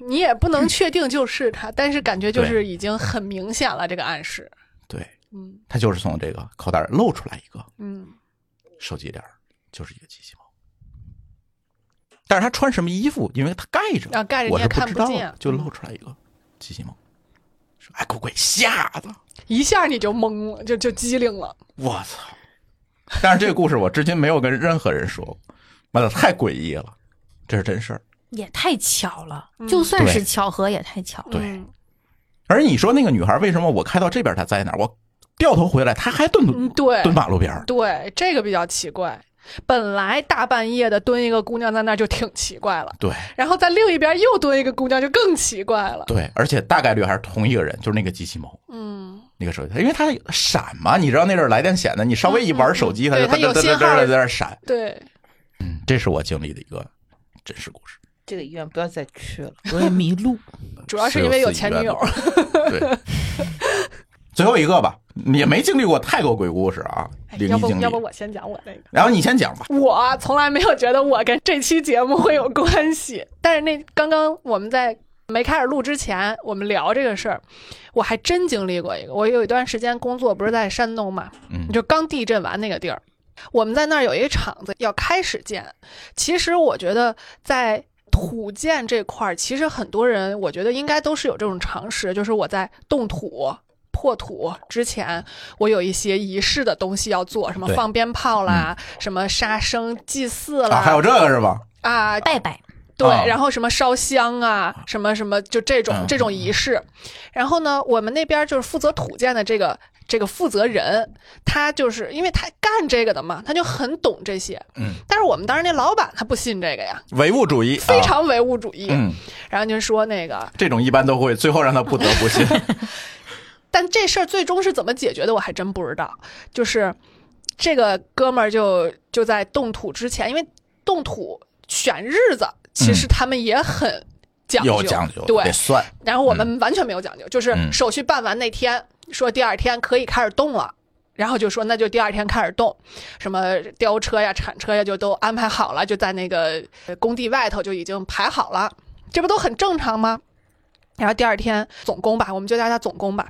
[SPEAKER 3] 你也不能确定就是他，但是感觉就
[SPEAKER 1] 对
[SPEAKER 3] 是已经很明显了这个暗示。
[SPEAKER 1] 对，
[SPEAKER 3] 嗯
[SPEAKER 1] 他就是从这个口袋儿露出来一个
[SPEAKER 3] 嗯，
[SPEAKER 1] 手机链儿，就是一个机器猫。但是他穿什么衣服，因为他盖着，
[SPEAKER 3] 啊盖着
[SPEAKER 1] 我是
[SPEAKER 3] 你也
[SPEAKER 1] 不
[SPEAKER 3] 看
[SPEAKER 1] 知
[SPEAKER 3] 不
[SPEAKER 1] 道
[SPEAKER 3] 见
[SPEAKER 1] 的，就
[SPEAKER 3] 嗯
[SPEAKER 1] 露出来一个机器猫。说哎，给我吓的，
[SPEAKER 3] 一下你就懵了，就就机灵了。
[SPEAKER 1] 我操！但是这个故事我至今没有跟任何人说过，妈的太诡异了，这是真事儿。
[SPEAKER 2] 也太巧了，就算
[SPEAKER 1] 对
[SPEAKER 2] 是巧合也太巧了。
[SPEAKER 1] 对
[SPEAKER 3] 嗯
[SPEAKER 1] 而你说那个女孩为什么我开到这边她在哪儿？我掉头回来，她还蹲
[SPEAKER 3] 嗯，对
[SPEAKER 1] 蹲马路边儿。
[SPEAKER 3] 对，这个比较奇怪。本来大半夜的蹲一个姑娘在那儿就挺奇怪了，
[SPEAKER 1] 对
[SPEAKER 3] 然后在另一边又蹲一个姑娘就更奇怪了。
[SPEAKER 1] 对，而且大概率还是同一个人，就是那个机器猫，
[SPEAKER 3] 嗯，
[SPEAKER 1] 那个手机，因为它闪嘛，你知道那阵儿来电显的，你稍微一玩手机，它就
[SPEAKER 3] 嗯对它
[SPEAKER 1] 噔
[SPEAKER 3] 有
[SPEAKER 1] 噔噔
[SPEAKER 3] 信
[SPEAKER 1] 噔
[SPEAKER 3] 号
[SPEAKER 1] 噔在那儿闪。
[SPEAKER 3] 对，
[SPEAKER 1] 嗯，这是我经历的一个真实故事。
[SPEAKER 6] 这个医院不要再去了，容易迷路。
[SPEAKER 3] 主要是因为有前女友。
[SPEAKER 1] 对，最后一个吧，也没经历过太多鬼故事啊，
[SPEAKER 3] 哎
[SPEAKER 1] 灵
[SPEAKER 3] 要
[SPEAKER 1] 异
[SPEAKER 3] 不
[SPEAKER 1] 经历
[SPEAKER 3] 要。不我先讲我那个，
[SPEAKER 1] 然后你先讲吧。
[SPEAKER 3] 我从来没有觉得我跟这期节目会有关系， 但是那刚刚我们在没开始录之前，我们聊这个事儿，我还真经历过一个。我有一段时间工作不是在山东嘛，
[SPEAKER 1] 嗯
[SPEAKER 3] 就刚地震完那个地儿，我们在那儿有一个厂子要开始建。其实我觉得在土建这块儿，其实很多人我觉得应该都是有这种常识，就是我在动土。破土之前，我有一些仪式的东西要做，什么
[SPEAKER 1] 对嗯
[SPEAKER 3] 放鞭炮啦，什么杀生、祭祀啦，
[SPEAKER 1] 啊，还有这个是吧？
[SPEAKER 3] 啊
[SPEAKER 2] 拜拜，
[SPEAKER 3] 对，
[SPEAKER 1] 啊
[SPEAKER 3] 然后什么烧香啊，什么什么，就这种、
[SPEAKER 1] 嗯
[SPEAKER 3] 这种仪式。然后呢，我们那边就是负责土建的这个这个负责人，他就是因为他干这个的嘛，他就很懂这些。
[SPEAKER 1] 嗯，
[SPEAKER 3] 但是我们当时那老板他不信这个呀，
[SPEAKER 1] 唯物主义，
[SPEAKER 3] 非
[SPEAKER 1] 啊、
[SPEAKER 3] 常唯物主义，
[SPEAKER 1] 嗯，
[SPEAKER 3] 然后就说那个，
[SPEAKER 1] 这种一般都会最后让他不得不信。
[SPEAKER 3] 但这事儿最终是怎么解决的，我还真不知道。就是这个哥们儿就就在动土之前，因为动土选日子，其实他们也很讲
[SPEAKER 1] 嗯
[SPEAKER 3] 究，
[SPEAKER 1] 有讲究，
[SPEAKER 3] 对
[SPEAKER 1] 得，算。
[SPEAKER 3] 然后我们完全没有讲究，就是
[SPEAKER 1] 嗯
[SPEAKER 3] 手续办完那天说第二天可以开始动了。然后就说那就第二天开始动，什么吊车呀、铲车呀就都安排好了，就在那个呃工地外头就已经排好了，这不都很正常吗？然后第二天总工吧，我们就叫他总工吧，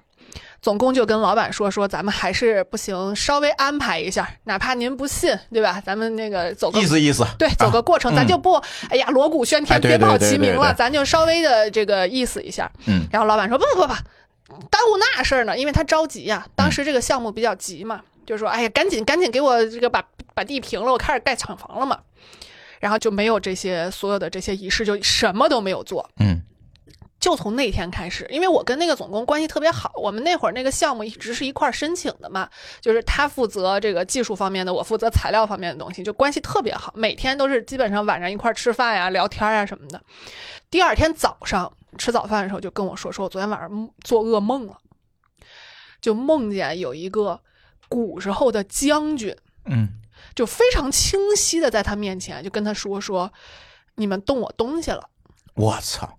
[SPEAKER 3] 总工就跟老板说说咱们还是不行，稍微安排一下，哪怕您不信，对吧？咱们那个走个
[SPEAKER 1] 意思意思，
[SPEAKER 3] 对，走个过程，
[SPEAKER 1] 嗯
[SPEAKER 3] 咱就不、哎呀锣鼓喧
[SPEAKER 1] 哎
[SPEAKER 3] 天、
[SPEAKER 1] 对
[SPEAKER 3] 鞭炮
[SPEAKER 1] 对对
[SPEAKER 3] 齐鸣
[SPEAKER 1] 对
[SPEAKER 3] 了，
[SPEAKER 1] 对
[SPEAKER 3] 咱就稍微的这个意思一下。
[SPEAKER 1] 嗯
[SPEAKER 3] 然后老板说不不不，耽误那事儿呢，因为他着急呀、当时这个项目比较急嘛，就说哎呀，赶紧赶紧给我这个把把地平了，我开始盖厂房了嘛。然后就没有这些所有的这些仪式，就什么都没有做。
[SPEAKER 1] 嗯
[SPEAKER 3] 就从那天开始，因为我跟那个总工关系特别好，我们那会儿那个项目一直是一块儿申请的嘛，就是他负责这个技术方面的，我负责材料方面的东西，就关系特别好，每天都是基本上晚上一块儿吃饭呀、聊天呀什么的。第二天早上吃早饭的时候就跟我说，说我昨天晚上梦做噩梦了，就梦见有一个古时候的将军，
[SPEAKER 1] 嗯，
[SPEAKER 3] 就非常清晰的在他面前就跟他说说，你们动我东西了。
[SPEAKER 1] 我操，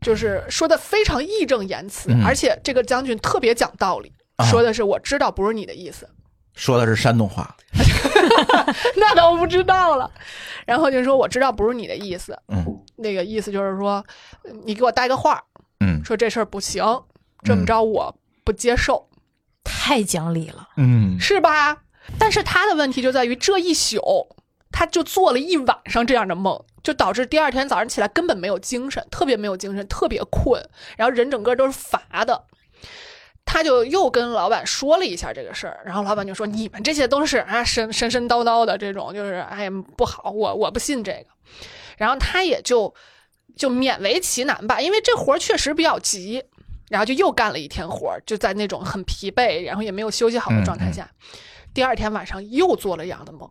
[SPEAKER 3] 就是说的非常义正言辞，
[SPEAKER 1] 嗯
[SPEAKER 3] 而且这个将军特别讲道理，
[SPEAKER 1] 啊
[SPEAKER 3] 说的是我知道不是你的意思，
[SPEAKER 1] 说的是山东话，
[SPEAKER 3] 那都不知道了。然后就说我知道不是你的意思，
[SPEAKER 1] 嗯
[SPEAKER 3] 那个意思就是说呃你给我带个话儿，
[SPEAKER 1] 嗯
[SPEAKER 3] 说这事儿不行，这么着我不接受，
[SPEAKER 2] 太讲理了。
[SPEAKER 1] 嗯，
[SPEAKER 3] 是吧？但是他的问题就在于这一宿，他就做了一晚上这样的梦。就导致第二天早上起来根本没有精神，特别没有精神，特别困，然后人整个都是乏的。他就又跟老板说了一下这个事儿，然后老板就说：“你们这些都是啊神神神叨叨的这种，就是哎呀不好，我我不信这个。”然后他也就就勉为其难吧，因为这活儿确实比较急，然后就又干了一天活儿，就在那种很疲惫，然后也没有休息好的状态下，第二天晚上又做了一样的梦，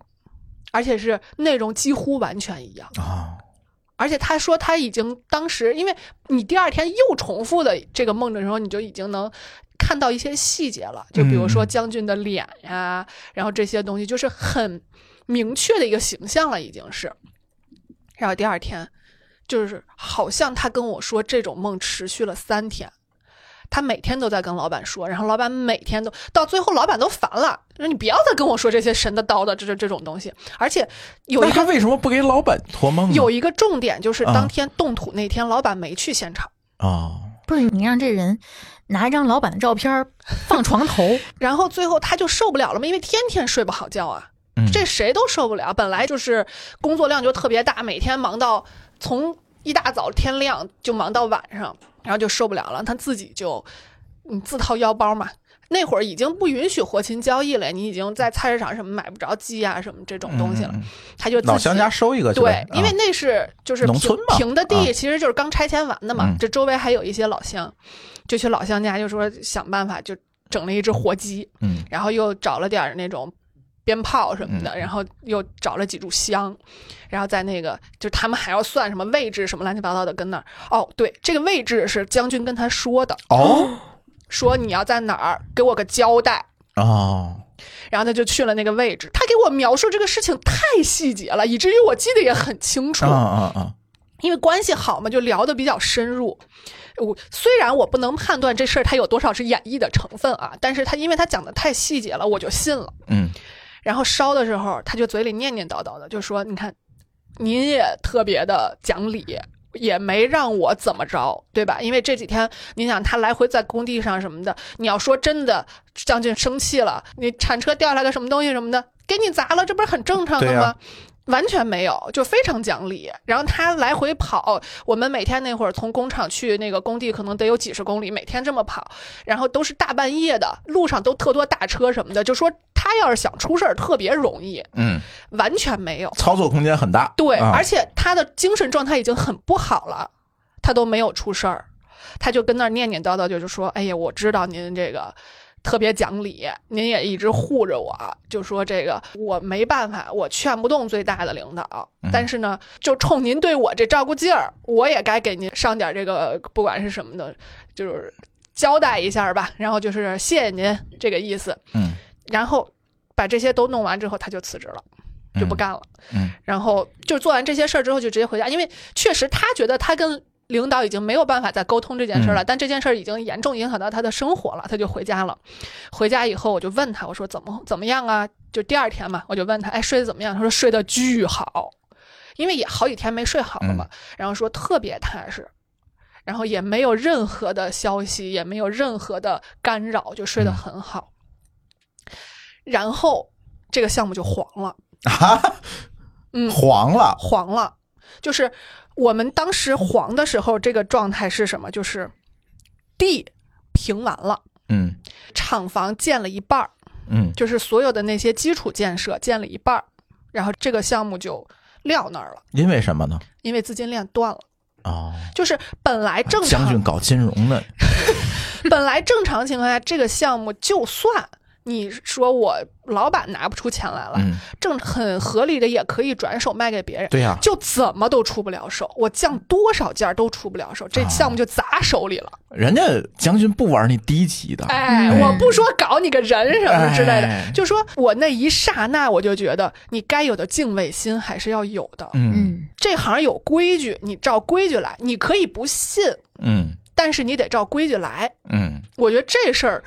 [SPEAKER 3] 而且是内容几乎完全一样。
[SPEAKER 1] 啊，
[SPEAKER 3] 而且他说他已经当时，因为你第二天又重复的这个梦的时候，你就已经能看到一些细节了，就比如说
[SPEAKER 1] 嗯
[SPEAKER 3] 将军的脸呀、然后这些东西就是很明确的一个形象了，已经是。然后第二天，就是好像他跟我说这种梦持续了三天。他每天都在跟老板说，然后老板每天都到最后，老板都烦了，说你不要再跟我说这些神的叨的这这这种东西。而且有
[SPEAKER 1] 那
[SPEAKER 3] 一个
[SPEAKER 1] 他为什么不给老板托梦呢？
[SPEAKER 3] 有一个重点就是，
[SPEAKER 1] 嗯啊
[SPEAKER 3] 当天动土那天，老板没去现场。
[SPEAKER 1] 啊，
[SPEAKER 2] 不是你让这人拿一张老板的照片儿放床头，
[SPEAKER 3] 然后最后他就受不了了嘛，因为天天睡不好觉啊，
[SPEAKER 1] 嗯
[SPEAKER 3] 这谁都受不了。本来就是工作量就特别大，每天忙到从一大早天亮就忙到晚上，然后就受不了了，他自己就嗯自掏腰包嘛。那会儿已经不允许活禽交易了，你已经在菜市场什么买不着鸡啊什么这种东西了，
[SPEAKER 1] 嗯，嗯嗯
[SPEAKER 3] 他就自
[SPEAKER 1] 老
[SPEAKER 3] 己
[SPEAKER 1] 乡家收一个去呗
[SPEAKER 3] 对，因为
[SPEAKER 1] 啊
[SPEAKER 3] 那是就是
[SPEAKER 1] 农
[SPEAKER 3] 平
[SPEAKER 1] 村嘛
[SPEAKER 3] 平的
[SPEAKER 1] 啊
[SPEAKER 3] 地，其实就是刚拆迁完的嘛
[SPEAKER 1] 嗯。
[SPEAKER 3] 这周围还有一些老乡，就去老乡家，就说想办法就整了一只活鸡，
[SPEAKER 1] 嗯
[SPEAKER 3] 然后又找了点儿那种鞭炮什么的，
[SPEAKER 1] 嗯
[SPEAKER 3] 然后又找了几炷香，然后在那个就他们还要算什么位置什么乱七八糟的跟那儿。哦，对，这个位置是将军跟他说的，
[SPEAKER 1] 哦
[SPEAKER 3] 说你要在哪儿给我个交代。
[SPEAKER 1] 哦，
[SPEAKER 3] 然后他就去了那个位置，他给我描述这个事情太细节了，以至于我记得也很清楚。
[SPEAKER 1] 啊啊啊，
[SPEAKER 3] 因为关系好嘛，就聊得比较深入。我虽然我不能判断这事儿它有多少是演绎的成分啊，但是他因为他讲的太细节了，我就信了。
[SPEAKER 1] 嗯
[SPEAKER 3] 然后烧的时候，他就嘴里念念叨叨的，就说：“你看，您也特别的讲理，也没让我怎么着，对吧？因为这几天你想他来回在工地上什么的，你要说真的，将军生气了，你铲车掉下来个什么东西什么的，给你砸了，这不是很正常的
[SPEAKER 1] 对
[SPEAKER 3] 吗？”
[SPEAKER 1] 呀
[SPEAKER 3] 完全没有，就非常讲理。然后他来回跑，我们每天那会儿从工厂去那个工地，可能得有几十公里，每天这么跑，然后都是大半夜的，路上都特多大车什么的，就说他要是想出事儿特别容易，
[SPEAKER 1] 嗯，
[SPEAKER 3] 完全没有。
[SPEAKER 1] 操作空间很大，
[SPEAKER 3] 对，
[SPEAKER 1] 啊
[SPEAKER 3] 而且他的精神状态已经很不好了，他都没有出事儿，他就跟那儿念念叨叨，就是说，哎呀，我知道您这个。特别讲理，您也一直护着我，就说这个我没办法，我劝不动最大的领导，
[SPEAKER 1] 嗯
[SPEAKER 3] 但是呢，就冲您对我这照顾劲儿，我也该给您上点这个，不管是什么的，就是交代一下吧，然后就是谢谢您这个意思，
[SPEAKER 1] 嗯
[SPEAKER 3] 然后把这些都弄完之后，他就辞职了，就不干了。
[SPEAKER 1] 嗯
[SPEAKER 3] 然后就做完这些事儿之后，就直接回家，因为确实他觉得他跟领导已经没有办法再沟通这件事儿
[SPEAKER 1] 嗯
[SPEAKER 3] 了，但这件事儿已经严重影响到他的生活了，他就回家了。回家以后，我就问他，我说怎么怎么样啊？就第二天嘛，我就问他，哎，睡得怎么样？他说睡得巨好，因为也好几天没睡好了嘛，
[SPEAKER 1] 嗯
[SPEAKER 3] 然后说特别踏实。然后也没有任何的消息，也没有任何的干扰，就睡得
[SPEAKER 1] 嗯
[SPEAKER 3] 很好。然后这个项目就黄了，
[SPEAKER 1] 啊，
[SPEAKER 3] 嗯，
[SPEAKER 1] 黄了，
[SPEAKER 3] 黄了。就是我们当时黄的时候，这个状态是什么？就是地平完了，
[SPEAKER 1] 嗯
[SPEAKER 3] 厂房建了一半儿，
[SPEAKER 1] 嗯
[SPEAKER 3] 就是所有的那些基础建设建了一半儿，然后这个项目就撂那儿了，
[SPEAKER 1] 因为什么呢？
[SPEAKER 3] 因为资金链断了。
[SPEAKER 1] 哦，
[SPEAKER 3] 就是本来正
[SPEAKER 1] 将军
[SPEAKER 3] 常，
[SPEAKER 1] 搞金融的，
[SPEAKER 3] 本来正常情况下，这个项目就算你说我老板拿不出钱来了，
[SPEAKER 1] 嗯，
[SPEAKER 3] 正很合理的也可以转手卖给别人。
[SPEAKER 1] 对呀、
[SPEAKER 3] 就怎么都出不了手，我降多少价都出不了手，这
[SPEAKER 1] 啊
[SPEAKER 3] 项目就砸手里了。
[SPEAKER 1] 人家将军不玩你低级的，
[SPEAKER 3] 哎，
[SPEAKER 1] 嗯
[SPEAKER 3] 我不说搞你个人什么之类的，
[SPEAKER 1] 哎
[SPEAKER 3] 就说我那一刹那我就觉得，你该有的敬畏心还是要有的。
[SPEAKER 1] 嗯
[SPEAKER 3] 这行有规矩，你照规矩来，你可以不信，
[SPEAKER 1] 嗯
[SPEAKER 3] 但是你得照规矩来。
[SPEAKER 1] 嗯
[SPEAKER 3] 我觉得这事儿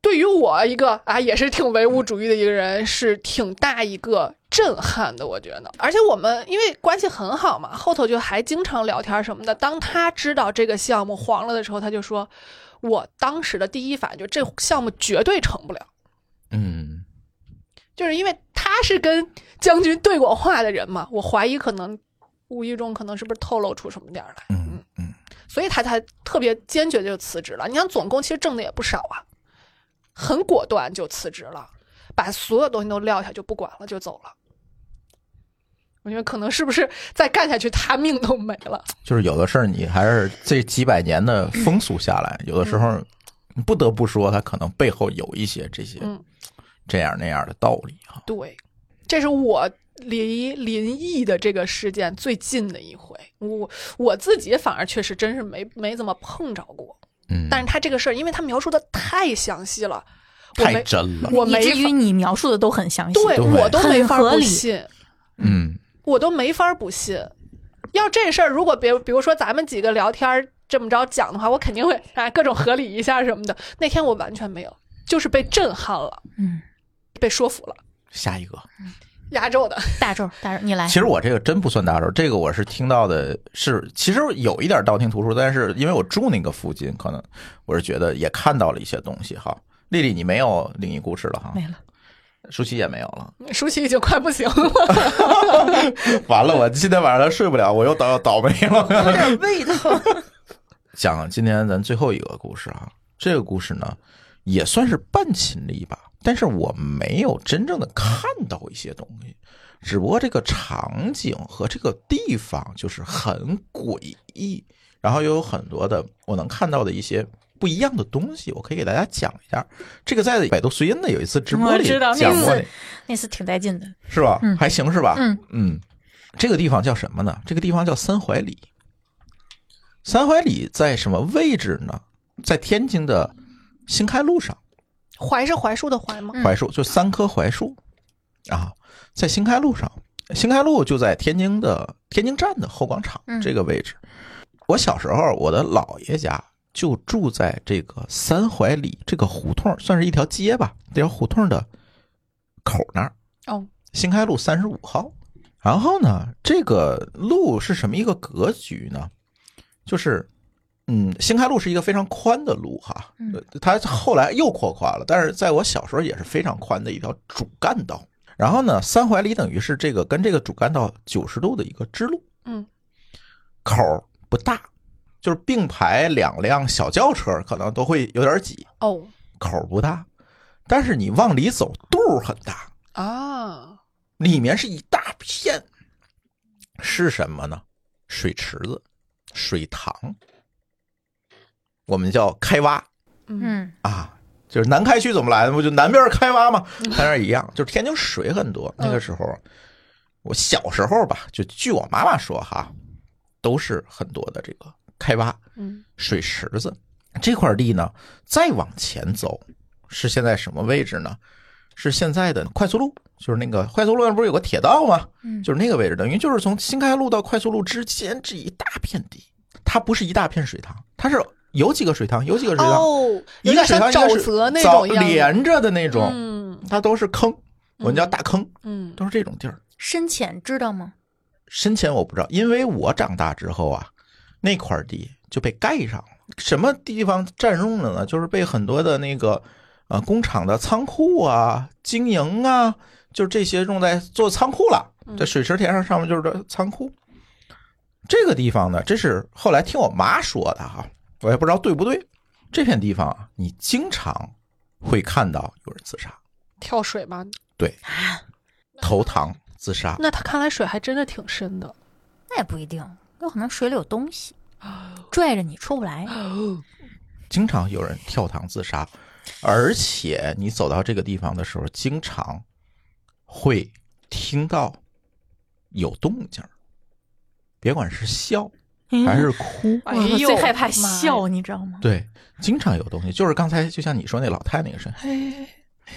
[SPEAKER 3] 对于我一个啊也是挺唯物主义的一个人，是挺大一个震撼的。我觉得，而且我们因为关系很好嘛，后头就还经常聊天什么的。当他知道这个项目黄了的时候，他就说：“我当时的第一反应就这项目绝对成不了，
[SPEAKER 1] 嗯
[SPEAKER 3] 就是因为他是跟将军对过话的人嘛，我怀疑可能。”无意中可能是不是透露出什么点儿来，
[SPEAKER 1] 嗯嗯，
[SPEAKER 3] 所以他才特别坚决地就辞职了。你想，总共其实挣的也不少啊，很果断就辞职了，把所有东西都撂下就不管了，就走了。我觉得可能是不是再干下去，他命都没了。
[SPEAKER 1] 就是有的事儿你还是这几百年的风俗下来，有的时
[SPEAKER 3] 嗯
[SPEAKER 1] 候你不得不说，他可能背后有一些这些
[SPEAKER 3] 嗯
[SPEAKER 1] 这样那样的道理啊哈。
[SPEAKER 3] 对，这是我离林毅的这个事件最近的一回。我我自己反而确实真是没没怎么碰着过，
[SPEAKER 1] 嗯，
[SPEAKER 3] 但是他这个事儿，因为他描述的太详细了，我
[SPEAKER 1] 太
[SPEAKER 3] 没
[SPEAKER 1] 真了，
[SPEAKER 3] 我
[SPEAKER 2] 嗯以
[SPEAKER 3] 没
[SPEAKER 2] 至于
[SPEAKER 3] 法
[SPEAKER 2] 你描述的都很详细。
[SPEAKER 3] 对
[SPEAKER 1] 对
[SPEAKER 3] 我都没法
[SPEAKER 2] 很合
[SPEAKER 3] 不
[SPEAKER 2] 理
[SPEAKER 3] 信。
[SPEAKER 1] 嗯
[SPEAKER 3] 我都没法不信。要这事儿，如果别比如说咱们几个聊天儿这么着讲的话，我肯定会哎各种合理一下什么的。那天我完全没有，就是被震撼了，
[SPEAKER 2] 嗯，
[SPEAKER 3] 被说服了，
[SPEAKER 1] 下一个。
[SPEAKER 3] 压轴的。
[SPEAKER 2] 大周，大周，你来
[SPEAKER 3] 哎
[SPEAKER 1] 其。实我这个真不算大手，这个我是听到的是，其实有一点道听途说，但是因为我住那个附近，可能我是觉得也看到了一些东西哈。丽丽，你没有灵异故事了哈？
[SPEAKER 4] 没了。
[SPEAKER 1] 舒淇也没有了，
[SPEAKER 3] 舒淇已经快不行 了，
[SPEAKER 1] 完了，我今天晚上睡不了，我又倒倒霉了。
[SPEAKER 6] 有点味道。
[SPEAKER 1] 讲今天咱最后一个故事啊，这个故事呢也算是半亲历吧，但是我没有真正的看到一些东西，只不过这个场景和这个地方就是很诡异，然后又有很多的我能看到的一些。不一样的东西，我可以给大家讲一下。这个在百度随音的有一次直播
[SPEAKER 2] 我
[SPEAKER 1] 里
[SPEAKER 2] 知道那
[SPEAKER 1] 讲过
[SPEAKER 2] 次
[SPEAKER 1] 的，
[SPEAKER 2] 那次挺带劲的。
[SPEAKER 1] 是吧？
[SPEAKER 2] 嗯
[SPEAKER 1] 还行是吧？
[SPEAKER 2] 嗯
[SPEAKER 1] 这个地方叫什么呢？这个地方叫三槐里。三槐里在什么位置呢？在天津的新开路上，
[SPEAKER 3] 槐是槐树的槐吗？
[SPEAKER 2] 嗯
[SPEAKER 1] 槐树就三棵槐树啊，在新开路上，新开路就在天津的天津站的后广场
[SPEAKER 2] 嗯
[SPEAKER 1] 这个位置。我小时候，我的姥爷家就住在这个三槐里这个胡同，算是一条街吧，这条胡同的口那儿。
[SPEAKER 3] 哦，
[SPEAKER 1] 新开路三十五号。然后呢，这个路是什么一个格局呢？就是，嗯，新开路是一个非常宽的路哈，呃它后来又扩宽了，但是在我小时候也是非常宽的一条主干道。然后呢，三槐里等于是这个跟这个主干道九十度的一个支路，
[SPEAKER 3] 嗯，
[SPEAKER 1] 口儿不大，就是并排两辆小轿车可能都会有点挤，
[SPEAKER 3] 哦
[SPEAKER 1] 口儿不大，但是你往里走肚儿很大，
[SPEAKER 3] 啊，
[SPEAKER 1] 里面是一大片，是什么呢？水池子、水塘，我们叫开挖
[SPEAKER 2] 嗯
[SPEAKER 1] 啊，就是南开区怎么来的？不就南边开挖吗？在那儿一样，就是天津水很多。那个时候，我小时候吧，就据我妈妈说哈，都是很多的这个开挖
[SPEAKER 3] 嗯
[SPEAKER 1] 水池子这块地呢。再往前走，是现在什么位置呢？是现在的快速路，就是那个快速路上不是有个铁道吗？
[SPEAKER 2] 嗯，
[SPEAKER 1] 就是那个位置，等于就是从新开路到快速路之间这一大片地，它不是一大片水塘，它是有几个水塘，有几个水塘，
[SPEAKER 3] 哦，有
[SPEAKER 1] 一个
[SPEAKER 3] 点
[SPEAKER 1] 水
[SPEAKER 3] 像
[SPEAKER 1] 塘
[SPEAKER 3] 沼
[SPEAKER 1] 一个
[SPEAKER 3] 泽
[SPEAKER 1] 水
[SPEAKER 3] 那
[SPEAKER 1] 早
[SPEAKER 3] 种一样的，
[SPEAKER 1] 连着的那种，
[SPEAKER 3] 嗯
[SPEAKER 1] 它都是坑，我们叫大坑，
[SPEAKER 3] 嗯
[SPEAKER 1] 都是这种地儿。
[SPEAKER 2] 深浅知道吗？
[SPEAKER 1] 深浅我不知道，因为我长大之后啊，那块儿地就被盖上了，什么地方占用了呢？就是被很多的那个呃工厂的仓库啊、经营啊，就是这些用在做仓库了。在水池田上上面就是这仓库。这个地方呢，这是后来听我妈说的哈、我也不知道对不对。这片地方啊，你经常会看到有人自杀、
[SPEAKER 3] 跳水吧，
[SPEAKER 1] 投塘、自杀。
[SPEAKER 3] 那他看来水还真的挺深的。
[SPEAKER 2] 那也不一定，有可能水里有东西拽着你出不来。
[SPEAKER 1] 经常有人跳塘自杀，而且你走到这个地方的时候，经常会听到有动静儿，别管是笑还是哭，
[SPEAKER 3] 哎
[SPEAKER 2] 我
[SPEAKER 3] 呦，
[SPEAKER 2] 最害怕
[SPEAKER 3] 妈呀
[SPEAKER 2] 笑，你知道吗？
[SPEAKER 1] 对，经常有东西。就是刚才就像你说那老太那个声，嘿，嘿，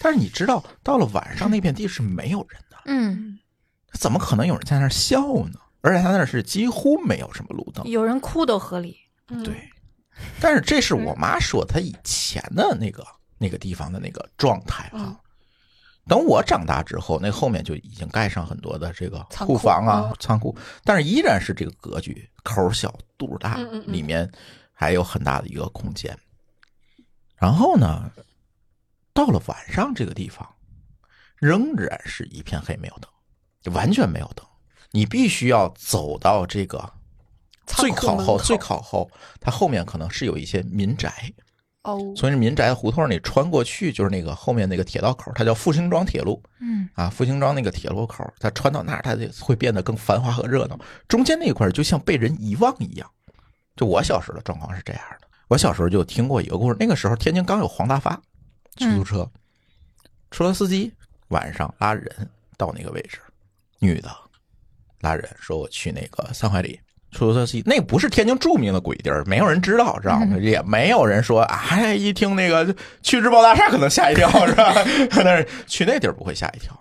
[SPEAKER 1] 但是你知道，到了晚上那片地是没有人的，
[SPEAKER 2] 嗯，
[SPEAKER 1] 怎么可能有人在那儿笑呢？而且他那儿是几乎没有什么路灯，
[SPEAKER 2] 有人哭都合理。
[SPEAKER 3] 嗯
[SPEAKER 1] 对，但是这是我妈说她以前的那个那个地方的那个状态
[SPEAKER 3] 嗯
[SPEAKER 1] 啊。等我长大之后，那后面就已经盖上很多的这个
[SPEAKER 3] 仓
[SPEAKER 1] 库
[SPEAKER 3] 库嗯
[SPEAKER 1] 房啊、仓库，但是依然是这个格局，口儿小肚儿大
[SPEAKER 3] 嗯嗯，嗯
[SPEAKER 1] 里面还有很大的一个空间。然后呢，到了晚上，这个地方仍然是一片黑，没有灯，完全没有灯。你必须要走到这个
[SPEAKER 3] 仓
[SPEAKER 1] 最
[SPEAKER 3] 库
[SPEAKER 1] 靠
[SPEAKER 3] 门
[SPEAKER 1] 后，最靠后，它后面可能是有一些民宅，
[SPEAKER 3] 哦，
[SPEAKER 1] 从这民宅的胡同里穿过去，就是那个后面那个铁道口，它叫复兴庄铁路
[SPEAKER 2] 嗯，
[SPEAKER 1] 啊，复兴庄那个铁路口，它穿到那儿，它就会变得更繁华和热闹。中间那一块儿就像被人遗忘一样，就我小时候的状况是这样的。我小时候就听过一个故事，那个时候天津刚有黄大发出租车，出租车司机晚上拉人到那个位置，女的拉人说我去那个三槐里出租车司机，那不是天津著名的鬼地儿，没有人知道，知
[SPEAKER 3] 嗯
[SPEAKER 1] 道吗？也没有人说啊，哎一听那个去日报大厦可能吓一跳是吧？ 但是去那地儿不会吓一跳。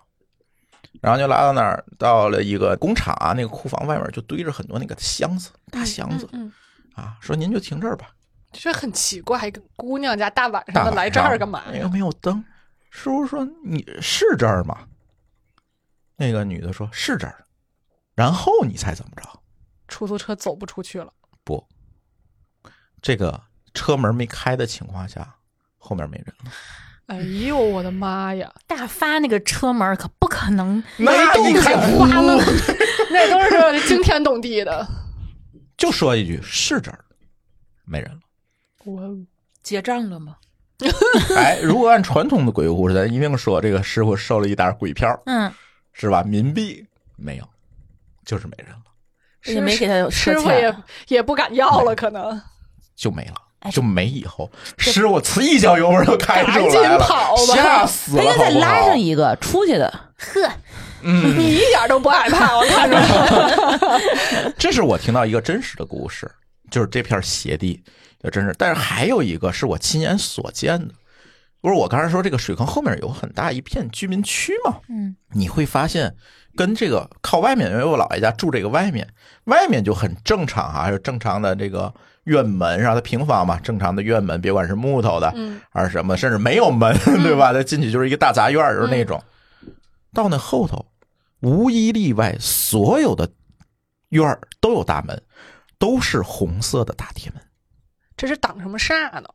[SPEAKER 1] 然后就拉到那儿，到了一个工厂啊，那个库房外面就堆着很多那个箱子，大箱子
[SPEAKER 3] 嗯，嗯
[SPEAKER 1] 啊，说您就停这儿吧，
[SPEAKER 3] 这很奇怪，一个姑娘家大晚上
[SPEAKER 1] 大
[SPEAKER 3] 的
[SPEAKER 1] 晚
[SPEAKER 3] 来这
[SPEAKER 1] 上哎
[SPEAKER 3] 儿干嘛
[SPEAKER 1] 又
[SPEAKER 3] 呀？
[SPEAKER 1] 没有灯。师傅说：“你是这儿吗？”那个女的说：“是这儿。”然后你猜怎么着？
[SPEAKER 3] 出租车走不出去了，
[SPEAKER 1] 不，这个车门没开的情况下，后面没人了。
[SPEAKER 3] 哎呦我的妈 呀！
[SPEAKER 2] 大发那个车门可不可能
[SPEAKER 1] 那你看，
[SPEAKER 2] 哗楞，
[SPEAKER 3] 那都是惊天动地的。
[SPEAKER 1] 就说一句是这儿，没人了。
[SPEAKER 3] 我
[SPEAKER 6] 结账了吗？
[SPEAKER 1] 哎，如果按传统的鬼故事，咱一定说这个师傅收了一沓鬼票，
[SPEAKER 2] 嗯，
[SPEAKER 1] 是吧？民币没有，就是没人了，
[SPEAKER 6] 也没给他有
[SPEAKER 3] 师
[SPEAKER 6] 撤
[SPEAKER 3] 傅
[SPEAKER 6] 钱
[SPEAKER 3] 也，也不敢要了，可能
[SPEAKER 1] 就没
[SPEAKER 6] 哎
[SPEAKER 1] 了，就没以后。师傅呲一脚油门就开出来
[SPEAKER 3] 赶紧跑
[SPEAKER 1] 了，
[SPEAKER 3] 吧
[SPEAKER 1] 吓
[SPEAKER 6] 他
[SPEAKER 1] 死了，
[SPEAKER 6] 应该
[SPEAKER 1] 好
[SPEAKER 6] 再
[SPEAKER 1] 不
[SPEAKER 6] 拉
[SPEAKER 1] 好
[SPEAKER 6] 上？一个出去的。
[SPEAKER 2] 呵，
[SPEAKER 1] 嗯，
[SPEAKER 3] 你一点都不害怕，我看 着。
[SPEAKER 1] 这是我听到一个真实的故事，就是这片邪地，也真是。但是还有一个是我亲眼所见的，不是我刚才说这个水坑后面有很大一片居民区嘛，
[SPEAKER 2] 嗯，
[SPEAKER 1] 你会发现跟这个靠外面，因为我姥爷家住这个外面，外面就很正常啊，有正常的这个院门，然后它平房嘛，正常的院门，别管是木头的，
[SPEAKER 3] 嗯，
[SPEAKER 1] 还是什么，甚至没有门， 对吧？它进去就是一个大杂院儿，就是那种。到那后头，无一例外，所有的院儿都有大门，都是红色的大铁门，
[SPEAKER 3] 这是挡什么煞呢？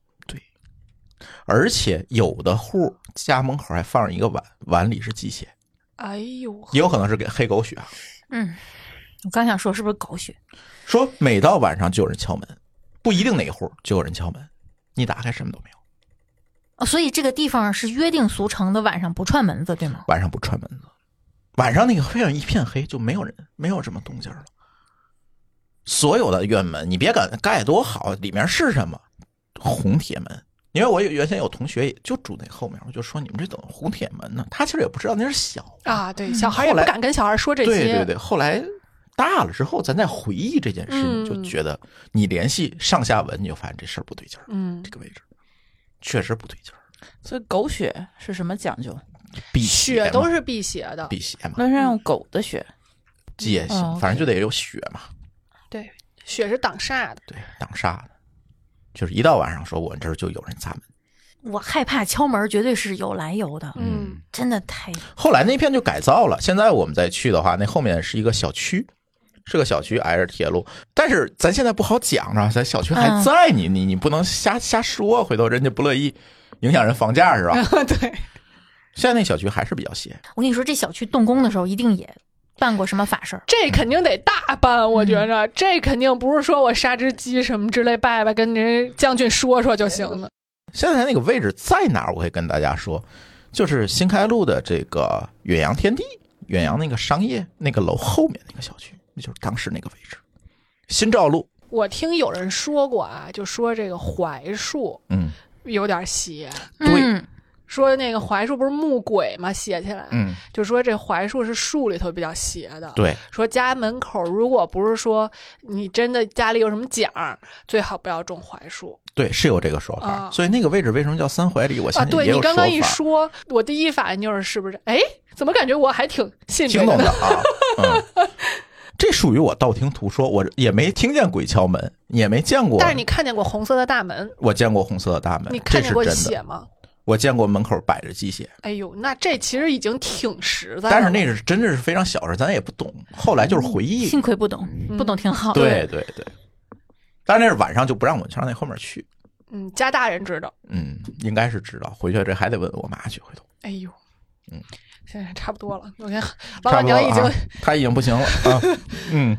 [SPEAKER 1] 而且有的户家门口还放着一个碗，碗里是鸡血，
[SPEAKER 3] 哎呦，
[SPEAKER 1] 也有可能是给黑狗血啊。
[SPEAKER 2] 嗯，我刚想说是不是狗血？
[SPEAKER 1] 说每到晚上就有人敲门，不一定哪户就有人敲门，你打开什么都没有，
[SPEAKER 2] 哦，所以这个地方是约定俗成的，晚上不串门子，对吗？
[SPEAKER 1] 晚上不串门子，晚上那个黑暗一片黑，就没有人，没有什么动静了。所有的院门，你别管盖多好，里面是什么，红铁门。因为我有原先有同学也就住那后面，我就说你们这怎么红铁门呢？他其实也不知道那是小
[SPEAKER 3] 啊，对，小孩也
[SPEAKER 1] 后
[SPEAKER 3] 不
[SPEAKER 1] 来
[SPEAKER 3] 敢跟小孩说这些。
[SPEAKER 1] 对对对，后来大了之后，咱再回忆这件事，
[SPEAKER 3] 嗯
[SPEAKER 1] 你就觉得你联系上下文，你就发现这事儿不对劲儿。
[SPEAKER 3] 嗯
[SPEAKER 1] 这，个位置确实不对劲儿，
[SPEAKER 6] 所以狗血是什么讲究？
[SPEAKER 1] 辟邪
[SPEAKER 3] 血
[SPEAKER 1] 嘛
[SPEAKER 3] 都是嗯辟邪的。
[SPEAKER 1] 辟邪嘛，
[SPEAKER 6] 那是用狗的血，
[SPEAKER 1] 也行，
[SPEAKER 6] 哦
[SPEAKER 1] 反正就得有血嘛，
[SPEAKER 3] 对，血是挡煞的。
[SPEAKER 1] 对，挡煞的。就是一到晚上，说我这儿就有人砸门。
[SPEAKER 2] 我害怕敲门，绝对是有来由的，
[SPEAKER 3] 嗯，
[SPEAKER 2] 真的太……
[SPEAKER 1] 后来那片就改造了，现在我们再去的话，那后面是一个小区，是个小区挨着铁路，但是咱现在不好讲啊，咱小区还
[SPEAKER 2] 嗯
[SPEAKER 1] 在，你你你不能瞎瞎说，回头人家不乐意，影响人房价是吧？
[SPEAKER 3] 嗯 对，
[SPEAKER 1] 现在那小区还是比较邪，
[SPEAKER 2] 我跟你说，这小区动工的时候一定也办过什么法事儿。
[SPEAKER 3] 这肯定得大办，我
[SPEAKER 1] 嗯
[SPEAKER 3] 觉着这肯定不是说我杀只鸡什么之类拜拜，跟人将军说说就行了。
[SPEAKER 1] 现在那个位置在哪儿？我会跟大家说，就是新开路的这个远洋天地，远洋那个商业那个楼后面那个小区，那就是当时那个位置。新照路，
[SPEAKER 3] 我听有人说过啊，就说这个槐树
[SPEAKER 1] 嗯
[SPEAKER 3] 有点邪，
[SPEAKER 1] 对
[SPEAKER 2] 嗯，
[SPEAKER 3] 说那个槐树不是木鬼嘛，写起来，
[SPEAKER 1] 嗯，
[SPEAKER 3] 就说这槐树是树里头比较邪的。
[SPEAKER 1] 对，
[SPEAKER 3] 说家门口如果不是说你真的家里有什么奖儿，最好不要种槐树
[SPEAKER 1] 对，是有这个说法。
[SPEAKER 3] 啊
[SPEAKER 1] 所以那个位置为什么叫三槐里？我
[SPEAKER 3] 啊！
[SPEAKER 1] 相信
[SPEAKER 3] 对
[SPEAKER 1] 也
[SPEAKER 3] 你
[SPEAKER 1] 有说
[SPEAKER 3] 刚
[SPEAKER 1] 法。
[SPEAKER 3] 刚一说，我第一反应就是是不是？哎，怎么感觉我还挺信这
[SPEAKER 1] 听
[SPEAKER 3] 个
[SPEAKER 1] 懂
[SPEAKER 3] 的
[SPEAKER 1] 的？啊，嗯，这属于我道听途说，我也没听见鬼敲门，也没见过。
[SPEAKER 3] 但是你看见过红色的大门，
[SPEAKER 1] 我见过红色的大门
[SPEAKER 3] 你，看
[SPEAKER 1] 这
[SPEAKER 3] 见
[SPEAKER 1] 是
[SPEAKER 3] 过
[SPEAKER 1] 真
[SPEAKER 3] 血
[SPEAKER 1] 的。
[SPEAKER 3] 吗？
[SPEAKER 1] 我见过门口摆着鸡血，
[SPEAKER 3] 哎呦，那这其实已经挺实在了。
[SPEAKER 1] 但是那是真的是非常小事，咱也不懂。后来就是回忆，
[SPEAKER 3] 嗯
[SPEAKER 2] 幸亏不懂，嗯不懂挺好的。
[SPEAKER 1] 对对对，但是那是晚上就不让我们上那后面去。
[SPEAKER 3] 嗯，家大人知道。
[SPEAKER 1] 嗯，应该是知道，回去这还得问我妈去。回头
[SPEAKER 3] 哎呦，
[SPEAKER 1] 嗯，
[SPEAKER 3] 现在差不多了。 我看老
[SPEAKER 1] 差不多
[SPEAKER 3] 板娘已经
[SPEAKER 1] 啊，她已经不行了啊。 嗯，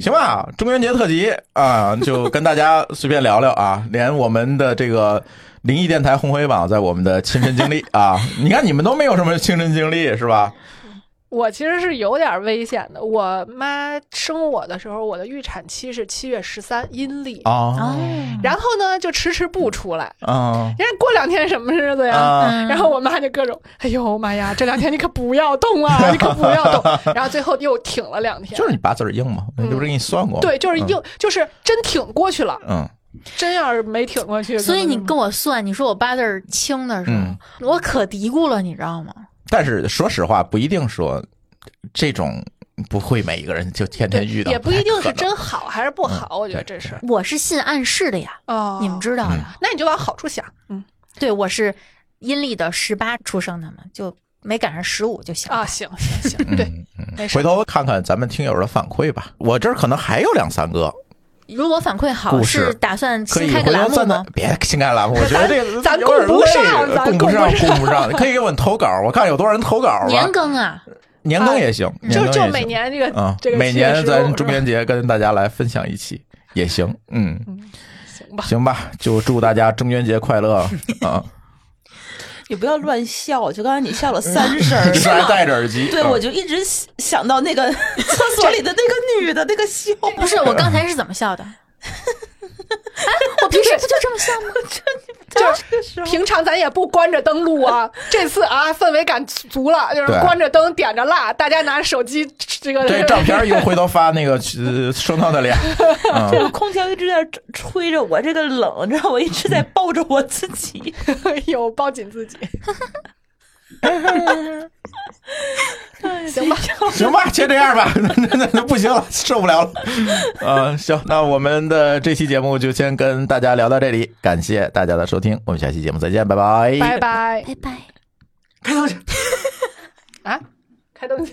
[SPEAKER 1] 行吧，中元节特辑啊，就跟大家随便聊聊啊， 连我们的这个灵异电台红黑榜在我们的亲身经历啊， 你看你们都没有什么亲身经历是吧？
[SPEAKER 3] 我其实是有点危险的。我妈生我的时候，我的预产期是七月十三阴历，
[SPEAKER 2] 哦
[SPEAKER 1] 啊
[SPEAKER 3] 哦然后呢就迟迟不出来。
[SPEAKER 1] 啊
[SPEAKER 3] 人家过两天什么日子呀？
[SPEAKER 1] 啊！
[SPEAKER 2] 嗯
[SPEAKER 3] 然后我妈就各种，哎呦妈呀，这两天你可不要动啊，你可不要 动。然后最后又挺了两天
[SPEAKER 1] 就，是你八字儿硬嘛，那不是给你算过吗？
[SPEAKER 3] 嗯对，就是硬，就是真挺过去了。
[SPEAKER 1] 嗯。
[SPEAKER 3] 真要是没挺过去，
[SPEAKER 2] 所以
[SPEAKER 3] 可能
[SPEAKER 2] 你
[SPEAKER 3] 就嗯
[SPEAKER 2] 跟我算，你说我八字儿轻的时候，
[SPEAKER 1] 嗯
[SPEAKER 2] 我可嘀咕了，你知道吗？
[SPEAKER 1] 但是说实话，不一定说这种不会每一个人就天天遇到，
[SPEAKER 3] 也不一定是
[SPEAKER 1] 太可嗯
[SPEAKER 3] 真好还是不好，我觉得
[SPEAKER 1] 对
[SPEAKER 3] 这是
[SPEAKER 2] 我是信暗示的呀，
[SPEAKER 3] 哦，
[SPEAKER 2] 你们知道的。
[SPEAKER 1] 嗯
[SPEAKER 3] 那你就往好处想，嗯
[SPEAKER 2] 对，我是阴历的十八出生的嘛，就没赶上十五就行了。
[SPEAKER 3] 啊，行行行，
[SPEAKER 1] 能。
[SPEAKER 3] 对，
[SPEAKER 1] 嗯，嗯
[SPEAKER 3] 没事
[SPEAKER 1] 回头看看咱们听友的反馈吧。我这儿可能还有两三个，
[SPEAKER 2] 如果反馈好，
[SPEAKER 1] 故事
[SPEAKER 2] 是打算
[SPEAKER 1] 可
[SPEAKER 2] 新
[SPEAKER 1] 以
[SPEAKER 2] 开
[SPEAKER 1] 回
[SPEAKER 2] 个栏
[SPEAKER 1] 头
[SPEAKER 2] 目
[SPEAKER 1] 赞
[SPEAKER 2] 吗
[SPEAKER 1] 赞？，别新开栏目，我觉得这个
[SPEAKER 3] 咱
[SPEAKER 1] 有点
[SPEAKER 3] 供不
[SPEAKER 1] 累
[SPEAKER 3] 上咱
[SPEAKER 1] 供
[SPEAKER 3] 供
[SPEAKER 1] 不
[SPEAKER 3] 不
[SPEAKER 1] 上，
[SPEAKER 3] 上
[SPEAKER 1] 供不上。你可以给我们投稿，我看有多少人投稿
[SPEAKER 2] 年
[SPEAKER 1] 了，
[SPEAKER 2] 更啊，
[SPEAKER 1] 年更也行，年
[SPEAKER 3] 就
[SPEAKER 1] 更
[SPEAKER 3] 就
[SPEAKER 1] 也
[SPEAKER 3] 每
[SPEAKER 1] 行
[SPEAKER 3] 年这个、
[SPEAKER 1] 啊
[SPEAKER 3] 这，个
[SPEAKER 1] 每
[SPEAKER 3] 七月
[SPEAKER 1] 年
[SPEAKER 3] 十
[SPEAKER 1] 咱
[SPEAKER 3] 五
[SPEAKER 1] 中
[SPEAKER 3] 是吧
[SPEAKER 1] 元节跟大家来分享一期也行，嗯，
[SPEAKER 3] 行吧，
[SPEAKER 1] 行吧，就祝大家中元节快乐 啊！
[SPEAKER 6] 也不要乱笑，就刚才你笑了三声儿，
[SPEAKER 1] 就 是
[SPEAKER 6] 是
[SPEAKER 1] 还
[SPEAKER 6] 吗？
[SPEAKER 1] 戴着耳机，
[SPEAKER 6] 对，
[SPEAKER 1] 嗯
[SPEAKER 6] 我就一直想想到 那个厕所里的那个女的那个 笑，
[SPEAKER 2] 不是，我刚才是怎么笑的？啊，我平时不就这么笑吗？
[SPEAKER 3] 就是平常咱也不关着灯录啊，这次啊氛围感足了，就是
[SPEAKER 1] 对
[SPEAKER 3] 关着灯点着蜡，大家拿手机这个
[SPEAKER 1] 这照片儿一会儿回头发那个呃收到的脸，嗯
[SPEAKER 6] 这个空调一直在吹着我，这个冷，让我一直在抱着我自己。
[SPEAKER 3] 有抱紧 自 己。行吧，
[SPEAKER 1] 行吧，先这样吧，那那那不行了，受不了了。呃，行，那我们的这期节目就先跟大家聊到这里，感谢大家的收听，我们下期节目再见，拜拜，
[SPEAKER 3] 拜拜
[SPEAKER 2] 拜拜。
[SPEAKER 3] 啊，开灯去。